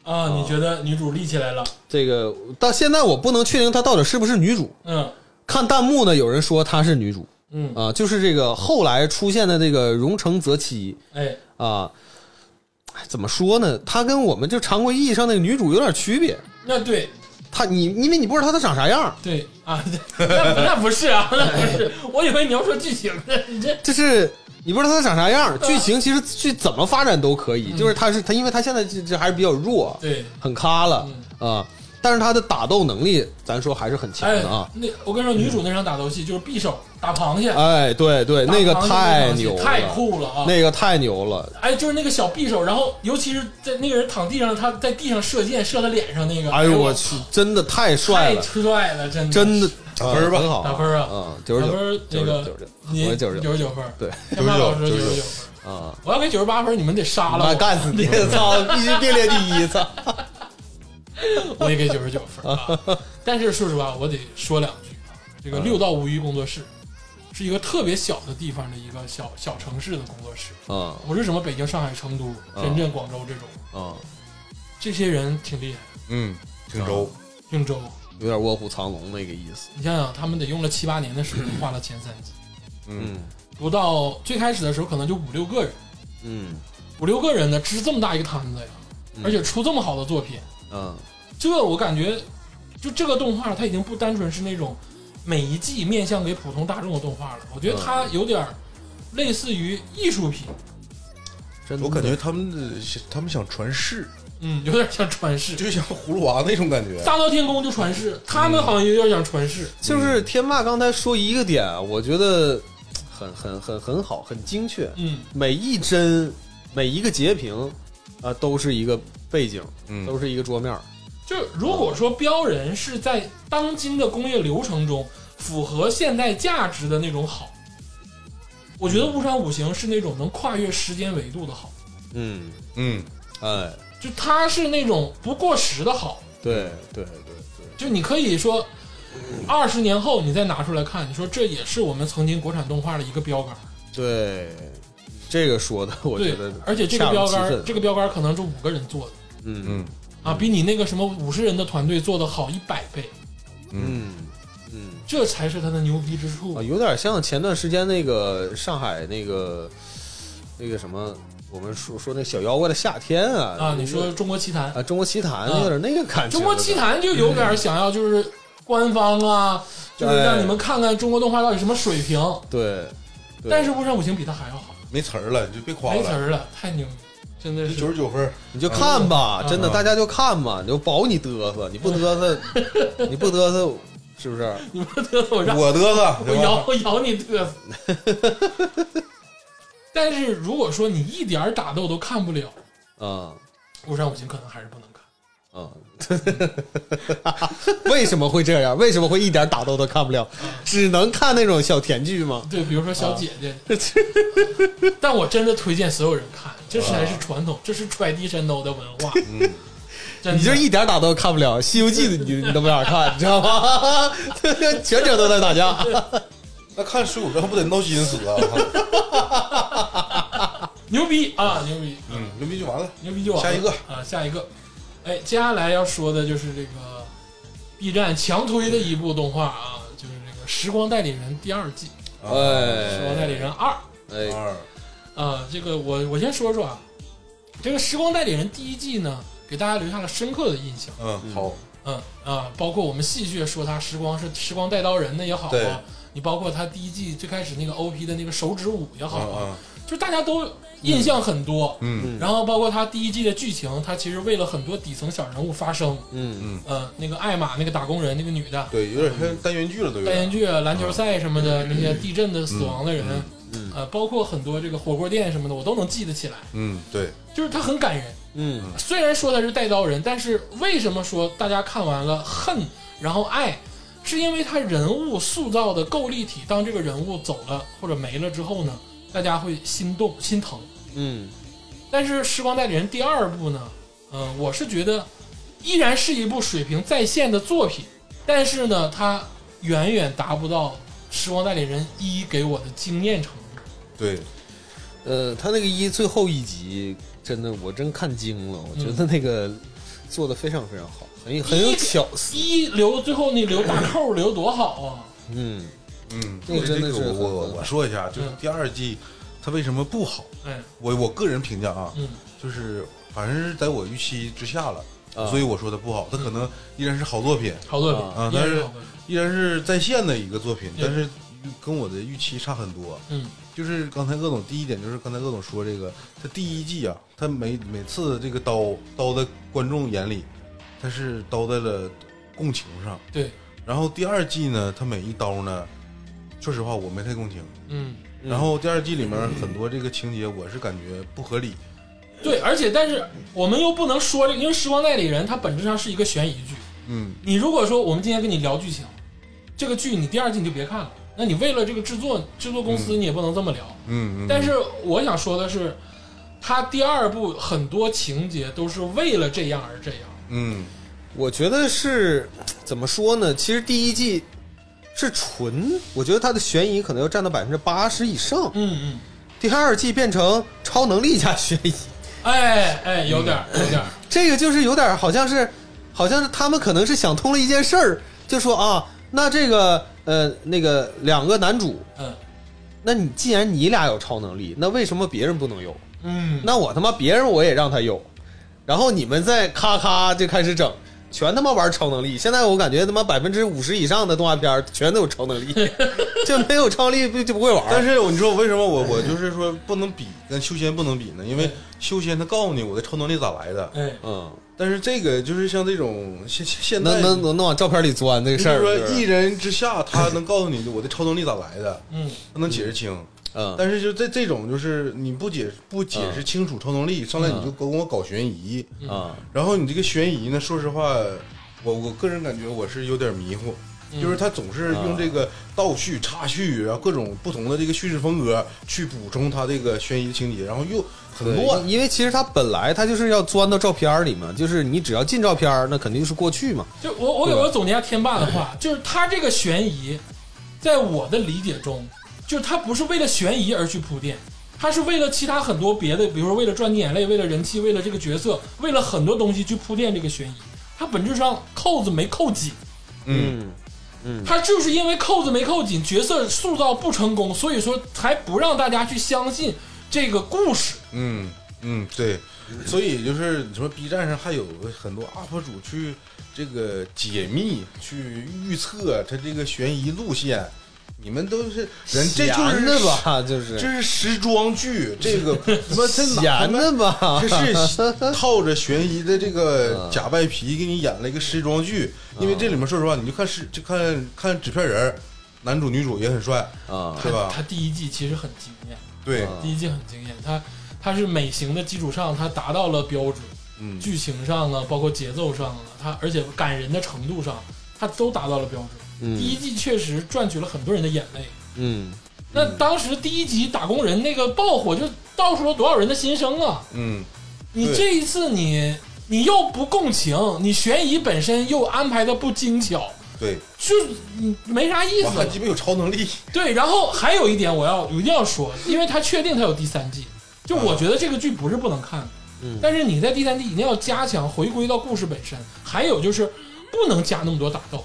啊，嗯你觉得女主立起来了？这个到现在我不能确定她到底是不是女主，嗯看弹幕呢，有人说她是女主嗯，啊，就是这个后来出现的这个荣城泽七哎，啊。哎怎么说呢？她跟我们就常规意义上那个女主有点区别。那对她你因为你不知道她长啥样，对啊，那不那不是啊，那不 是，我以为你要说剧情呢，你这就是你不知道他长啥嗯样，剧情其实去怎么发展都可以。就是他是他，因为他现在这这还是比较弱，对。很咖了嗯啊、但是他的打斗能力，咱说还是很强哎的啊，。那我跟你说，女主那场打斗戏就是匕首打螃蟹，哎，对对，打那个螃蟹太那场戏牛了，太酷了啊！那个太牛了。哎，就是那个小匕首，然后尤其是在那个人躺地上，他在地上射箭，射他脸上那个，哎呦我去，真的太帅太了，帅了，真的真的打分吧啊很好，打分啊嗯，打九十分九，儿那个九十九，你我九十九十九分儿，对天霸老师99九十九分儿，啊，我要给九十八分儿，你们得杀了妈我，干死你！ 操，必须并列第一！操，我也给九十九分儿 啊。但是说实话，我得说两句啊，这嗯个六道无余工作室是一个特别小的地方的一个小小城市的工作室，嗯不是什么北京、上海、成都、深圳、广州这种，嗯，这些人挺厉害，嗯，挺周，应州。有点卧虎藏龙那个意思。你想想，他们得用了七八年的时间画了前三集，嗯，不到最开始的时候可能就五六个人，嗯五六个人呢支这么大一个摊子呀，嗯而且出这么好的作品，嗯这我感觉就这个动画它已经不单纯是那种每一季面向给普通大众的动画了，我觉得它有点儿类似于艺术品，真的我感觉他们的他们想传世，嗯，有点像传世。就像葫芦娃那种感觉。大闹天宫就传世，他们好像有点想传世，就是天霸刚才说一个点啊，我觉得很很很很好，很精确。嗯，每一帧，每一个截屏，啊、都是一个背景，嗯都是一个桌面儿。就是如果说标人是在当今的工业流程中符合现代价值的那种好，我觉得《误伤五行》是那种能跨越时间维度的好，嗯，嗯，哎，就它是那种不过时的好，对嗯对对对，就你可以说二十年后你再拿出来看，你说这也是我们曾经国产动画的一个标杆，对，这个说的我觉对得，，而且这个标杆，这这个标杆可能是五个人做的嗯嗯啊，比你那个什么五十人的团队做的好一百倍，嗯嗯这才是它的牛逼之处啊，。有点像前段时间那个上海那个那个什么，我们说说那小妖怪的夏天啊啊，你那个说中国奇谭，啊，中国奇谭啊有点那个感觉。中国奇谭就有点想要就是官方啊，就是让你们看看中国动画到底什么水平。对，对但是《巫山五行》比它还要好，没词儿了，你就别夸没词了。儿了，太牛了，真的九是。十九分，你就看吧，嗯真的，嗯大家就看吧，你就保你嘚瑟，你不 嘚瑟，你不嘚瑟，是不是？你们嘚 瑟，我让我嘚瑟，啊我对吧？咬我咬你嘚瑟。 但是如果说你一点儿打斗都看不了，《啊巫山五行》可能还是不能看。啊！ 为什么会这样？为什么会一点打斗都看不了？只能看那种小甜剧吗？对，比如说小姐姐，啊 但我真的推荐所有人看，这才是传统，这是 traditional 的文化。真的嗯你就一点打斗都看不了，《西游记》你你都没法看，你知道吗？ 全程都在打架。那看水浒传不得闹心死啊！牛逼啊，牛逼！嗯，牛逼就完了。牛逼就完了。下一个啊，下一个。哎，接下来要说的就是这个 B 站强推的一部动画啊，就是这个《时光代理人》第二季，《时光代理哎人二》哎，啊二，啊。这个我我先说说啊，这个《时光代理人》第一季呢，给大家留下了深刻的印象。嗯，好，嗯啊，包括我们戏谑说他时光是时光带刀人的也好对啊，你包括他第一季最开始那个 OP 的那个手指舞也好啊，嗯就大家都印象很多。嗯然后包括他第一季的剧情，他其实为了很多底层小人物发声，嗯嗯，呃，那个艾玛那个打工人，那个女的，对，有点像单元剧了，都有单点。元剧、啊、篮球赛什么的，那些地震的死亡的人，呃，包括很多这个火锅店什么的，我都能记得起来。嗯，对，就是他很感人，嗯虽然说他是带刀人，但是为什么说大家看完了恨，然后爱，是因为他人物塑造的够立体。当这个人物走了或者没了之后呢，大家会心动、心疼。嗯但是《时光代理人》第二部呢，嗯，我是觉得依然是一部水平在线的作品，但是呢，它远远达不到《时光代理人一》给我的惊艳程度。对，呃，他那个一最后一集真的我真看惊了，我觉得那个做的非常非常好，很有很有巧思，一留最后那留大扣留多好啊！嗯，嗯，那个真的这是个我我我很我说一下，就是嗯第二季它为什么不好？哎，我我个人评价啊，嗯就是反正是在我预期之下了，啊所以我说它不好。它可能依然是好作品，好作啊品，依但然是是好作品。依然是在线的一个作品，对但是跟我的预期差很多。嗯就是刚才鄂总第一点，就是刚才鄂总说这个，他第一季啊，他每每次这个刀刀在观众眼里，他是刀在了共情上，对，然后第二季呢，他每一刀呢，说实话我没太共情。嗯，嗯然后第二季里面很多这个情节，我是感觉不合理。对，而且但是我们又不能说这个，因为《时光代理人》它本质上是一个悬疑剧。嗯，你如果说我们今天跟你聊剧情，这个剧你第二季你就别看了，那你为了这个制作制作公司你也不能这么聊。嗯，嗯但是我想说的是，他第二部很多情节都是为了这样而这样。嗯我觉得是怎么说呢？其实第一季是纯，我觉得它的悬疑可能要占到百分之八十以上。嗯第二季变成超能力加悬疑，嗯，哎哎，有点儿有点儿，这个就是有点好像是，好像是他们可能是想通了一件事儿，就说啊，那这个呃那个两个男主，嗯那你既然你俩有超能力，那为什么别人不能有？嗯，那我他妈别人我也让他有，然后你们再咔咔就开始整，全他妈玩超能力。现在我感觉他妈百分之五十以上的动画片儿全都有超能力， 就没有超能力不就不会玩儿。但是你说为什么我我就是说不能比跟修仙不能比呢？因为修仙他告诉你我的超能力咋来的，哎，嗯，但是这个就是像这种现现在能能能能往照片里钻这个就事儿，是说就是一人之下，他能告诉你我的超能力咋来的，嗯他能解释清。嗯但是就这这种就是你不解不解释清楚超能力，上来嗯你就跟我搞悬疑，啊然后你这个悬疑呢，说实话，我我个人感觉我是有点迷糊，嗯就是他总是用这啊个倒叙、插叙，然后各种不同的这个叙事风格去补充他这个悬疑的情节，然后又很乱。对因为其实它本来它就是要钻到照片儿里嘛，就是你只要进照片儿，那肯定是过去嘛。就我我给我总结一下天霸的话，就是他这个悬疑，在我的理解中，就是他不是为了悬疑而去铺垫，他是为了其他很多别的，比如说为了赚你眼泪，为了人气，为了这个角色，为了很多东西去铺垫这个悬疑。他本质上扣子没扣紧，嗯，他就是因为扣子没扣紧，角色塑造不成功，所以说才不让大家去相信这个故事。嗯嗯，对，所以就是你说 B 站上还有很多 UP 主去这个解密、去预测他这个悬疑路线，你们都是人这就是闲的？吧，就是这是时装剧，这 个他妈这哪他闲妈的吧，这是 套着悬疑的这个假外皮给你演了一个时装剧，因为这里面说实话，你就看是就看看纸片人儿，男主女主也很帅，啊对吧他第一季其实很惊艳，对，啊第一季很惊艳，他他是美型的基础上，他达到了标准，嗯，剧情上啊，包括节奏上啊，他而且感人的程度上，他都达到了标准。第一嗯季确实赚取了很多人的眼泪。嗯那当时第一集打工人那个爆火，就道出了多少人的心声啊！嗯，你对这一次你你又不共情，你悬疑本身又安排的不精巧，对，就你没啥意我思还。鸡巴有超能力，对，然后还有一点我要我一定要说，因为他确定他有第三季，就我觉得这个剧不是不能看的，嗯但是你在第三季一定要加强回归到故事本身，还有就是不能加那么多打斗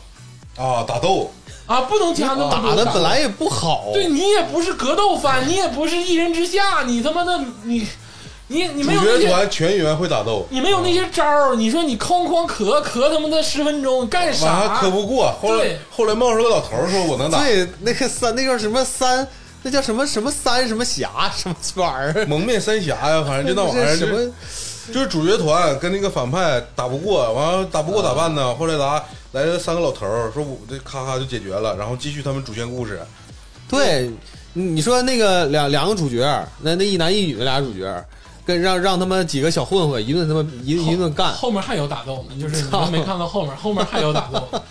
啊，打斗，啊，不能加那么打多的斗本来也不好，对你也不是格斗番，你也不是一人之下，你他妈的你你你主没有那角些团全员会打斗，你没有那些招儿，你说你哐哐咳咳他妈的十分钟你干完还啥？磕不过，后来对后来冒出个老头儿说我能打，对那个三那叫什么三，那叫什么什么三什么侠什么玩 意儿，蒙面三侠呀，反正就那玩意不儿是就什是么就是主角团跟那个反派打不过，完了打不过咋办呢？后来咋来了三个老头儿，说我这咔咔就解决了，然后继续他们主线故事。对，你你说那个两两个主角，那那一男一女的俩主角，跟让让他们几个小混混一顿他妈一一顿干， 后面还有打斗呢，就是你们没看到后面，后面还有打斗。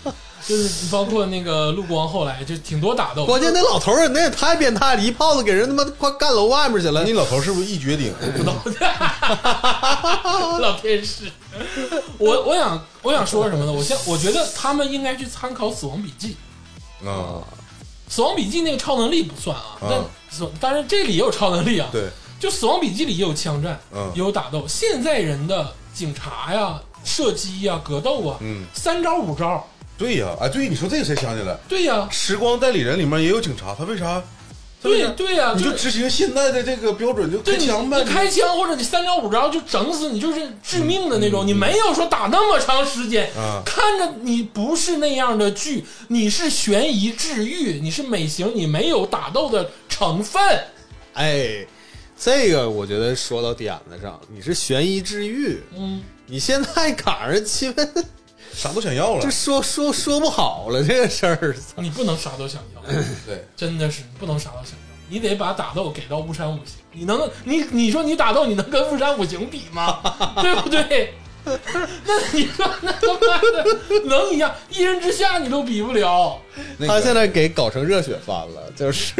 就是包括那个陆光后来就挺多打斗， 关键那老头儿那也太变态了，一炮子给人他妈快干楼外面去了你。老头是不是一绝顶？我不知道，老天使。我我想我想说什么呢？我现我觉得他们应该去参考《死亡笔记》，啊， 《死亡笔记》那个超能力不算啊，嗯但死当然这里也有超能力啊。，对，就《死亡笔记》里也有枪战，嗯也有打斗。现在人的警察呀、射击呀、格斗啊，嗯三招五招，对呀，哎，对，你说这个才想起来，《对呀、时光代理人》里面也有警察，他为啥？他为对啥啊对呀、你就是执行现在的这个标准，就开对你枪呗你。开枪或者你三招五招就整死你，就是致命的那种。你没有说打那么长时间，啊看着你不是那样的剧，你是悬疑治愈，你是美型，你没有打斗的成分。哎，这个我觉得说到点子上，你是悬疑治愈，嗯，你现在赶上气氛，啥都想要了这，说说说不好了这个事儿。你不能啥都想要，对，真的是不能啥都想要，你得把打斗给到巫山五行。你能你你说你打斗你能跟巫山五行比吗？对不对？那你说那他妈的能一样？一人之下你都比不了。那他个现在给搞成热血番了，就是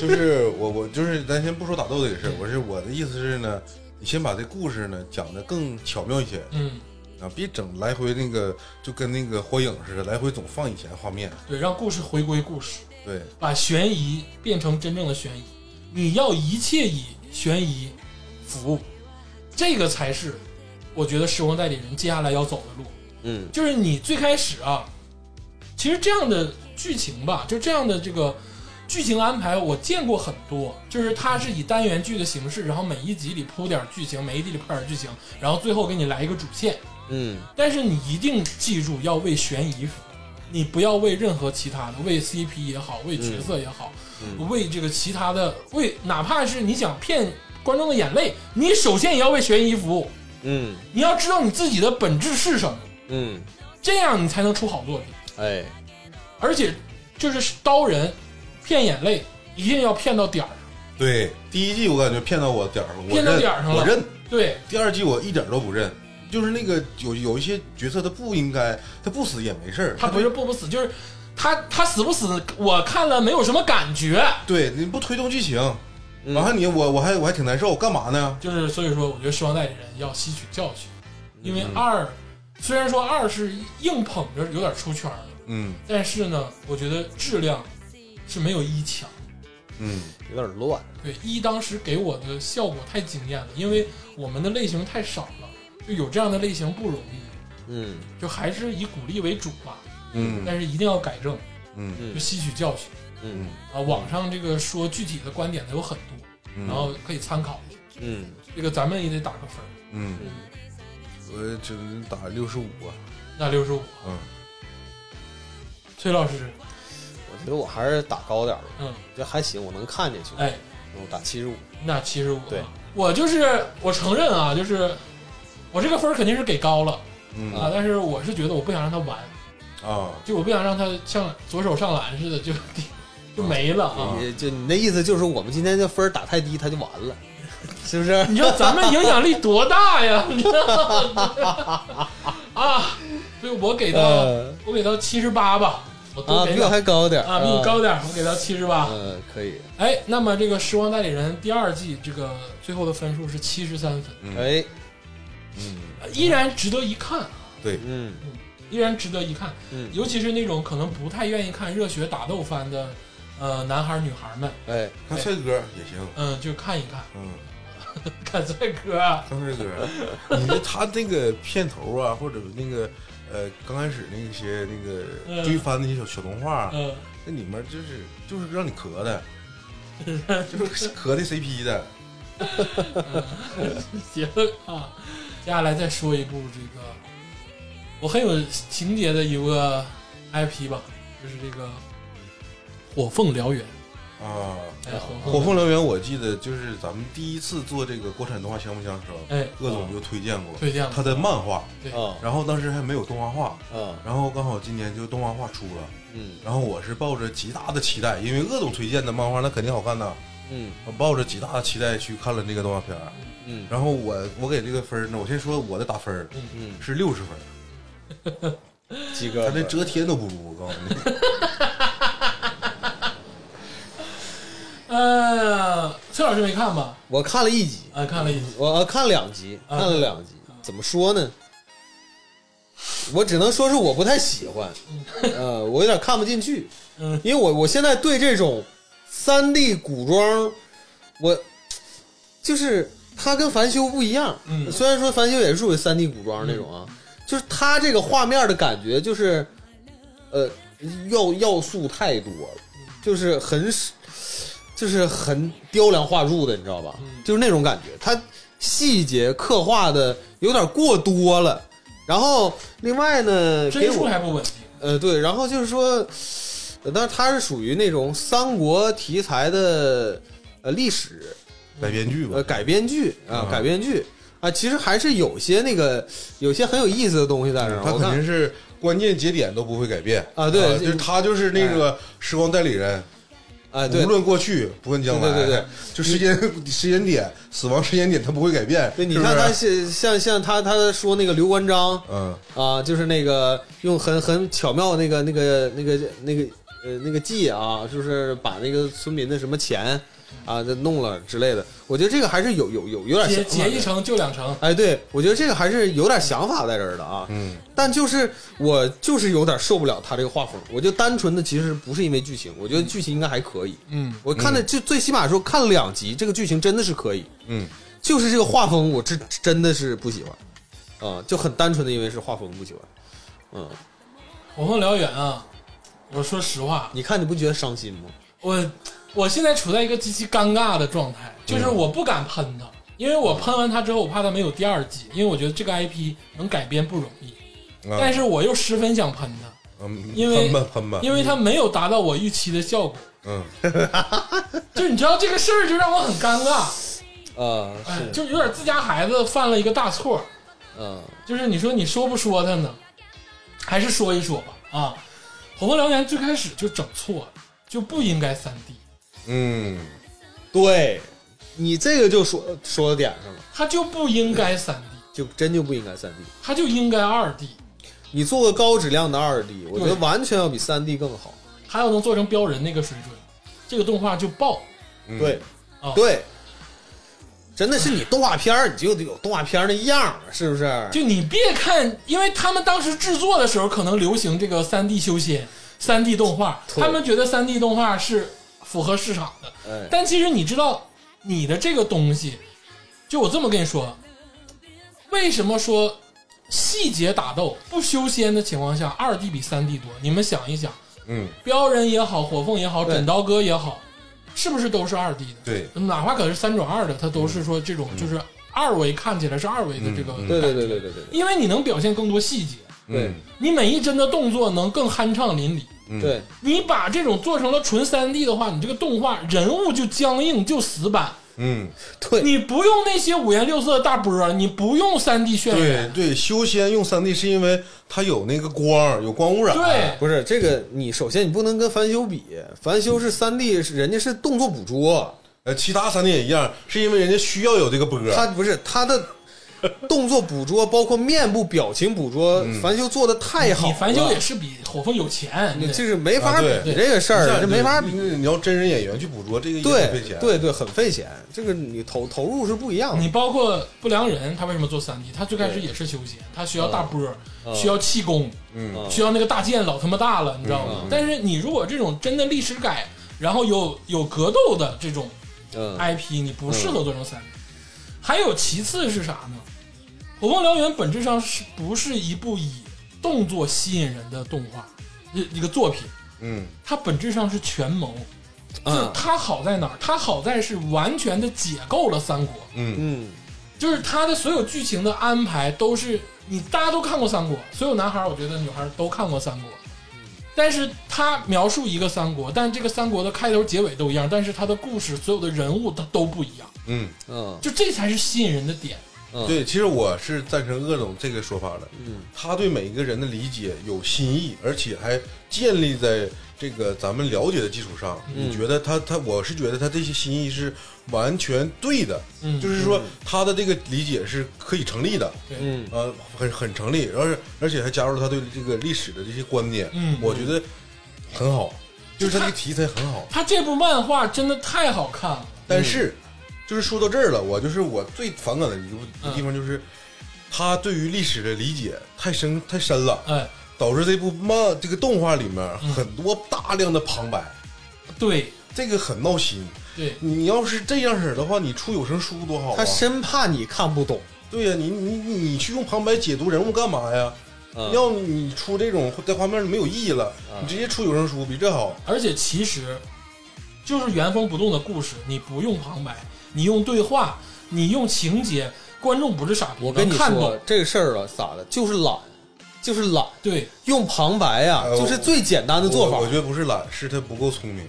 就是 我我就是咱先不说打斗这个事儿，我是我的意思是呢，你先把这故事呢讲的更巧妙一些嗯，啊，别整来回那个就跟那个火影似的，来回总放以前画面。对，让故事回归故事。对，把悬疑变成真正的悬疑，你要一切以悬疑服务，这个才是我觉得时光代理人接下来要走的路。嗯，就是你最开始啊，其实这样的剧情吧，就这样的这个剧情安排，我见过很多，就是它是以单元剧的形式，然后每一集里铺点剧情，每一集里铺点剧情，然后最后给你来一个主线。嗯，但是你一定记住要为悬疑服务，你不要为任何其他的，为 CP 也好，为角色也好，为这个其他的，为哪怕是你想骗观众的眼泪，你首先也要为悬疑服务，嗯你要知道你自己的本质是什么，嗯，这样你才能出好作品。哎，而且就是刀人骗眼泪，一定要骗到点儿上，对，第一季我感觉骗到我点儿上了，我骗到认点儿上了我认。对第二季我一点儿都不认，就是那个有有一些角色他不应该，他不死也没事儿，他不是不不死，就是他他死不死，我看了没有什么感觉。对你不推动剧情，嗯完了你我我还我还挺难受，干嘛呢？就是所以说，我觉得时光代理人要吸取教训，嗯因为二、虽然说二是硬捧着有点出圈了，嗯但是呢，我觉得质量是没有一强。嗯，有点乱，对一当时给我的效果太惊艳了，因为我们的类型太少了，就有这样的类型不容易，嗯就还是以鼓励为主吧。嗯但是一定要改正，嗯就吸取教训嗯啊。网上这个说具体的观点的有很多，嗯然后可以参考一下。嗯，这个咱们也得打个分儿，嗯，我只能打六十五啊，那六十五。嗯，崔老师，我觉得我还是打高点儿吧，嗯，这还行，我能看进去，哎，我打七十五，那七十五，对我就是我承认啊，就是我这个分儿肯定是给高了嗯啊，但是我是觉得我不想让他完，啊，就我不想让他像左手上篮似的就嗯就没了啊。你就你那意思就是我们今天这分儿打太低，他就完了，是 不是？ 你知道咱们影响力多大呀？你知道吗啊，所以我给到、呃我给到七十八吧，我啊，多给比点我还高点儿啊，比你高点儿，我给到七十八。嗯，可以，哎，那么这个《时光代理人》第二季这个最后的分数是七十三分，嗯哎，嗯，依然值得一看。啊对，嗯依然值得一看，嗯尤其是那种可能不太愿意看热血打斗番的，呃，男孩儿女孩儿们，哎，看帅哥也行，嗯、就看一看，嗯，看帅哥啊，看帅哥，你这他那个片头啊，或者那个呃刚开始那些那个嗯追番那些小小动画啊，嗯、 那里面就是就是让你咳的，就是咳的 CP 的，行啊，接下来再说一部这个我很有情节的一个 IP 吧，就是这个《火凤燎原》。啊。哦哎，火火凤，凤燎原，我记得就是咱们第一次做这个国产动画项目项的时候，哎，鄂总嗯就推荐过推荐他了，的漫画，对，啊然后当时还没有动画化，啊，然后刚好今年就动画化出了，嗯然后我是抱着极大的期待，因为鄂总推荐的漫画那肯定好看呐，嗯我抱着极大的期待去看了这个动画片儿。嗯然后我我给这个分儿呢，我先说我的打分儿嗯嗯是六十分儿，鸡哥他连遮天都不如，我告诉你。呃，崔老师没看吧？我看了一集，啊，看了一集。我呃看两集，啊看了两集，怎么说呢？我只能说是我不太喜欢，呃，我有点看不进去，嗯因为我我现在对这种三 D 古装，我就是它跟凡修不一样，嗯虽然说凡修也是属于三 D 古装那种啊，就是它这个画面的感觉就是，呃，要要素太多了，嗯就是很就是很雕梁画柱的，你知道嗯吧？就是那种感觉，它细节刻画的有点过多了。然后另外呢，给帧数我还不稳定，呃对，然后就是说，呃但是它是属于那种三国题材的呃历史改编剧吧呃，改编剧啊、嗯改编剧啊，其实还是有些那个有些很有意思的东西在那儿。他我肯看定是关键节点都不会改变啊对就是他就是那个时光代理人，哎对无论过去不问将来，对对对对，就时间时间点、死亡时间点，他不会改变。对，你是不看是他像像像他他说那个刘关张，嗯，啊，就是那个用很很巧妙那个那个那个那个呃那个计啊，就是把那个村民的什么钱啊就弄了之类的。我觉得这个还是有有有有点啊结想法结一的。成就两成。哎，对，我觉得这个还是有点想法在这儿的啊。嗯，但就是我就是有点受不了他这个画风，我就单纯的其实不是因为剧情，我觉得剧情应该还可以。嗯，我看的就最起码说看两集，这个剧情真的是可以。嗯，就是这个画风，我真真的是不喜欢，啊、就很单纯的因为是画风不喜欢。嗯，我和辽远啊，我说实话，你看你不觉得伤心吗？我我现在处在一个极其尴尬的状态，就是嗯我不敢喷他，因为我喷完他之后，我怕他没有第二季，因为我觉得这个 IP 能改编不容易，啊但是我又十分想喷他，嗯因为喷吧喷吧，因为他没有达到我预期的效果。嗯， 就你知道这个事儿，就让我很尴尬，啊、哎，是，就有点自家孩子犯了一个大错，嗯、就是你说你说不说他呢，还是说一说吧啊！火红燎原最开始就整错了，就不应该三 D，嗯，对，你这个就说说到点上了，他就不应该三 D，就真就不应该三 D。他就应该二 D。你做个高质量的二 D，我觉得对完全要比三 D 更好。还有能做成标人那个水准，这个动画就爆。嗯对，啊对，真的是你动画片儿，你就得有动画片儿的样儿，是不是？就你别看，因为他们当时制作的时候可能流行这个三 D 修仙、三 D 动画，对他们觉得三 D 动画是符合市场的。哎，但其实你知道，你的这个东西，就我这么跟你说，为什么说细节打斗不修仙的情况下，二 D 比三 D 多？你们想一想，嗯，镖人也好，火凤也好，对枕刀哥也好，是不是都是二 D 的？对，哪怕可是三转二的，它都是说这种就是二维看起来是二维的这个，嗯嗯对对对对对对因为你能表现更多细节，对你每一帧的动作能更酣畅淋漓。嗯，对，你把这种做成了纯三 D 的话，你这个动画人物就僵硬就死板，嗯，对，你不用那些五颜六色的大波儿，你不用三 D 渲对染，对，修仙用三 D 是因为它有那个光，有光污染，对不是这个，你首先你不能跟凡修比，凡修是三 D，人家是动作捕捉，呃，其他三 D 也一样，是因为人家需要有这个波，他不是他的动作捕捉，包括面部表情捕捉，凡修做的太好你了。凡修也是比火凤有钱，你对这是没法啊比对对这个事儿，这没法比。你你要真人演员去捕捉这个也很费对钱，对对，很费钱，这个你投投入是不一样你的。包括不良人，他为什么做三 D？他最开始也是修仙，他需要大波儿，嗯嗯需要气功，嗯需要那个大剑老他妈大了，你知道吗？但是你如果这种真的历史改，然后有有格斗的这种嗯 IP，你不适合做成三 D。还有其次是啥呢？《火凤燎原》本质上是不是一部以动作吸引人的动画一一个作品？嗯它本质上是权谋。就是嗯它好在哪儿？它好在是完全的解构了三国，嗯嗯，就是它的所有剧情的安排都是你大家都看过三国，所有男孩儿我觉得女孩儿都看过三国，但是他描述一个三国，但这个三国的开头结尾都一样，但是他的故事所有的人物他都不一样，嗯嗯就这才是吸引人的点。嗯对，其实我是赞成鄂总这个说法的。嗯，他对每一个人的理解有新意，而且还建立在这个咱们了解的基础上。嗯你觉得他他，我是觉得他这些新意是完全对的，嗯就是说他的这个理解是可以成立的。对嗯呃，很很成立，而而且还加入了他对这个历史的这些观点，嗯我觉得很好，就是他这个题材很好。他这部漫画真的太好看了，但嗯是，就是说到这儿了，我就是我最反感的一个嗯地方就是，他对于历史的理解太深太深了，哎，导致这部漫这个动画里面很多大量的旁白，对这个很闹心。对，你要是这样式儿的话，你出有声书多好啊他！生怕你看不懂，对呀、你你你你去用旁白解读人物干嘛呀？嗯要你出这种在画面里没有意义了，你直接出有声书比这好。而且其实就是原封不动的故事，你不用旁白，你用对话，你用情节，观众不是傻逼，我跟你能看说懂。这个事儿啊，咋的？就是懒，就是懒，对，用旁白呀、哎呦就是最简单的做法。我我觉得不是懒，是他不够聪明。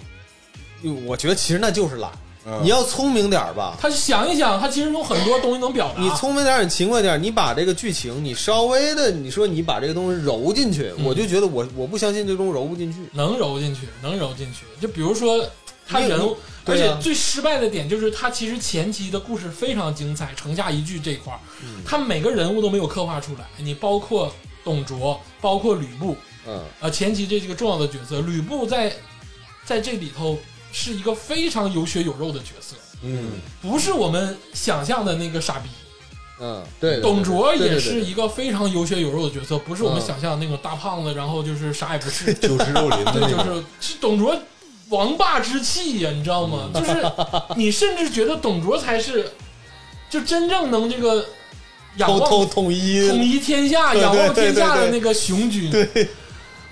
我觉得其实那就是懒。嗯你要聪明点儿吧，他想一想，他其实有很多东西能表达。你聪明点儿，你勤快点儿，你把这个剧情，你稍微的，你说你把这个东西揉进去，我就觉得我我不相信最终揉不进去。能揉进去，能揉进去。就比如说他没有人物，而对啊且最失败的点就是他其实前期的故事非常精彩，城下一句这块儿，嗯他每个人物都没有刻画出来。你包括董卓，包括吕布，嗯呃，前期这几个重要的角色，吕布在在这里头是一个非常有血有肉的角色， 嗯，不是我们想象的那个傻逼。嗯，对，对对董卓对对也对是一个非常有血有肉的角色，不是我们嗯想象的那种大胖子，然后就是啥也不是。酒池 肉林的对，那就种。是是董卓王霸之气呀、你知道吗？就是 你甚至觉得董卓才是就真正能这个仰统望统统一，统一天下、对对仰望天下对的对那对个雄军。对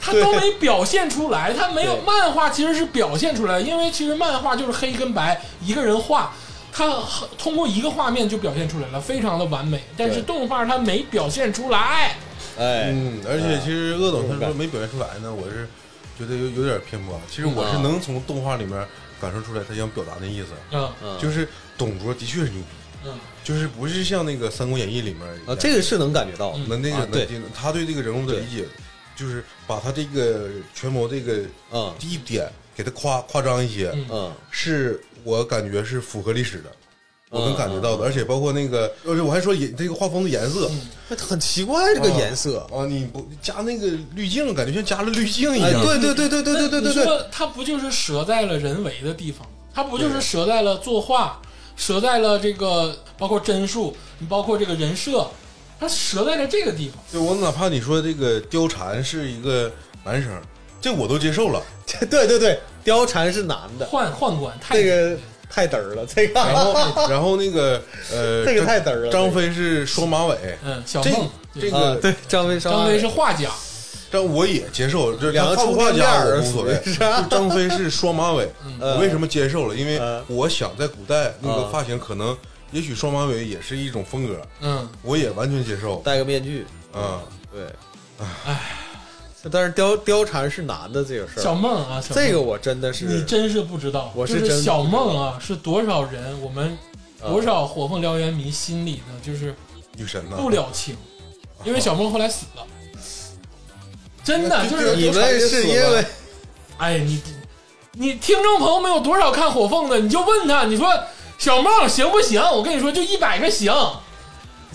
他都没表现出来，他没有对漫画其实是表现出来，因为其实漫画就是黑跟白一个人画，他通过一个画面就表现出来了，非常的完美。但是对动画他没表现出来，哎，嗯，而且其实鄂总这他种感说觉没表现出来呢，我是觉得有有点偏颇。其实我是嗯能从动画里面感受出来他想表达的意思，嗯嗯就是董卓的确是牛逼，嗯，就是不是像那个《三国演义》里面啊，这个是能感觉到的，嗯能那啊个对能进他对这个人物的理解，就是把他这个权谋这个嗯第一点给他夸夸张一些，嗯嗯是我感觉是符合历史的。我能嗯感觉到的，而且包括那个，而且我还说也这个画风的颜色，那很奇怪这个颜色，啊，你不加那个滤镜，感觉像加了滤镜一哎，样。对对对对对对对对那你对，说它不就是折在了人为的地方吗？它不就是折在了作画，折在了这个包括帧数，你包括这个人设，它折在了这个地方。对我哪怕你说这个貂蝉是一个男生，这我都接受 了。这对对对，貂蝉是男的，宦宦官太这个太嘚儿了，这个然 后，啊然后那个呃，这个太张嘚儿了张飞是双马尾，嗯小这梦这对啊个对张飞张飞是画家，张我也接受，就是两他个画不充画电面家儿啊我无所谓。属于就是吧张飞是双马 尾，呃我为什么接受了？因为呃我想在古代那个啊发型可能，也许双马尾也是一种风格，嗯，我也完全接受。戴个面具，啊，对，哎，但是貂貂蝉是男的这个事小儿，梦啊，小梦这个我真的你是，真是不知道，我是就真不是知道小啊梦啊，是多少人我们多少火凤燎原迷心里的就是女神呢？不了情，啊因为小梦后来死了，真的就对是你们是因为哎，你你听众朋友们有多少看火凤的？你就问他，你说小梦行不行？我跟你说，就一百个行，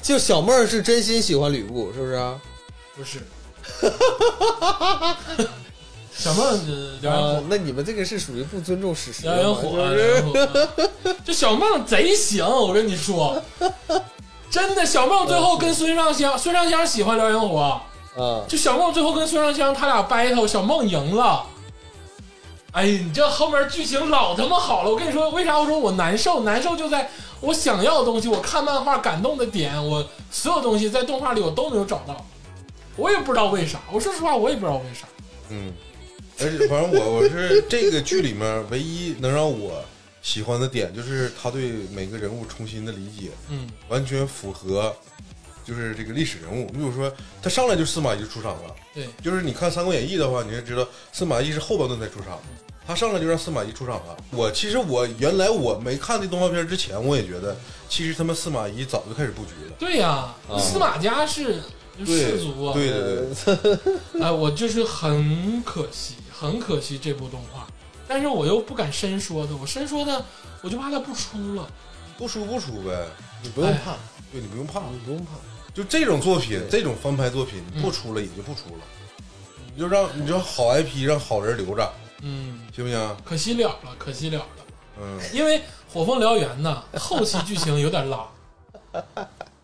就小妹儿是真心喜欢吕布，是不是啊？不 是。小梦呃燎原啊火，，那你们这个是属于不尊重史实燎的原嘛，火就啊，燎是原火啊， 这小梦贼行，我跟你说，真的，小梦最后跟孙尚香，孙尚香喜欢燎原火，啊，就小梦最后跟孙尚香他俩 battle，小梦赢了。哎，你这后面剧情老他妈好了！我跟你说，为啥我说我难受？难受就在我想要的东西，我看漫画感动的点，我所有东西在动画里我都没有找到，我也不知道为啥。我说实话，我也不知道为啥。嗯，而且反正我我是这个剧里面唯一能让我喜欢的点，就是他对每个人物重新的理解，嗯完全符合就是这个历史人物。你比如说，他上来就司马懿就出场了，对，就是你看《三国演义》的话，你就知道司马懿是后半段才出场，他上来就让司马懿出场了。我其实我原来我没看这动画片之前，我也觉得其实他们司马懿早就开始布局了。对呀，司马家是氏对族啊。对对对，哎，我就是很可惜，很可惜这部动画，但是我又不敢深说它，我深说它，我就怕它不出了。不出不出呗，你不用哎怕，对你不用怕。你不用怕。就这种作品，这种翻拍作品嗯不出了也就不出了，你就让你就好 IP 让好人留着，嗯，行不行？可惜了了，可惜了了，嗯，因为《火凤燎原》呢，后期剧情有点拉，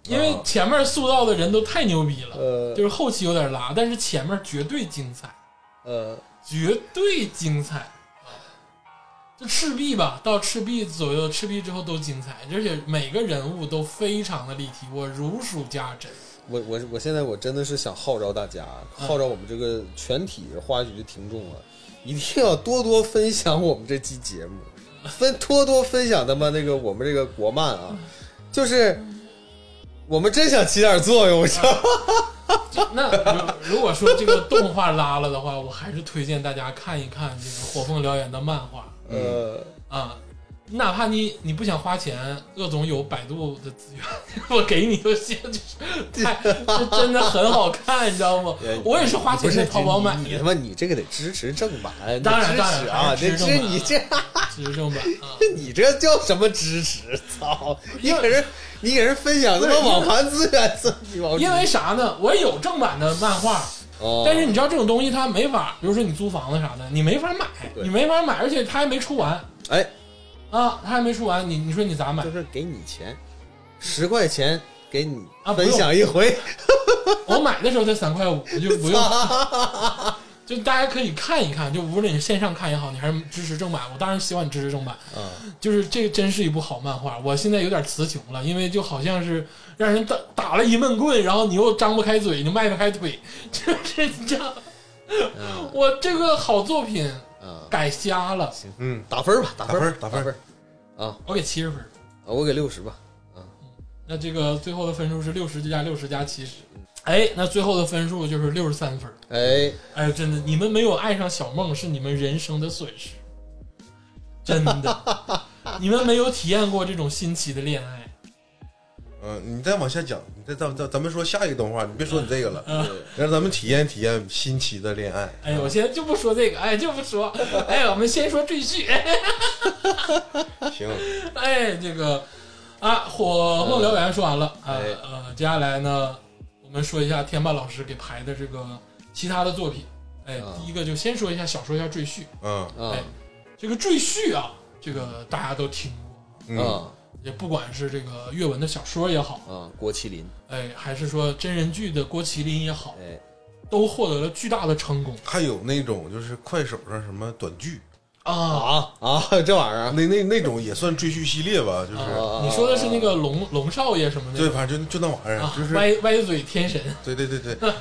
因为前面塑造的人都太牛逼了，呃就是后期有点拉，但是前面绝对精彩，呃，绝对精彩。就赤壁吧，到赤壁左右，赤壁之后都精彩，而且每个人物都非常的立体，我如数家珍。我我我现在我真的是想号召大家，啊号召我们这个全体话剧的听众啊，一定要多多分享我们这期节目，分多多分享他妈那个我们这个国漫啊，就是我们真想起点作用，我 操！ 那如如果说这个动画拉了的话，我还是推荐大家看一看这个《火凤燎原》的漫画呃，啊。哪怕你你不想花钱，鄂总有百度的资源， 我给你就行。就是太，这真的很好看，你知道吗也？我也是花钱呃不在是淘宝买你你的他，妈你这个得支持正版，当然得支当持啊，然还这是支持这正版你这是正版啊。 你这叫什么支持？操！你给人你给人分享他妈网盘资源，自己往因为啥呢？我有正版的漫画，哦但是你知道这种东西它没法，比如说你租房子啥的，你没法买，对你没法买，而且它还没出完哎，啊，它还没出完，你你说你咋买就？是给你钱，十块钱给你啊不分用享一回，我买的时候才三块五，就不 用。啊就大家可以看一看，就无论你线上看也好，你还是支持正版。我当然希望你支持正版，嗯，就是这真是一部好漫画。我现在有点词穷了，因为就好像是让人打打了一闷棍，然后你又张不开嘴，你迈不开腿，就是你知道，我这个好作品啊，改瞎了，嗯，打分吧，打打分分儿，打分分儿儿啊，我给七十分。啊我给六十吧，那这个最后的分数是六十加六十加七十，哎，那最后的分数就是六十三分。哎，哎，真的，你们没有爱上小梦是你们人生的损失，真的， 你们没有体验过这种新奇的恋爱。嗯，你再往下讲，你再咱咱咱们说下一个动画，你别说你这个了，嗯让咱们体验体验新奇的恋爱。哎，我现在就不说这个，哎，就不说，哎，我们先说赘婿。行，哎，这个啊，火凤燎原说完了啊，哎呃，接下来呢，我们说一下天霸老师给排的这个其他的作品。哎，啊第一个就先说一下，小说一下赘婿。嗯啊哎这个赘婿啊，这个大家都听过，嗯，啊也不管是这个阅文的小说也好，啊，郭麒麟，哎，还是说真人剧的郭麒麟也好，哎，都获得了巨大的成功还有那种就是快手上什么短剧，啊。啊啊，这玩意儿那那那种也算追剧系列吧，就是、啊你说的是那个龙龙少爷什么对，的反正就就那玩意儿，啊就，是啊歪歪嘴天神对对对对，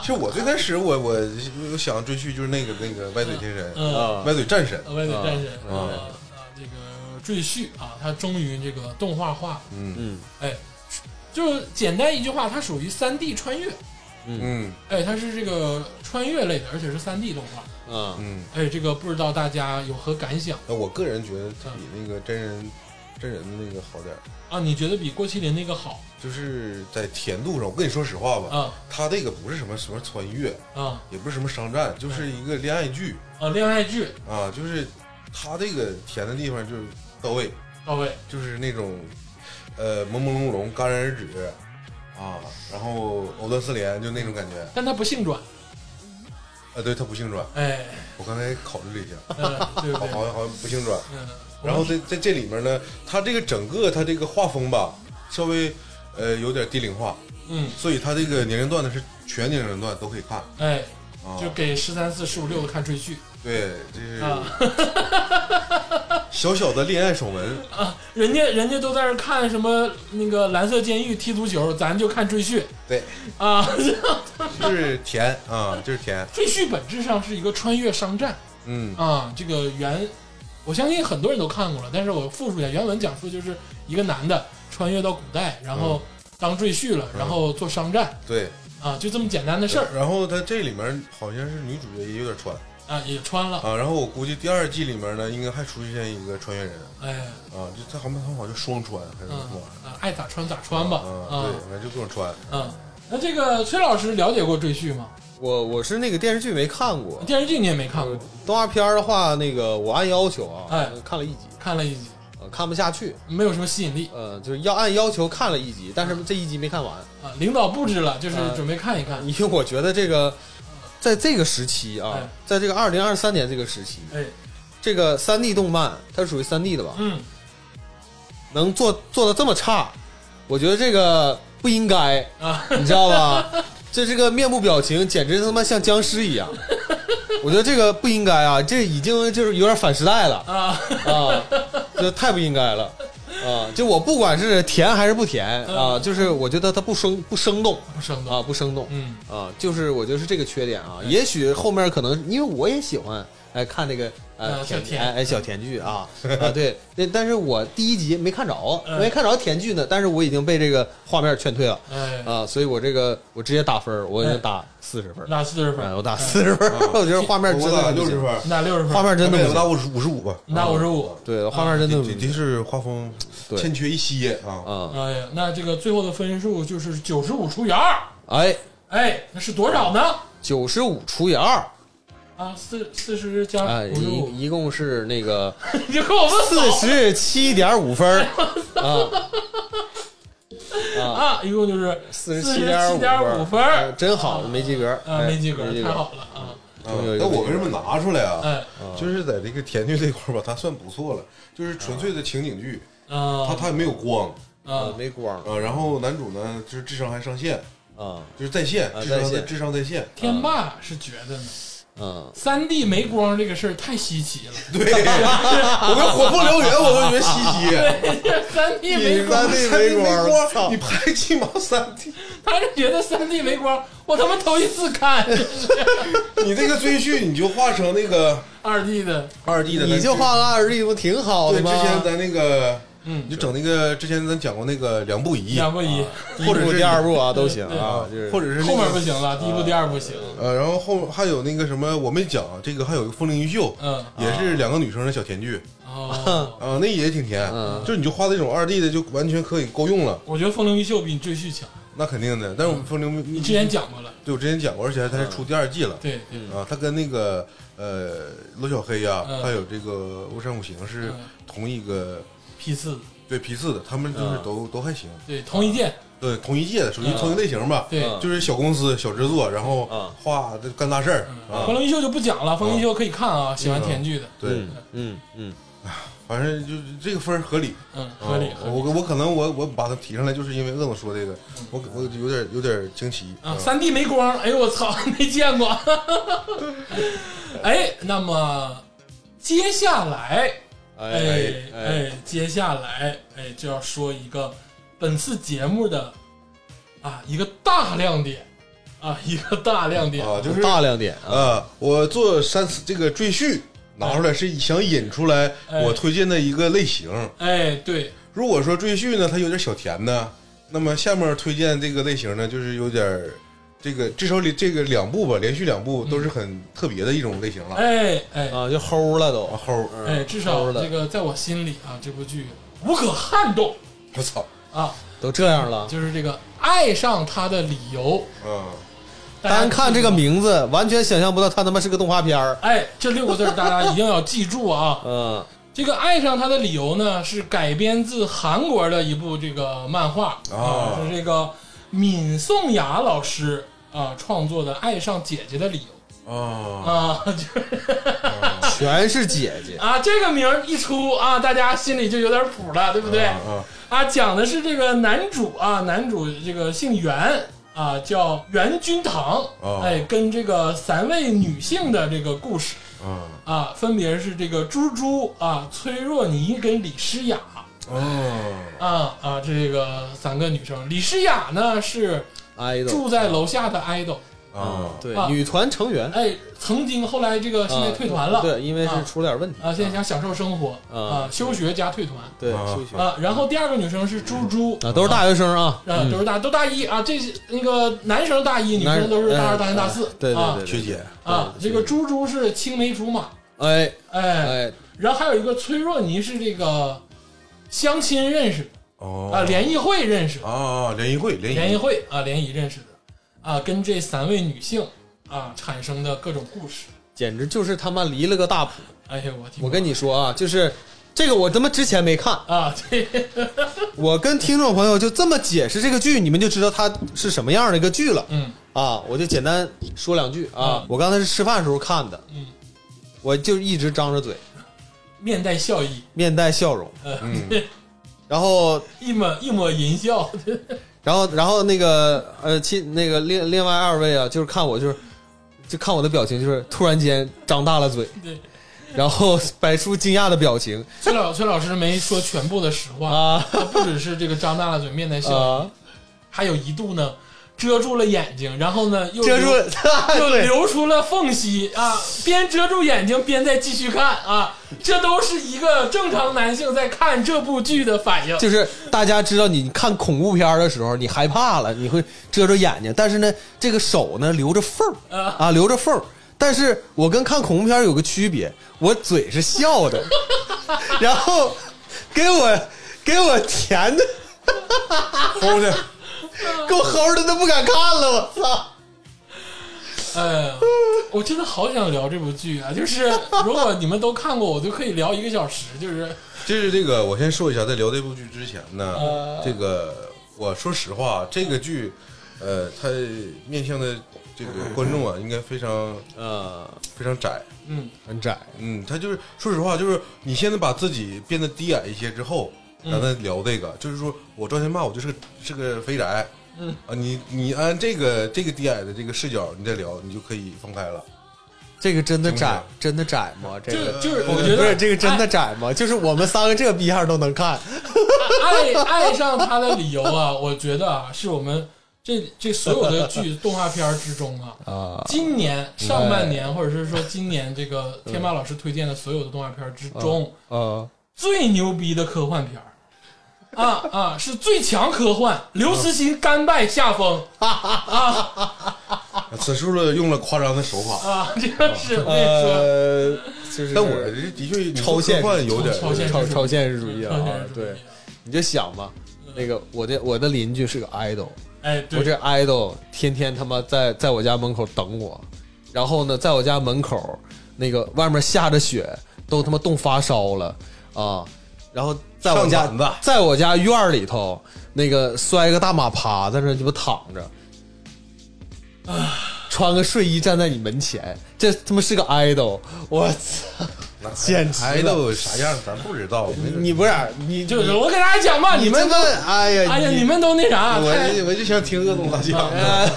其实我最开始我我我想追剧就是那个那个歪嘴天神，嗯。啊歪嘴战神，呃，外的战神啊啊啊，这个赘婿啊，他终于这个动画化，嗯嗯就是简单一句话，它属于三 D 穿越，嗯哎，它是这个穿越类的，而且是三 D 动画，啊，嗯，哎，这个不知道大家有何感想那我个人觉得比那个真人真人的那个好点儿，啊？你觉得比郭麒麟那个好就是在甜度上，我跟你说实话吧，啊他这个不是什么什么穿越，啊也不是什么商战，就是一个恋爱剧啊？恋爱剧啊，就是他这个甜的地方就是到位，到位，就是那种呃朦朦胧胧、戛然而止啊，然后藕断丝连，就那种感觉。但他不性转，啊，对，他不性转，哎，我刚才考虑了一下，呃对不好，对？好像好像不性转。嗯，然后在在这里面呢，他这个整个他这个画风吧，稍微呃有点低龄化，嗯，所以他这个年龄段呢是全年龄段都可以看哎，啊。就给十三四十五六的看赘婿对，这是啊。 小小的恋爱爽文，啊，人家人家都在这看什么那个蓝色监狱踢足球，咱就看赘婿对，啊。 就是甜啊，就是甜，赘婿本质上是一个穿越商战嗯啊，这个原我相信很多人都看过了，但是我复述一下原文讲述，就是一个男的穿越到古代，然后嗯当赘婿了，然后做商战对。啊，就这么简单的事儿然后他这里面好像是女主角也有点穿，啊，也穿了，啊。然后我估计第二季里面呢，应该还出现一个穿越人哎，啊，就他好像他好像双穿还是什嗯么玩意啊，爱咋穿咋穿吧，儿啊？啊对，反正就各种穿。嗯，那这个崔老师了解过《赘婿》吗？我我是那个电视剧没看过，电视剧你也没看过，动画片儿的话，那个我按要求啊，哎看了一集，看了一集，呃，看不下去，没有什么吸引力呃，就是要按要求看了一集，但嗯是这一集没看完，啊。领导布置了，就是呃准备看一看。 因为我觉得这个，在这个时期哎啊，在这个二零二三年这个时期，哎，这个三 D 动漫它是属于三 D 的吧，嗯，能做做的这么差，我觉得这个不应该啊，你知道吧？这这个面部表情简直他妈像僵尸一样，我觉得这个不应该啊，这已经就是有点反时代了。啊， 啊，这太不应该了啊！就我不管是甜还是不甜啊，就是我觉得它不生不生动不生动，啊，不生动嗯，啊，就是我觉得是这个缺点啊。也许后面可能因为我也喜欢哎看这个啊呃小甜甜哎哎小 甜剧啊啊对，那但是我第一集没看着，嗯没看着甜剧呢，但是我已经被这个画面劝退了哎，啊，所以我这个我直接打分儿，我已嗯经打四十分儿，打四十分哎儿，我打四十分儿，我觉得画面嗯真我的打很不六十行分，，你打六十分画儿，面真啊的哎没不有我打行，五十五十五吧。你打五十五。对画面真的的不行的确是画风对欠缺一些啊，啊。哎呀，那这个最后的分数就是九十五除以二，哎，哎，那是多少呢？九十五除以二，啊，四四十加啊，五十五，一一共是那个 你就给我问四十七点五分 儿啊，啊，一共就是四十七点五五分哎儿，真好，没及格啊，哎没及格没，及太格。好了啊，啊终于有一个那我为什么拿出来啊？哎，就是在这个甜剧这块儿吧，它算不错了，就是纯粹的情景剧，它啊它也没有光呃啊，没光啊。然后男主呢，就是智商还上线，啊，就是在线，啊智商在线智商在 线，天霸是觉得呢，嗯，三 D 没光这个事儿太稀奇了，对，我跟火凤燎原我都觉得稀奇。三 D 没光，三 D 没光没操你拍鸡毛三 D，他是觉得三 D 没光，我他妈头一次看 你这个赘婿你就画成那个二 D 的，二 D 的，你就画个二十一不挺好对的之吗？前咱那个，嗯你就整那个之前咱讲过那个两步一，两步一，第啊一或者部、是啊第二部啊都行对啊，就是或者是那后个面不行了，第一步、第二步行，呃，然后后还有那个什么，我没讲啊这个，还有一个《风铃一秀》，嗯，也是两个女生的小甜剧 哦，啊、那也挺甜。嗯就是你就画那种二 D 的，就完全可以够用了，我觉得《风铃一秀》比你《赘婿》强，那肯定的。但是我们《风铃》你嗯之前讲过了，对我之前讲过，而且它还出第二季了。对对，啊，他跟那个呃罗小黑呀、嗯还有这个欧山五行是嗯同一个 P 四，对批次的，他们就是嗯都、都还行，对，同一件，对同一届的，属于同一类型吧。对。嗯就是小公司、小制作，然后嗯画这干大事嗯儿啊风，铃一秀就不讲了，风铃一秀可以看啊，喜欢甜剧的，嗯对，嗯嗯反正就是这个分儿合理，嗯，合理啊合理。我我可能我我把它提上来，就是因为鄂总说这个，我我有点有点惊奇啊，三 D 没光，哎呦我操， 没见过。哎，那么接下来，哎哎哎，哎，接下来哎就要说一个本次节目的啊一个大亮点啊一个大亮点啊，就是大亮点啊，啊，我做三次这个赘婿拿出来是想引出来哎我推荐的一个类型，哎对如果说赘婿呢，它有点小甜呢，那么下面推荐这个类型呢，就是有点儿这个至少里这个两部吧，连续两部都是很特别的一种类型了。嗯哎哎啊就齁了都啊，齁，嗯哎，至齁少了这个在我心里啊，这部剧无可撼动我操，啊，都这样了。就是这个爱上他的理由。嗯，大家单看这个记住名字，完全想象不到它他妈是个动画片儿。哎，这六个字儿大家一定要记住啊！嗯这个爱上他的理由呢，是改编自韩国的一部这个漫画啊是这个闵颂雅老师啊创作的《爱上姐姐的理由啊》啊，就是全是姐姐。啊这个名儿一出啊，大家心里就有点谱了，对不对？啊，啊，讲的是这个男主啊，男主这个姓袁啊，叫袁君堂，哦哎，跟这个三位女性的这个故事。啊，啊，分别是这个朱珠啊、崔若妮跟李诗雅啊，啊啊，这个三个女生。李诗雅呢是 idol 住在楼下的 idol 啊，对啊，女团成员，哎，曾经后来这个现在退团了，啊对，因为是啊出了点问题啊，现在想享受生活啊啊，休学加退团对啊休学啊。然后第二个女生是猪猪啊，都是大学生啊，啊，都是大都大一啊，这是那个男生大一，女生都是大男二、大三、大四哎，对啊对对，学姐啊。这个猪猪是青梅竹马，哎哎，哎，然后还有一个崔若妮是这个相亲认识的哦啊，联谊会认识的，啊联谊会联谊联谊会啊，联谊认识的啊，跟这三位女性啊产生的各种故事。简直就是他妈离了个大谱。哎呦我天，我跟你说啊，就是这个我他妈之前没看，啊，对， 我跟听众朋友就这么解释这个剧，你们就知道它是什么样的一个剧了嗯啊。我就简单说两句啊嗯，我刚才是吃饭的时候看的，嗯，我就一直张着嘴，面带笑意，面带笑容，呃 嗯然后一抹一抹淫笑，然后，然后那个呃，其那个另另外二位啊，就是看我就是，就看我的表情，就是突然间张大了嘴，对，然后摆出惊讶的表情崔老崔老师没说全部的实话，啊他不只是这个张大了嘴面带笑， 啊，还有一度呢遮住了眼睛，然后呢又遮住流了，哎又 对留出了缝隙啊，边遮住眼睛边再继续看啊，这都是一个正常男性在看这部剧的反应。就是大家知道你看恐怖片的时候，你害怕了，你会遮住眼睛，但是呢，这个手呢留着缝儿啊啊，留着缝儿。但是我跟看恐怖片有个区别，我嘴是 笑的，然后给我给我甜的，齁的给我齁的都不敢看了，我操！哎呀，我真的好想聊这部剧啊！就是如果你们都看过，我就可以聊一个小时。就是就是这个，我先说一下，在聊这部剧之前呢，呃这个我说实话，这个剧，呃，它面向的这个观众啊，应该非常呃，非常窄。嗯很窄，嗯，他就是说实话，就是你现在把自己变得低矮一些之后，咱再聊这个，就是说我赵天霸，我就是个是个肥宅。嗯啊，你你按这个这个低矮的这个视角，你再聊，你就可以放开 了。这个真的行不窄行，真的窄吗？这就个就是呃我觉不得哎是这个真的窄吗？就是我们三个这个逼样都能看，爱爱上他的理由啊，我觉得啊，是我们这这所有的剧动画片之中啊，啊今年上半年或者是说今年这个天霸老师推荐的所有的动画片之中，呃，最牛逼的科幻片儿。啊啊！是最强科幻，刘慈欣甘拜下风啊此处了用了夸张的手法，啊！这个是我嗯跟你说，呃，就是但我这的确你超现实科幻有点超现实超超现实主义超现啊实，主义对，你就想吧，那个我的我的邻居是个 idol，哎，对，我这 idol 天天他妈在在我家门口等我，然后呢，在我家门口那个外面下着雪，都他妈冻发烧了啊，然后在我家上板子在我家院儿里头那个摔个大马趴，在那鸡巴躺着，穿个睡衣站在你门前，这他妈是个 idol，我操，简直孩子了！有啥样咱不知道，没准你不是你就是我给大家讲吧，你都们都哎呀，哎呀，你们都那啥，太我我就想听个东大象，哎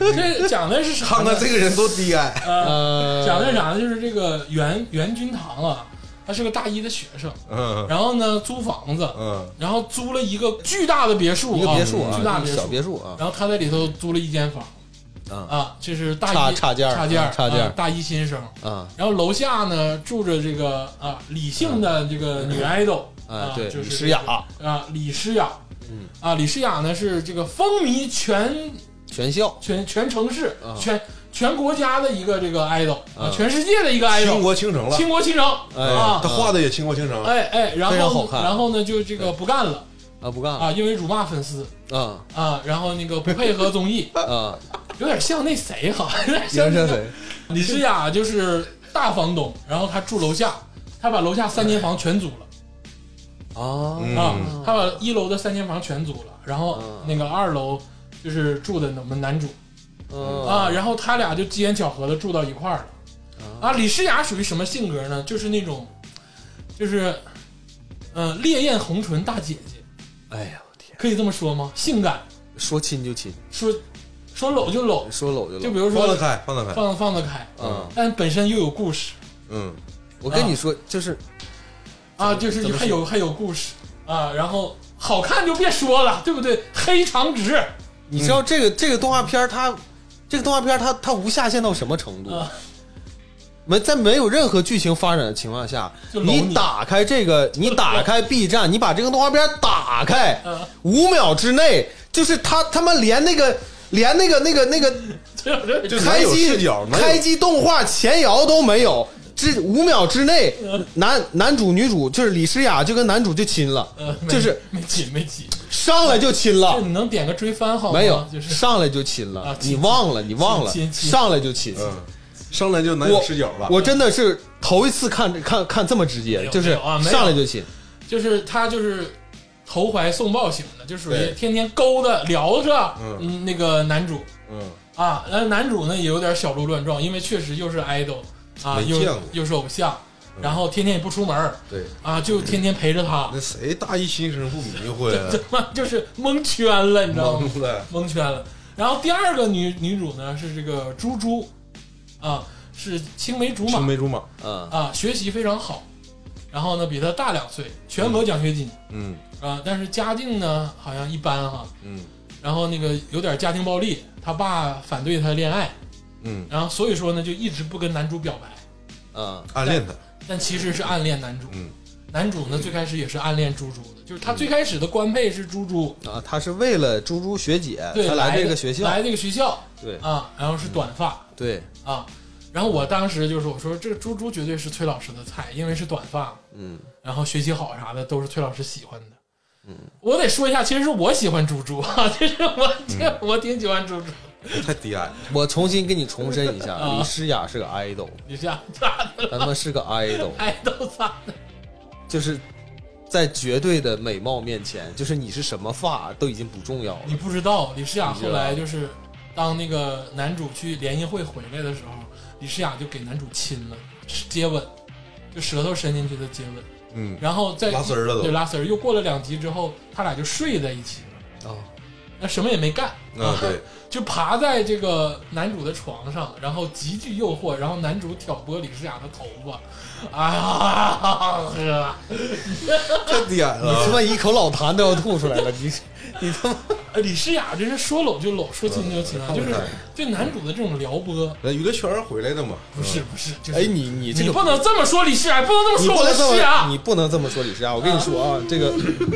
这讲的是啥看呢看？这个人多低矮。呃讲的是啥呢？就是这个袁袁君堂啊，他是个大一的学生，嗯然后呢租房子，嗯然后租了一个巨大的别墅，一个别墅哦巨大啊，别小墅，别墅啊，然后他在里头租了一间房，嗯啊，这是大差一差价儿差价啊儿差价儿啊大一新生。啊。然后楼下呢住着这个啊李姓的这个女 idol 啊对就是李诗雅啊李诗雅，嗯啊李诗雅呢是这个风靡全全校全全城市、啊全全国家的一个这个 idol 啊全世界的一个倾 idol，国倾城了，倾国倾城哎啊他，画的也倾国倾城。哎哎，然非常好后看然后呢就这个不干了啊，不干了啊，因为辱骂粉丝啊，啊，然后那个不配合综艺啊！有点像那谁哈，有点像杨那山个谁？李诗雅就是大房东，然后他住楼下，他把楼下三间房全租了。啊啊嗯，他把一楼的三间房全租了，然后嗯那个二楼就是住的我们男主嗯啊，然后他俩就机缘巧合的住到一块儿了。嗯啊，李诗雅属于什么性格呢？就是那种，就是，嗯、烈焰红唇大姐姐，哎呀，我天，可以这么说吗？性感，说亲就亲，说说搂就搂，说搂就就搂比。如放得说开，放得开。放放得开，嗯，但本身又有故事嗯，我跟你说，就是啊，就是怎么还有还有故事啊，然后好看就别说了，对不对？黑长直，嗯你知道这个这个动画片儿它这个动画片它它无下限到什么程度？啊没在没有任何剧情发展的情况下，就搂你打开这个，你打开 B 站，你把这个动画片打开嗯，五秒之内，就是他他妈连那个连那个那个那个就是就哪开有视机角哪有开机动画前摇都没有，之五秒之 内，男男主女主就是李诗雅就跟男主就亲了呃，，没就是没挤没挤，上来就亲就了。你能点个追番号吗？没有，就是上来就亲了，啊亲你忘了，你忘了，亲亲上来就亲。嗯，上来就男有视角了。我真的是头一次看看看这么直没接，有就是没有啊没有上来就亲。就是他就是投怀送抱型的，就属于对天天勾搭聊着，嗯嗯，那个男主嗯，啊，然后男主呢也有点小鹿乱撞，因为确实又是 idol 啊，没又见过嗯又是偶像，然后天天也不出门儿对，啊，就天天陪着他， 那谁大一新生不迷糊呀？他妈就是蒙圈了，你知道吗？懵了，蒙圈了。然后第二个女女主呢是这个猪猪，啊，是青梅竹马青梅竹马。嗯，啊，学习非常好，然后呢比他大两岁，全额奖学金嗯啊，但是家境呢好像一般哈，嗯然后那个有点家庭暴力，他爸反对他恋爱，嗯，然后所以说呢就一直不跟男主表白，嗯，暗恋他。但其实是暗恋男主。嗯男主呢最开始也是暗恋猪猪的，就是他最开始的官配是猪猪，啊，他是为了猪猪学姐，对，他来来这的个学校，来这个学校对啊，然后是短发。对，啊。然后我当时就是我说这个猪猪绝对是崔老师的菜，因为是短发，嗯，然后学习好啥的都是崔老师喜欢的。嗯，我得说一下，其实是我喜欢猪猪啊， 其实我这、我挺喜欢猪猪。太低矮了。我重新给你重申一 下，啊李诗雅是个 idol，你这样咋的？他们是个 idol，爱豆咋的？就是在绝对的美貌面前，就是你是什么发都已经不重要你了。不知道，李诗雅你知后道来就是当那个男主去联谊会回来的时候，李诗雅就给男主亲了，接吻，就舌头伸进去的接吻，嗯，然后再拉丝儿了都对拉丝儿。又过了两集之后，他俩就睡在一起了，啊，那什么也没干。 啊对，就爬在这个男主的床上，然后极具诱惑，然后男主挑拨李诗雅的头发，哎啊，呵，太低矮你他妈一口老痰都要吐出来了，你你他妈呃李诗雅真是说搂就搂，说亲就亲啊，嗯就是对男主的这种撩拨，那娱乐圈回来的嘛，不是不是，就是 哎你你这你个不能这么说李诗雅，不能这么你说不我的能这诗雅么，，你不能这么说李诗雅。我跟你说啊，这个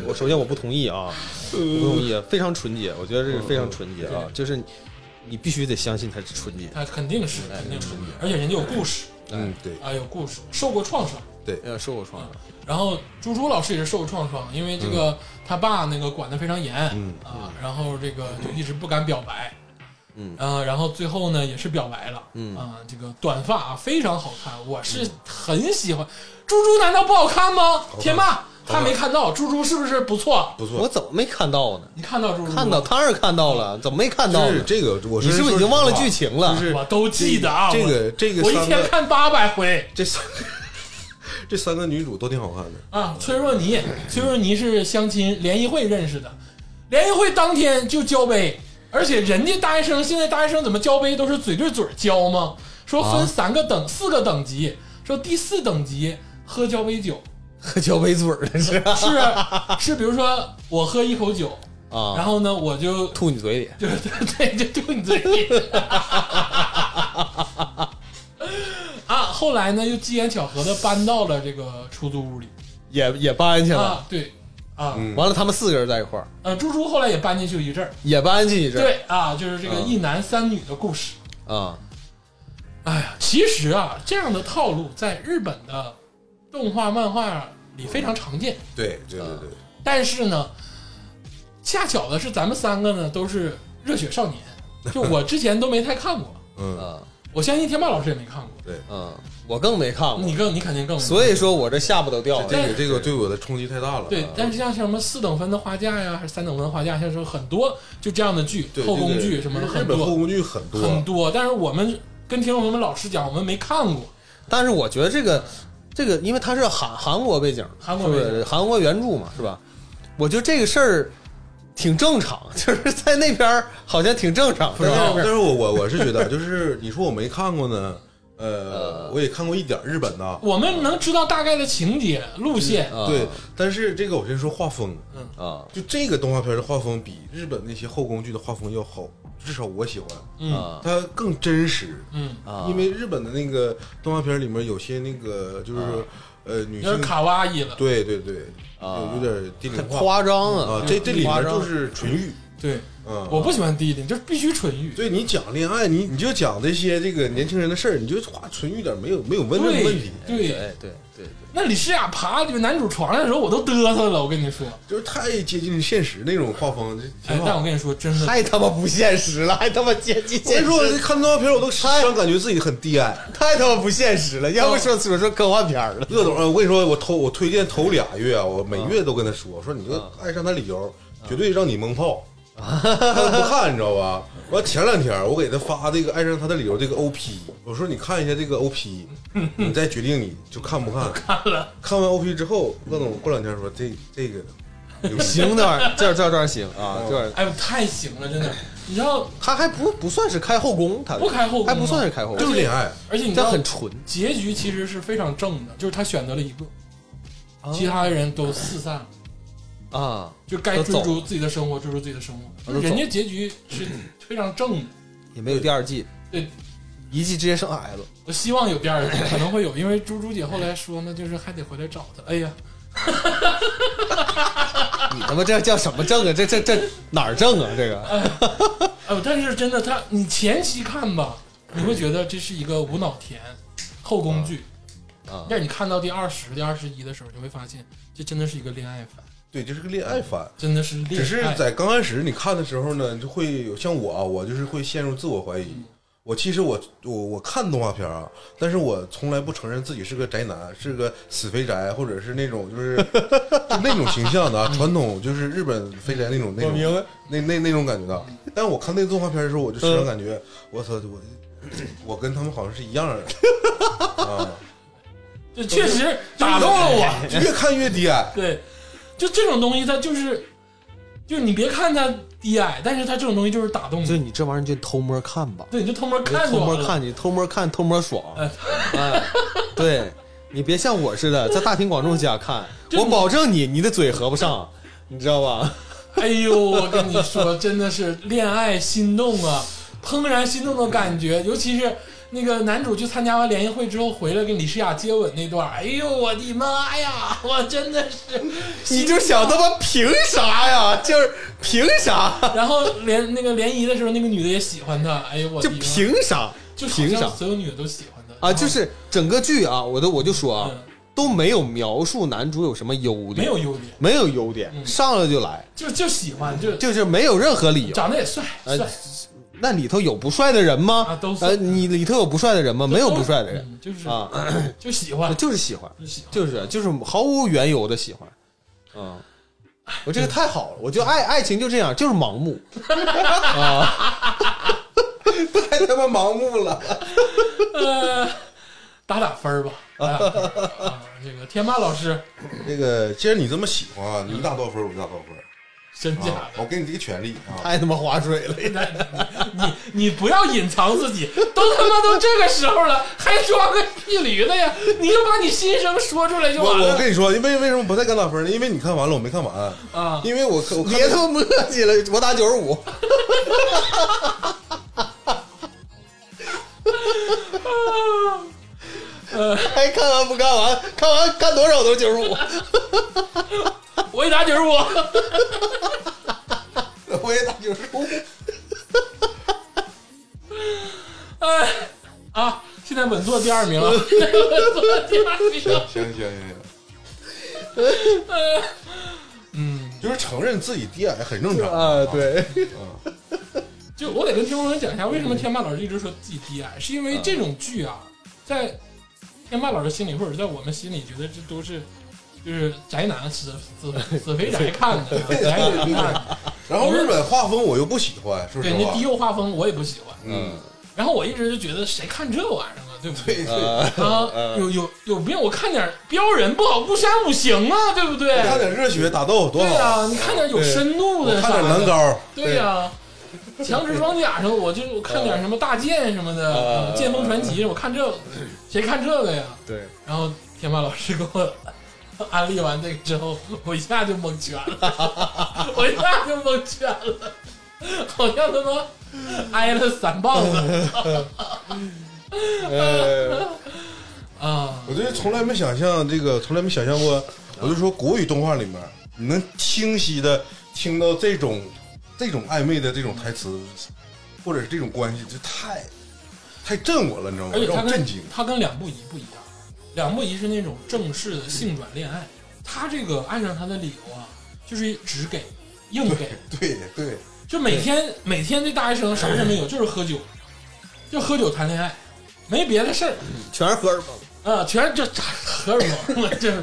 我首先我不同意啊，我不同意，非常纯洁，我觉得这个非常纯洁啊，就是你你必须得相信它是纯洁。他肯定是肯定是，嗯而且人家有故事嗯对啊，有故事，受过创伤。哎呀，受过创伤，然后猪猪老师也是受创伤，因为这个、他爸那个管得非常严，嗯啊，然后这个就一直不敢表白，嗯啊，然后最后呢也是表白了，嗯啊，这个短发啊非常好看，我是很喜欢。猪猪难道不好看吗？看天霸他看没看到猪猪是不是不错？不我错。怎么没看到呢？你看到猪猪看到，当然看到了，怎么没看就到是呢？这个，我你是啊不是已经忘了剧情了？就是我都记得啊，这我个这个我一三天个看八百回这三 个这三个女主都挺好看的。啊。崔若妮，崔若妮是相亲联谊会认识的，联谊会当天就交杯，而且人家大学生现在大学生怎么交杯都是嘴对嘴交吗？说分啊三个等、四个等级，说第四等级喝交杯酒，喝交杯嘴儿了是吧？是是，比如说我喝一口酒，啊，然后呢我就 吐你嘴里，就是对，就吐你嘴里。 啊，后来呢，又机缘巧合的搬到了这个出租屋里也也搬去了。啊，对，啊，嗯，完了，他们四个人在一块儿，呃，猪猪后来也搬进去一阵儿，也搬进去这儿对啊，就是嗯这个一男三女的故事。啊，哎呀，其实啊，这样的套路在日本的动画漫画里非常常见，对对啊对对，但是呢，恰巧的是咱们三个呢都是热血少年，就我之前都没太看过，嗯嗯我相信天霸老师也没看过，嗯，我更没看过，你更你肯定更没看过所以说我这下巴都掉这了。个这个对我的冲击太大了。对，但是像什么四等分的花架呀，还是三等分的花架，像是很多就这样的剧，对后宫对对剧什么的日很本后多宫剧很多，很多，但是我们跟听众朋友们老实讲，我们没看过，但是我觉得这个这个，因为它是韩韩国背景，韩国是不背是景韩国原著嘛，是吧？我觉得这个事儿挺正常， 就是在那边儿好像挺正常，啊但吧是，但是我我我是觉得，就是你说我没看过呢，呃，我也看过一点儿日本呐，我们能知道大概的情节路线，啊对，但是这个我先说画风，嗯啊就这个动画片的画风比日本那些后宫剧的画风要好，至少我喜欢，嗯啊它更真实。嗯，啊！因为日本的那个动画片里面有些那个就是说呃女啊有点性，卡哇伊了，对对对，啊有有点低龄化夸张啊嗯啊，，这这里夸面张就是纯欲，对，嗯，我不喜欢低龄，就是必须纯欲，对你讲恋爱，你你就讲这些这个年轻人的事儿，你就画纯欲点儿，没有没有问任对的问题。对，对对对对，那李诗雅爬男主床上的时候，我都嘚瑟了，我跟你说，就是太接近现实那种画风，这哎挺，但我好。跟你说，真的，太他妈不现实了，还他妈接近我跟现你说，我这实，看动画片，我都时常感觉自己很低矮。太他妈不现实了，要不说说说科幻片儿了。乐总，呃我跟你说，我头我推荐头俩月啊，我每月都跟他说，我说你这爱上他理由，绝对让你蒙 炮。他都不看，你知道吧？完前两天我给他发这个爱上他的理由这个 OP，我说你看一下这个 OP，你再决定你就看不 看。看了，看完 OP 之后，乐总过两天说这这 个有戏行，这玩意儿，这这这玩意儿行啊，这玩意儿哎呦，太行了，真哎的，你知道，他还不不算是开后宫，他不开后宫啊还不算是开后就宫，是恋爱。而且你知这道很纯结局其实是非常正的，就是他选择了一个，啊其他人都四散了，啊。就该都追走啊逐自己的生活，追逐自己的生活。都走人家结局是非常正的，也没有第二季，对，一季直接生孩子，我希望有第二季，可能会有，因为猪猪姐后来说呢，就是还得回来找他。哎呀，你他妈这叫什么证啊？这这这哪儿证啊？这个哎呦，但是真的，他你前期看吧，你会觉得这是一个无脑甜后宫剧，啊但是你看到第二十、第二十一的时候，你会发现这真的是一个恋爱番，对，这是个恋爱番。真的是哎恋只爱。是在刚开始你看的时候呢，你就会有像我啊，我就是会陷入自我怀疑。我其实我我我看动画片啊，但是我从来不承认自己是个宅男，是个死肥宅，或者是那种就是 就那种形象的啊，传统就是日本肥宅那种那种白，那那那种感觉的。但是我看那动画片的时候，我就时常感觉，我操，我我跟他们好像是一样的啊，这确实打动了我。就越看越低啊矮。对，就这种东西，它就是，就是你别看它低矮，但是它这种东西就是打动就你。你这玩意儿你就偷摸看吧，对，你就偷摸你看就偷完摸了。看，你偷摸看，偷摸爽，哎哎，对你别像我似的在大庭广众下看，就我你保证你你的嘴合不上，你知道吧？哎呦，我跟你说，真的是恋爱心动啊， 怦然心动的感觉，尤其是那个男主去参加完联谊会之后回来跟李诗雅接吻那段，哎呦我的妈呀，我真的是，你就想他妈凭啥呀？就是凭啥？然后联那个联谊的时候，那个女的也喜欢他，哎呦我的就妈，凭啥？就好凭啥像？所嗯有女的都喜欢他啊，就是整个剧啊，我都我就说啊嗯，都没有描述男主有什么优点，没有优点，没有优点，嗯上来就来，就就喜欢，就就是没有任何理由。长得也帅，呃帅。那里头有不帅的人吗？啊都是呃，你里头有不帅的人吗？没有都不帅的人嗯就是啊，就喜欢，就是喜欢，就喜欢。就是就是毫无缘由的喜欢，嗯。我这个太好了，我就爱爱情就这样，就是盲目， 太他妈盲目了，呃， 打打分 儿吧，打打分儿啊，这个天霸老师，那个，既然你这么喜欢啊，你打多少分儿我就打多少分儿。真假啊我的？给你这个权利啊！太他妈划水了。你你你不要隐藏自己，都他妈都这个时候了，还装个屁驴的呀？你就把你心声说出来就我完我了跟你说，因为为什么不太敢打分呢？因为你看完了，我没看 完，啊！因为我我看别他妈磨叽了，我打九十五。还看完不看完？看完看多少都九十五。我也打九十五，我也打九十五。哎啊，现在稳坐第 二名了，现在稳坐第二名。行行行嗯， 就是承认自己低矮很正常啊，。对，就我得跟听众朋友们讲一下，为什么天霸老师一直说自己低矮，是因为这种剧啊，在天霸老师心里，或者在我们心里，觉得这都是就是宅男死 死死肥宅看 的，宅男看的。然后日本画风我又不喜欢，说实对，那话低。幼画风我也不喜欢。嗯，然后我一直就觉得谁看这玩意儿啊，对不对？对对。 啊，有有有病！我看点标人不好，不删五行啊，对不对？看点热血打斗多对啊好，啊，你看点有深度的看啥的，点男高，对呀、强殖装甲什么，我就我看点什么大剑什么的，呃剑锋传奇，我看这谁看这个呀？对，然后天霸老师给我安利完这个之后，我一下就蒙圈了，我一下就蒙圈了，好像他妈挨了三棒子呃，啊！我就是从来没想象这个，从来没想象过，我就说国语动画里面，你能清晰的听到这种这种暧昧的这种台词，或者是这种关系，就太太震我了，你知道吗？而且让他我震跟惊。他跟两步一不一样，两步一是那种正式的性转恋爱，他这个爱上他的理由啊，就是只给硬给，对对，就每天每天这大学生啥事儿没有，就是喝酒，就喝酒谈恋爱，没别的事儿。全是荷尔蒙。啊，全这这 荷尔蒙，这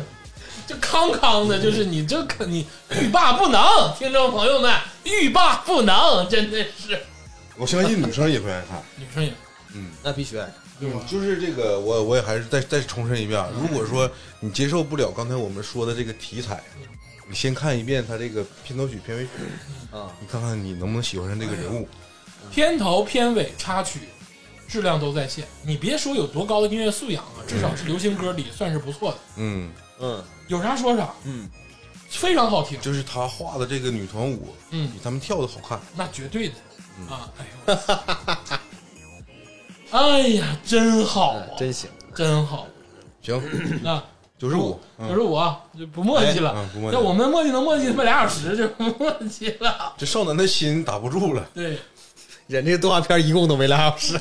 这康康的，就是你这可你欲罢不能，听众朋友们，欲罢不能，真的是我相信女生也会爱看。女生也那必须爱。啊嗯， 就是这个，我我也还是再再重申一遍啊，如果说你接受不了刚才我们说的这个题材，你先看一遍他这个片头曲、片尾曲啊，你看看你能不能喜欢上这个人物。片头、片尾、插曲质量都在线，你别说有多高的音乐素养啊，至少是流行歌里算是不错的，嗯，嗯有啥说啥，嗯，非常好听，就是他画的这个女团舞，嗯比他们跳的好看。那绝对的啊，哎呦我，哎呀，真好啊，哎真行。真好，行，那九十五，九十五啊，就不墨迹了。嗯哎嗯不墨迹那我们墨迹能墨迹他妈俩小时就不墨迹了。这少男的心打不住了。对，人这个动画片一共都没俩小时，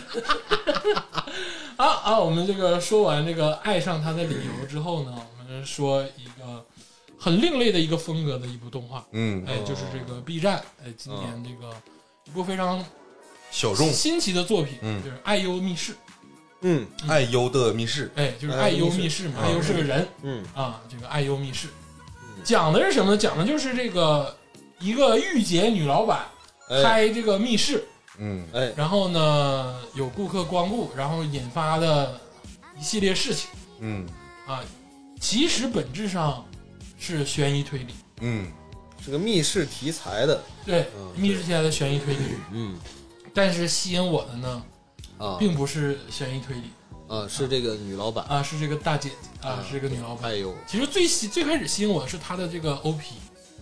啊啊，我们这个说完这个爱上他的理由之后呢，我们说一个很另类的一个风格的一部动画，嗯，哎，就是这个 B 站，哎，今年这个一部非常小众新奇的作品，嗯就是《爱优密室》。嗯爱优的密室，哎，就是爱爱优优密室密室嘛，啊爱优是个人，嗯啊，这个爱优密室，讲的是什么呢？讲的就是这个一个御姐女老板哎开这个密室，嗯，哎，然后呢，有顾客光顾，然后引发的一系列事情嗯啊，其实本质上是悬疑推理，嗯是个密室题材的，对，嗯对密室题材的悬疑推理。嗯但是吸引我的呢，啊并不是悬疑推理啊是这个女老板啊，是这个大姐姐啊，是这个女老板。哎呦，其实最吸最开始吸引我的是她的这个 OP，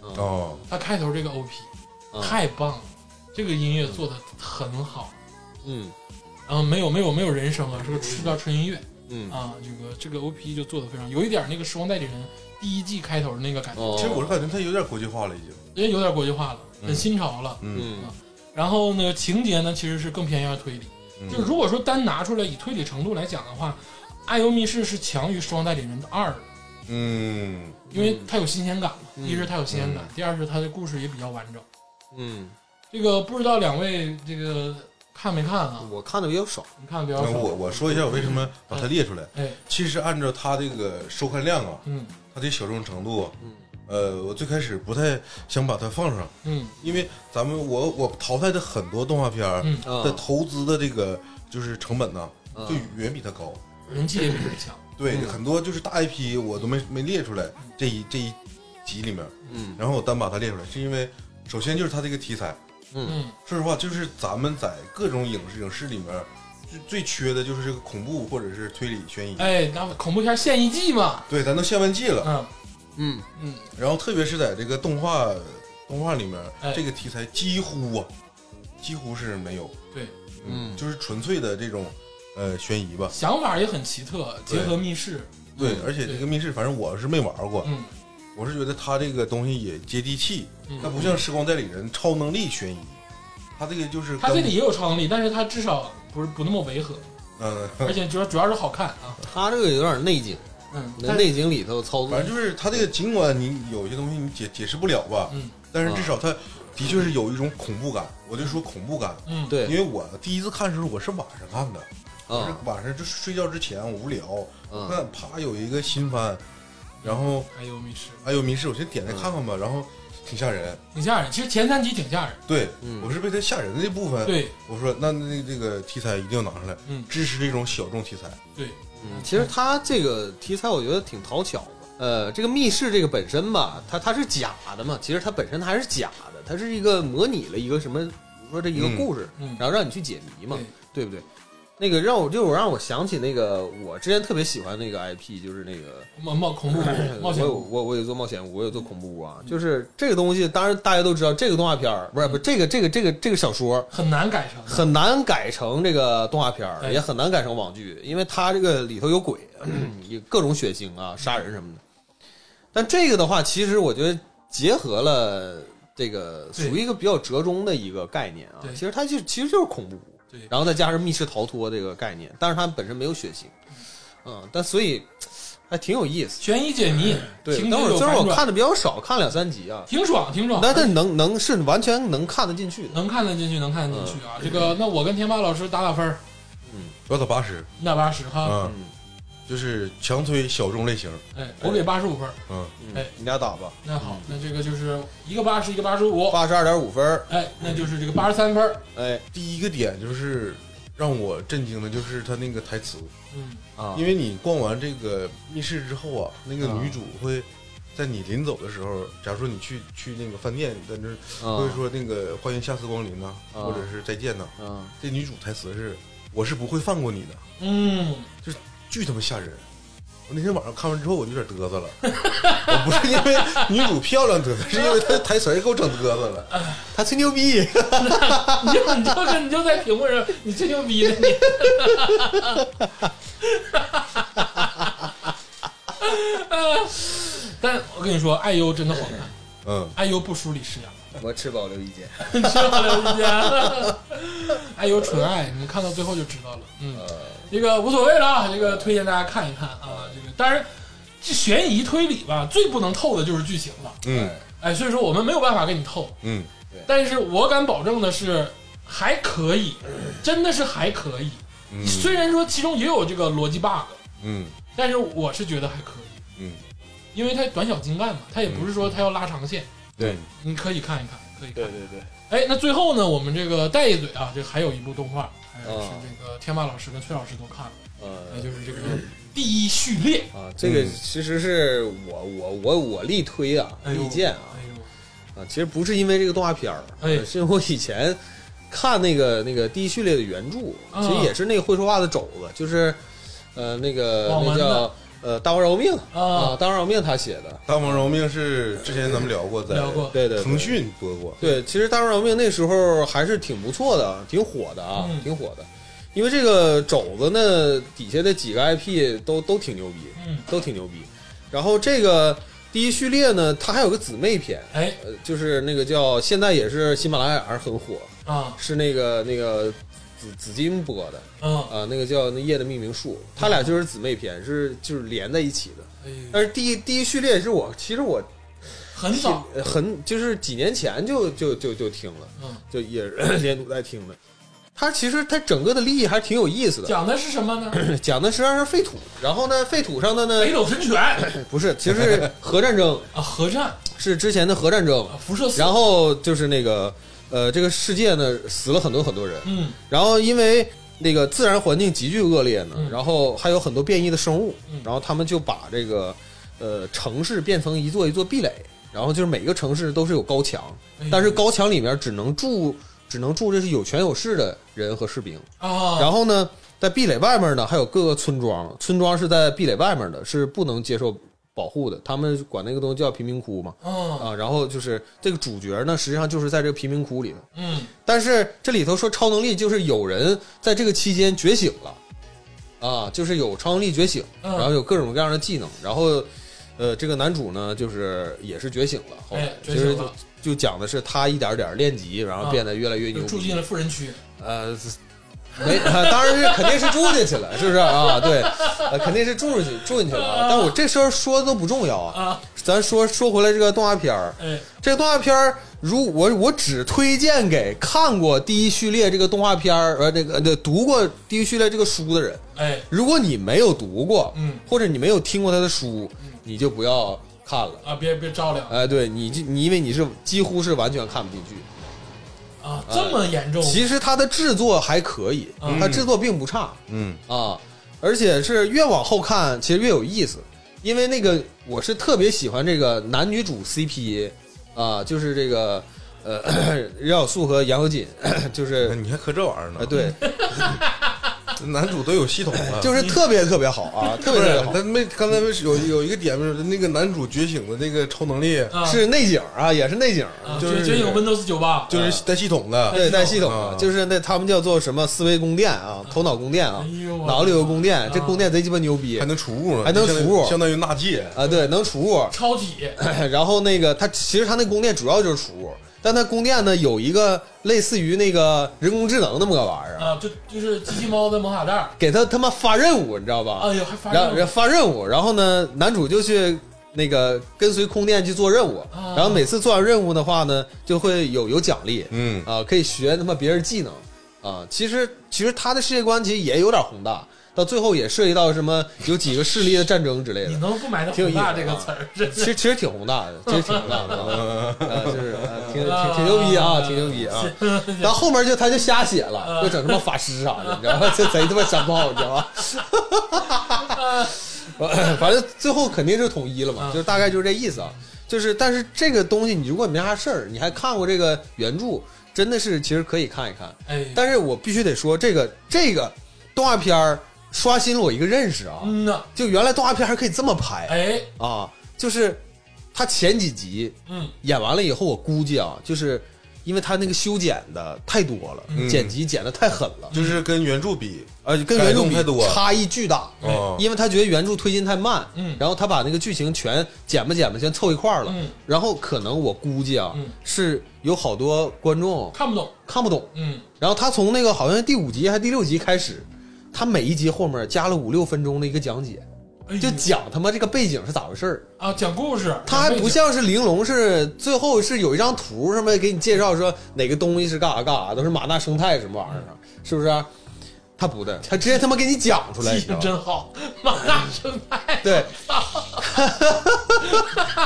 嗯哦，她开头这个 OP 啊太棒了，这个音乐做的很好。嗯然后没有没有没有人声啊，是个是段纯音乐，嗯啊，这个这个 OP 就做的非常，有一点那个《时光代理人》第一季开头的那个感觉，哦，其实我是感觉他有点国际化了，已经。因为有点国际化了，很新潮了。嗯嗯然后呢，情节呢其实是更偏向于推理，嗯就如果说单拿出来以推理程度来讲的话，《爱优密室》是强于《时光代理人》的二的，嗯因为它有新鲜感嘛，嗯一是它有新鲜感，第二是它的故事也比较完整。嗯，这个不知道两位这个看没看啊？我看的比较少，你看比较那少，我我说一下我为什么把它列出来。哎，其实按照他这个收看量啊，嗯他的小众程度，呃，我最开始不太想把它放上，嗯因为咱们我我淘汰的很多动画片儿嗯，啊的投资的这个就是成本呢，嗯就远比它高。人气也比较强，对，很多就是大 IP 我都没没列出来这一这一集里面，嗯然后我单把它列出来，是因为首先就是它这个题材，嗯说实话，就是咱们在各种影视影视里面最最缺的就是这个恐怖或者是推理悬疑。哎，那恐怖片现一季嘛，对，咱都现完季了，嗯嗯嗯。然后特别是在这个动画动画里面哎，这个题材几乎啊，几乎是没有，对，嗯就是纯粹的这种呃悬疑吧。想法也很奇特，对结合密室，对，而且这个密室，反正我是没玩过，嗯我是觉得它这个东西也接地气，它嗯，不像《时光代理人》超能力悬疑，它这个就是他跟这里也有超能力，但是他至少不是不那么违和，嗯，而且主要主要是好看啊，他这个有点内景，嗯，那但是内景里头操作反正就是它这个尽管你有些东西你解解释不了吧，嗯但是至少它的确是有一种恐怖感，我就说恐怖感。嗯，对因为我第一次看的时候，我是晚上看的，就是啊晚上就是睡觉之前我无聊，啊嗯看啪有一个新番，然后还有密室哎呦迷失，我先点开看看吧，然后挺吓人。挺吓人，其实前三集挺吓人，对，嗯我是被它吓人的这部分，对我说那那这个题材一定要拿上来，嗯支持这种小众题材。对，嗯，其实他这个题材我觉得挺讨巧的。呃，这个密室这个本身吧，它它是假的嘛，其实它本身它还是假的，它是一个模拟了一个什么说这一个故事，嗯嗯然后让你去解谜嘛，对不对？那个让我就我让我想起那个我之前特别喜欢那个 IP，就是那个呃冒冒恐怖谷冒嗯我险有谷，我我有做冒险屋，我有做恐怖屋啊，就是这个东西，当然大家都知道，这个动画片儿不是嗯不是这个这个这个这个小说很难改成的。很难改成这个动画片儿，对也很难改成网剧，因为它这个里头 有鬼，也各种血腥啊、杀人什么的。但这个的话，其实我觉得结合了这个对属于一个比较折中的一个概念啊对，其实它就其实就是恐怖谷，对然后再加上密室逃脱这个概念，但是它本身没有血腥，嗯，但所以还挺有意思。悬疑解谜，对，情节但我有虽然反我转看的比较少，看两三集啊，挺爽，挺爽。但但能能是完全能看得进去的。能看得进去，能看得进去啊。这个，那我跟天霸老师打打分儿，我打八十，你打八十哈，嗯，就是强推小众类型，哎，我给八十五分儿。嗯，哎你俩打吧，那好，那这个就是一个八十，一个八十五，八十二点五分儿，哎，那就是这个八十三分儿。哎第一个点就是让我震惊的，就是他那个台词，嗯，啊，因为你逛完这个密室之后啊，那个啊女主会在你临走的时候，假如说你去去那个饭店，在那儿嗯会说那个欢迎下次光临呐、啊或者是再见呐、嗯这女主台词是“我是不会放过你的嗯，”，巨他妈吓人。我那天晚上看完之后，我就有点嘚瑟了。我不是因为女主漂亮嘚瑟，是因为她台词儿给我整嘚瑟了。他吹牛逼，你就你就你就在屏幕上，你吹牛逼呢你。 但我跟你说，爱优真的好看，嗯，爱优不输李诗雅，我持保留意见。你知道了， 爱优纯爱，你看到最后就知道了。嗯，呃这个无所谓了啊，这个推荐大家看一看啊。这个当然，这悬疑推理吧，最不能透的就是剧情了。嗯哎，所以说我们没有办法给你透，嗯，但是我敢保证的是，还可以，真的是还可以。嗯虽然说其中也有这个逻辑 bug，嗯但是我是觉得还可以，嗯，因为它短小精干嘛，它也不是说它要拉长线，对，嗯你可以看一看，可以看。嗯对对，哎，那最后呢，我们这个带一嘴啊，这还有一部动画，哎嗯啊是这个天霸老师跟崔老师都看了，那呃就是这个第一序列。啊，这个嗯其实是我我我我力推啊，哎呦力荐啊啊，其实不是因为这个动画片儿，呃哎是因为我以前看那个那个第一序列的原著，啊其实也是那个会说话的肘子，就是呃那个网那文的叫呃大王饶命啊啊，大王饶命他写的， 《大王饶命》是之前咱们聊过，在聊过对对，对腾讯播过。对，其实《大王饶命》那时候还是挺不错的，挺火的啊，嗯挺火的。因为这个肘子呢，底下的几个 IP 都都挺牛逼，哎呦，嗯，都挺牛逼。然后这个第一序列呢，它还有个姊妹篇，哎呃，就是那个叫现在也是喜马拉雅上很火，啊是那个那个紫紫金播的嗯，啊、那个叫那夜的命名术，它俩就是姊妹篇，是就是连在一起的。哎呦，但是第一第一序列是我其实我很早，呃很就是几年前就就就就听了。嗯，就也是 连读带听的。它其实它整个的立意还挺有意思的，讲的是什么呢？讲的实际上是废土，然后呢，废土上的北呢斗神拳啊，不是，其实是核战争，核战是之前的核战争啊，，辐射四，然后就是那个呃，这个世界呢死了很多很多人，嗯然后因为那个自然环境急剧恶劣呢嗯，然后还有很多变异的生物嗯，然后他们就把这个呃城市变成一座一座壁垒，然后就是每个城市都是有高墙哎呦，但是高墙里面只能住只能住这是有权有势的人和士兵，啊，然后呢，在壁垒外面呢还有各个村庄，村庄是在壁垒外面的，是不能接受保护的，他们管那个东西叫贫民窟嘛。嗯啊，然后就是这个主角呢，实际上就是在这个贫民窟里头，嗯，但是这里头说超能力就是有人在这个期间觉醒了，啊，就是有超能力觉醒，嗯然后有各种各样的技能，然后，呃，这个男主呢就是也是觉醒了，后来哎其觉实醒就了就讲的是他一点点练级，然后变得越来越牛就逼，住进了富人区，呃，没， 啊当然是肯定是住进去了，是不是 啊？对，呃，肯定是住进去住进去了啊。但我这时候说的都不重要啊啊，咱说说回来这个动画片儿，哎，这个动画片儿，如我我只推荐给看过第一序列这个动画片儿，呃，这个呃读过第一序列这个书的人。哎，如果你没有读过，嗯或者你没有听过他的书，你就不要看了。啊，别别着凉哎、对你就你因为你是几乎是完全看不进去。啊，这么严重，其实它的制作还可以，嗯它制作并不差嗯啊，而且是越往后看其实越有意思，因为那个我是特别喜欢这个男女主 CP 啊，就是这个呃， 任小素和杨有锦就是你还磕这玩意儿呃呢？对，男主都有系统了，呃 就是特别特别好 啊，特不别特别是好。他没刚才不是有有一个点，就是那个男主觉醒的那个超能力，啊是内景啊，也是内景，啊就是觉醒 Windows 九八，就是带系统的。啊对，带系统啊的，就是那他们叫做什么思维宫殿啊，头脑宫殿啊哎呦，我脑里有宫殿啊，这宫殿贼鸡巴牛逼还能储物呢，还能储物相当于纳戒。啊，对，能储物。超体 然后那个它其实它那宫殿主要就是储物，但它宫殿呢有一个类似于那个人工智能那么个玩意儿，啊，就就是机器猫的魔法袋，给它他妈发任务，你知道吧？哎呦还发然后热然后哦发任务，然后呢，男主就去那个跟随空殿去做任务，啊然后每次做完任务的话呢，就会有有奖励，嗯，啊，可以学他妈别人技能啊。其实其实他的世界观其实也有点宏大，到最后也涉及到什么有几个势力的战争之类你的。能不买到挺有宏意思的大这啊个词儿？真其是实其实挺宏大的，其实挺宏 大的啊，啊就是啊挺挺挺牛逼啊，挺牛逼啊。然后后面就他就瞎写了，就整他妈法师啥的，你知道吗？这贼他妈山炮，你知道吗？ 反正最后肯定是统一了嘛，嗯就是大概就是这意思啊。就是但是这个东西你如果没啥事儿，你还看过这个原著，真的是其实可以看一看。哎，但是我必须得说，这个这个动画片儿刷新了我一个认识啊，嗯呐，就原来动画片还可以这么拍哎，啊，就是他前几集嗯演完了以后，我估计啊，就是因为他那个修剪的太多了，嗯剪辑剪的太狠了，就是跟原著比，呃，跟原改著动太比多差异巨大。哎啊，因为他觉得原著推进太慢，嗯然后他把那个剧情全剪吧剪吧，全凑一块儿了，嗯然后可能我估计啊，嗯是有好多观众看不懂，看不懂，嗯，然后他从那个好像第五集还是第六集开始，他每一集后面加了五六分钟的一个讲解，哎呦就讲他妈这个背景是咋回事儿。啊讲故事，他还讲背景不像是玲珑，是最后是有一张图上面给你介绍说哪个东西是干啥干啥，都是马纳生态什么玩意儿啊，是不是、他不的，他直接他妈给你讲出来，记你知道性吗真 好，马大生态对，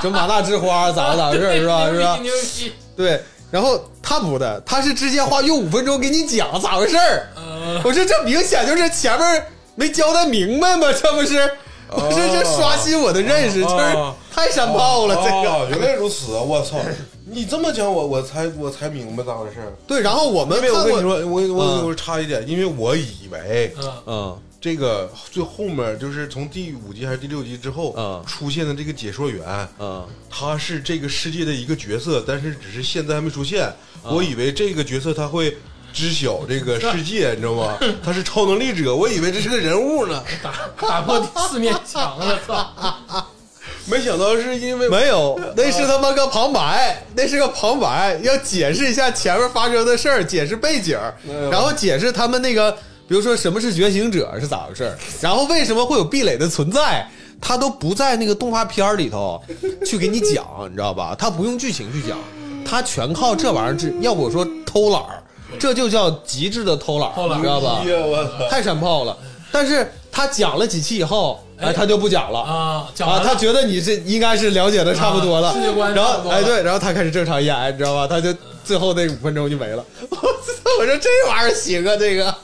什么马纳之花咋咋回事儿是吧？是吧？牛逼，对，然后他不的，他是直接花用五分钟给你讲咋回事儿。呃，我说这明显就是前面没交代明白嘛，这不是？哦我说这刷新我的认识，就是太山炮了这哦个。原来如此啊！我 操，你这么讲，我我才我才明白咋回事儿。对，然后我们因为我看跟你过，说，我我嗯我插一点，因为我以为嗯嗯这个最后面就是从第五集还是第六集之后嗯出现的这个解说员，嗯，他是这个世界的一个角色，但是只是现在还没出现。我以为这个角色他会知晓这个世 界，你知道吗？他是超能力者，我以为这是个人物呢，打打破四面墙了，操！没想到是因为没有，那是他妈个旁白，那是个旁白，要解释一下前面发生的事儿，解释背景，然后解释他们那个，比如说什么是觉醒者是咋回事儿，然后为什么会有壁垒的存在，他都不在那个动画片儿里头 去给你讲，你知道吧？他不用剧情去讲，他全靠这玩意儿，这要不我说偷懒儿，这就叫极致的偷懒偷儿，懒儿你知道吧哎？呀我操！太山炮了，但是他讲了几期以后，哎，哎他就不讲了。啊，讲啊，完他了，觉得你是应该是了解的差不多了，啊世界观然差不后多了哎对，然后他开始正常演，你知道吧？他就最后那五分钟就没了。 我操！我说这玩意儿行啊，这个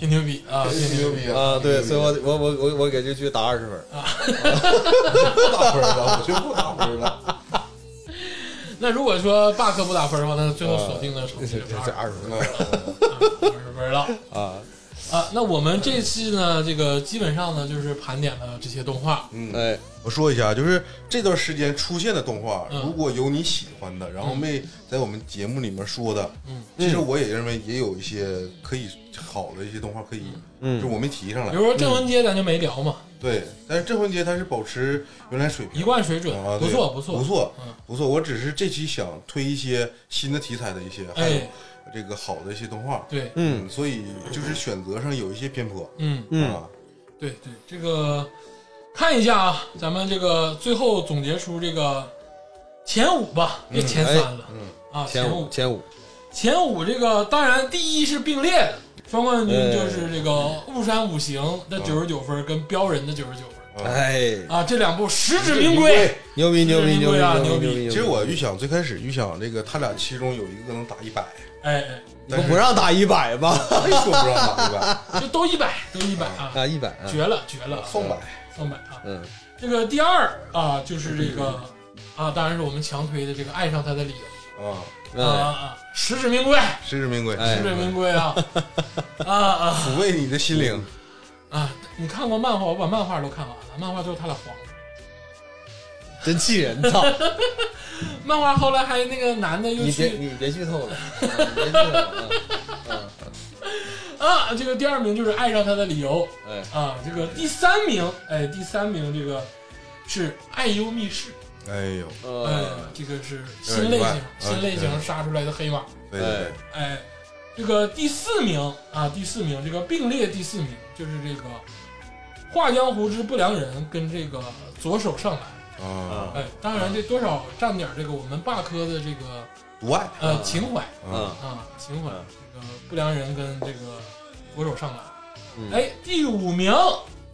挺牛逼 啊，挺牛牛逼。逼啊，对，所以我我我我我给这剧打二 十分。 不打分了，我就不打分了。那如果说 bug 不打分的话，那最后锁定的成绩就是二二十分二十分了啊，啊。那我们这期呢，这个基本上呢就是盘点了这些动画，哎，我说一下，就是这段时间出现的动画，嗯如果有你喜欢的，然后没在我们节目里面说的，嗯，其实我也认为也有一些可以好的一些动画可以，嗯就我没提上比来如。说郑文街咱就没聊嘛，对，但是郑魂杰他是保持原来水一平。贯水准啊，，不对错不错不不，错嗯，不错。我只是这期想推一些新的题材的一些，还有哎，这个好的一些动画，对，嗯，所以就是选择上有一些偏颇，嗯，嗯啊，对对，这个看一下啊，咱们这个最后总结出这个前五吧，别前三了，嗯啊，前五五前五，前五这个当然第一是并列的，双冠军哎就是这个雾山五行的九十九分跟标人的九十九分哎，啊，这两部实至名归。牛逼牛逼牛牛逼逼啊牛逼牛逼牛逼！其实我预想最开始预想这个他俩其中有一个能打一百，哎，你不不让打一百吗？非说不让打一百，哎这都一百，都一百啊，啊，一百啊，绝了绝 了，送百。三百啊。嗯这个第二啊，就是这个啊，当然是我们强推的这个爱上他的理由啊，啊嗯，啊，实至名归，实至名归，哎实至名归啊！ 啊啊抚慰你的心灵。啊！你看过漫画？我把漫画都看完了，漫画最后他俩黄了。真气人！操， 漫画后来还那个男的又你别去你别剧透 了，啊你别剧透了，嗯啊，这个第二名就是爱上他的理由嗯哎，啊，这个第三名，哎，第三名这个是爱优密室，嗯哎呦，哎呃，，这个是新类哎型明白，新类型杀出来的黑马，对对哎，这个第四名啊，第四名这个并列第四名就是这个《画江湖之不良人》跟这个左手上来。对，啊，哎，当然这多少占点这个我们霸科的这个独爱，呃情怀啊，嗯啊情怀嗯，这个不良人跟这个国手上来嗯，哎，第五名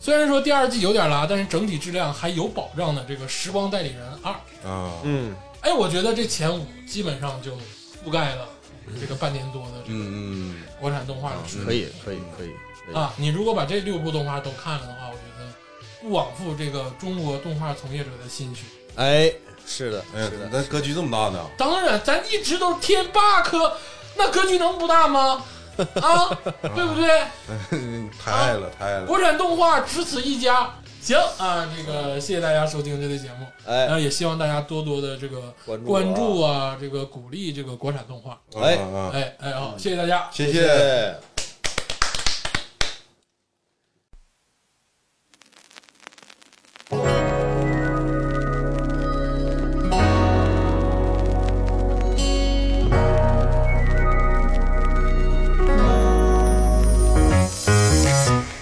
虽然说第二季有点拉，但是整体质量还有保障的这个《时光代理人二》，啊，嗯，哎，我觉得这前五基本上就覆盖了这个半年多的这个嗯嗯，国产动画的质量可以可以可以，可以，啊。你如果把这六部动画都看了的话，我觉得不枉付这个中国动画从业者的心血。哎，是的，哎呀是，的，咱格局这么大呢， 当然，咱一直都是天霸科，那格局能不大吗？啊， 对不对？太爱了，太爱了，国产动画只此一家。行啊，这个谢谢大家收听这期节目，然哎后也希望大家多多的这个关注啊关注啊，这个鼓励这个国产动画。哎啊，啊哎哎，好，谢谢大家。谢谢谢。谢。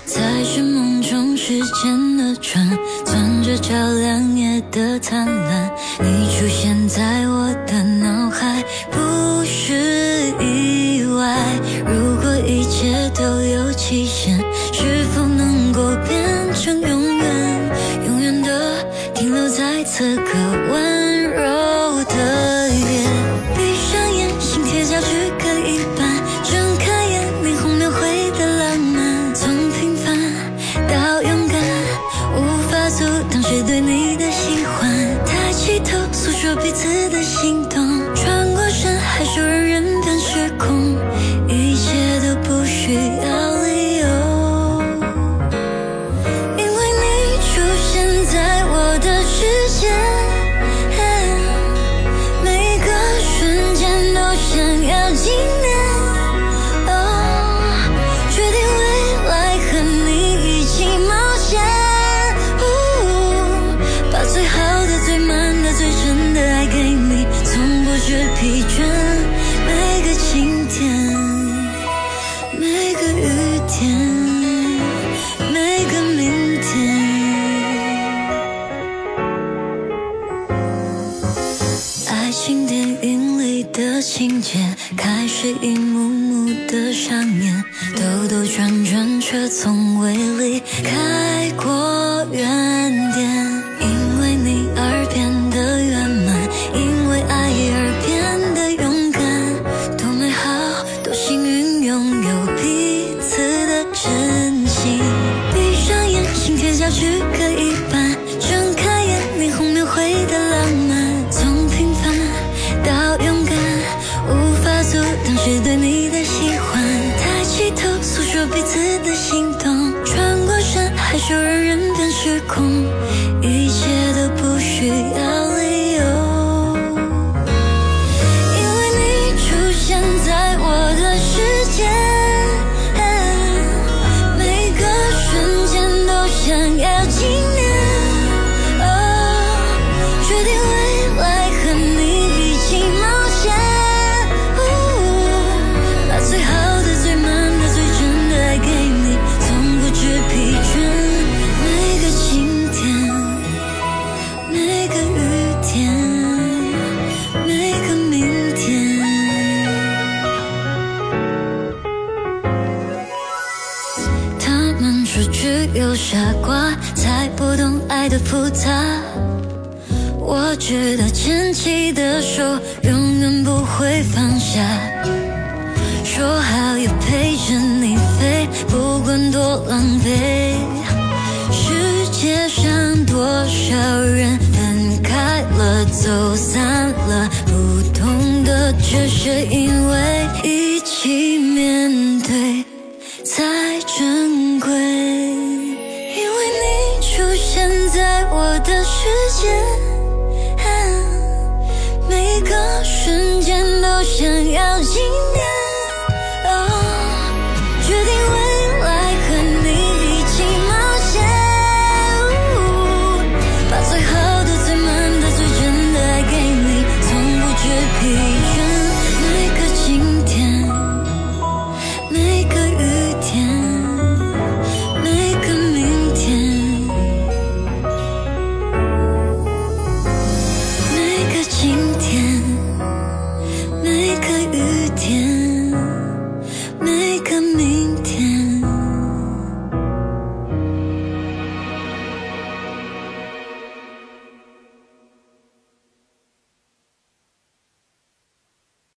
在寻梦中时间的船，攥着桥梁夜的贪婪，你出现在我的脑海，不是意外。如果一切都有期限，是否能够变成永远，永远的停留在此刻温柔的夜？闭上眼，心贴下去各一半，睁开眼，霓虹描绘的浪漫，从平凡到勇敢，无法阻挡谁对你的喜欢。抬起头，诉说彼此的心动，穿过山海，说让人变时空，一切都不需要理由。因为你出现在我的世界，每个瞬间都想要纪念。哦，决定未来和你一起冒险，哦把最好的、最慢的、最真的爱给你，从不觉疲倦。每个晴天。每个雨天，每个明天。爱情电影里的情节开始一幕幕的上演，兜兜转转却从未离开过原点。因为你而变得圆满，因为爱而变得勇敢，多美好，多幸运，拥有彼此的真心。闭上眼，心贴下去各一半，睁开眼，霓虹描绘的浪漫，从平凡到勇敢，无法阻挡谁对你的喜欢。抬起头，诉说彼此的心动，穿过山海，说让人变时空，一切都不需要理由。因为你出现在我的世界，每个瞬间都想要纪念。哦，决定未来和你一起冒险，哦把最好的、最慢的、最真的爱给你，从不知疲倦。每个晴天。每个雨天，每个明天。他们说只有傻瓜才不懂爱的复杂。我知道牵起的手永远不会放下，说好要陪着你飞，不管多狼狈。世界上多少人分开了，走散了，不同的这是因为一起面对才珍贵。因为你出现在我的世界，啊每个瞬间都想要纪念。哦，决定未来和你一起冒险，，Oh，把最好的、最慢的、最真的爱给你，从不觉疲倦。每个晴天，每个雨天，每个明天，每个晴天，每个雨天。每个明天。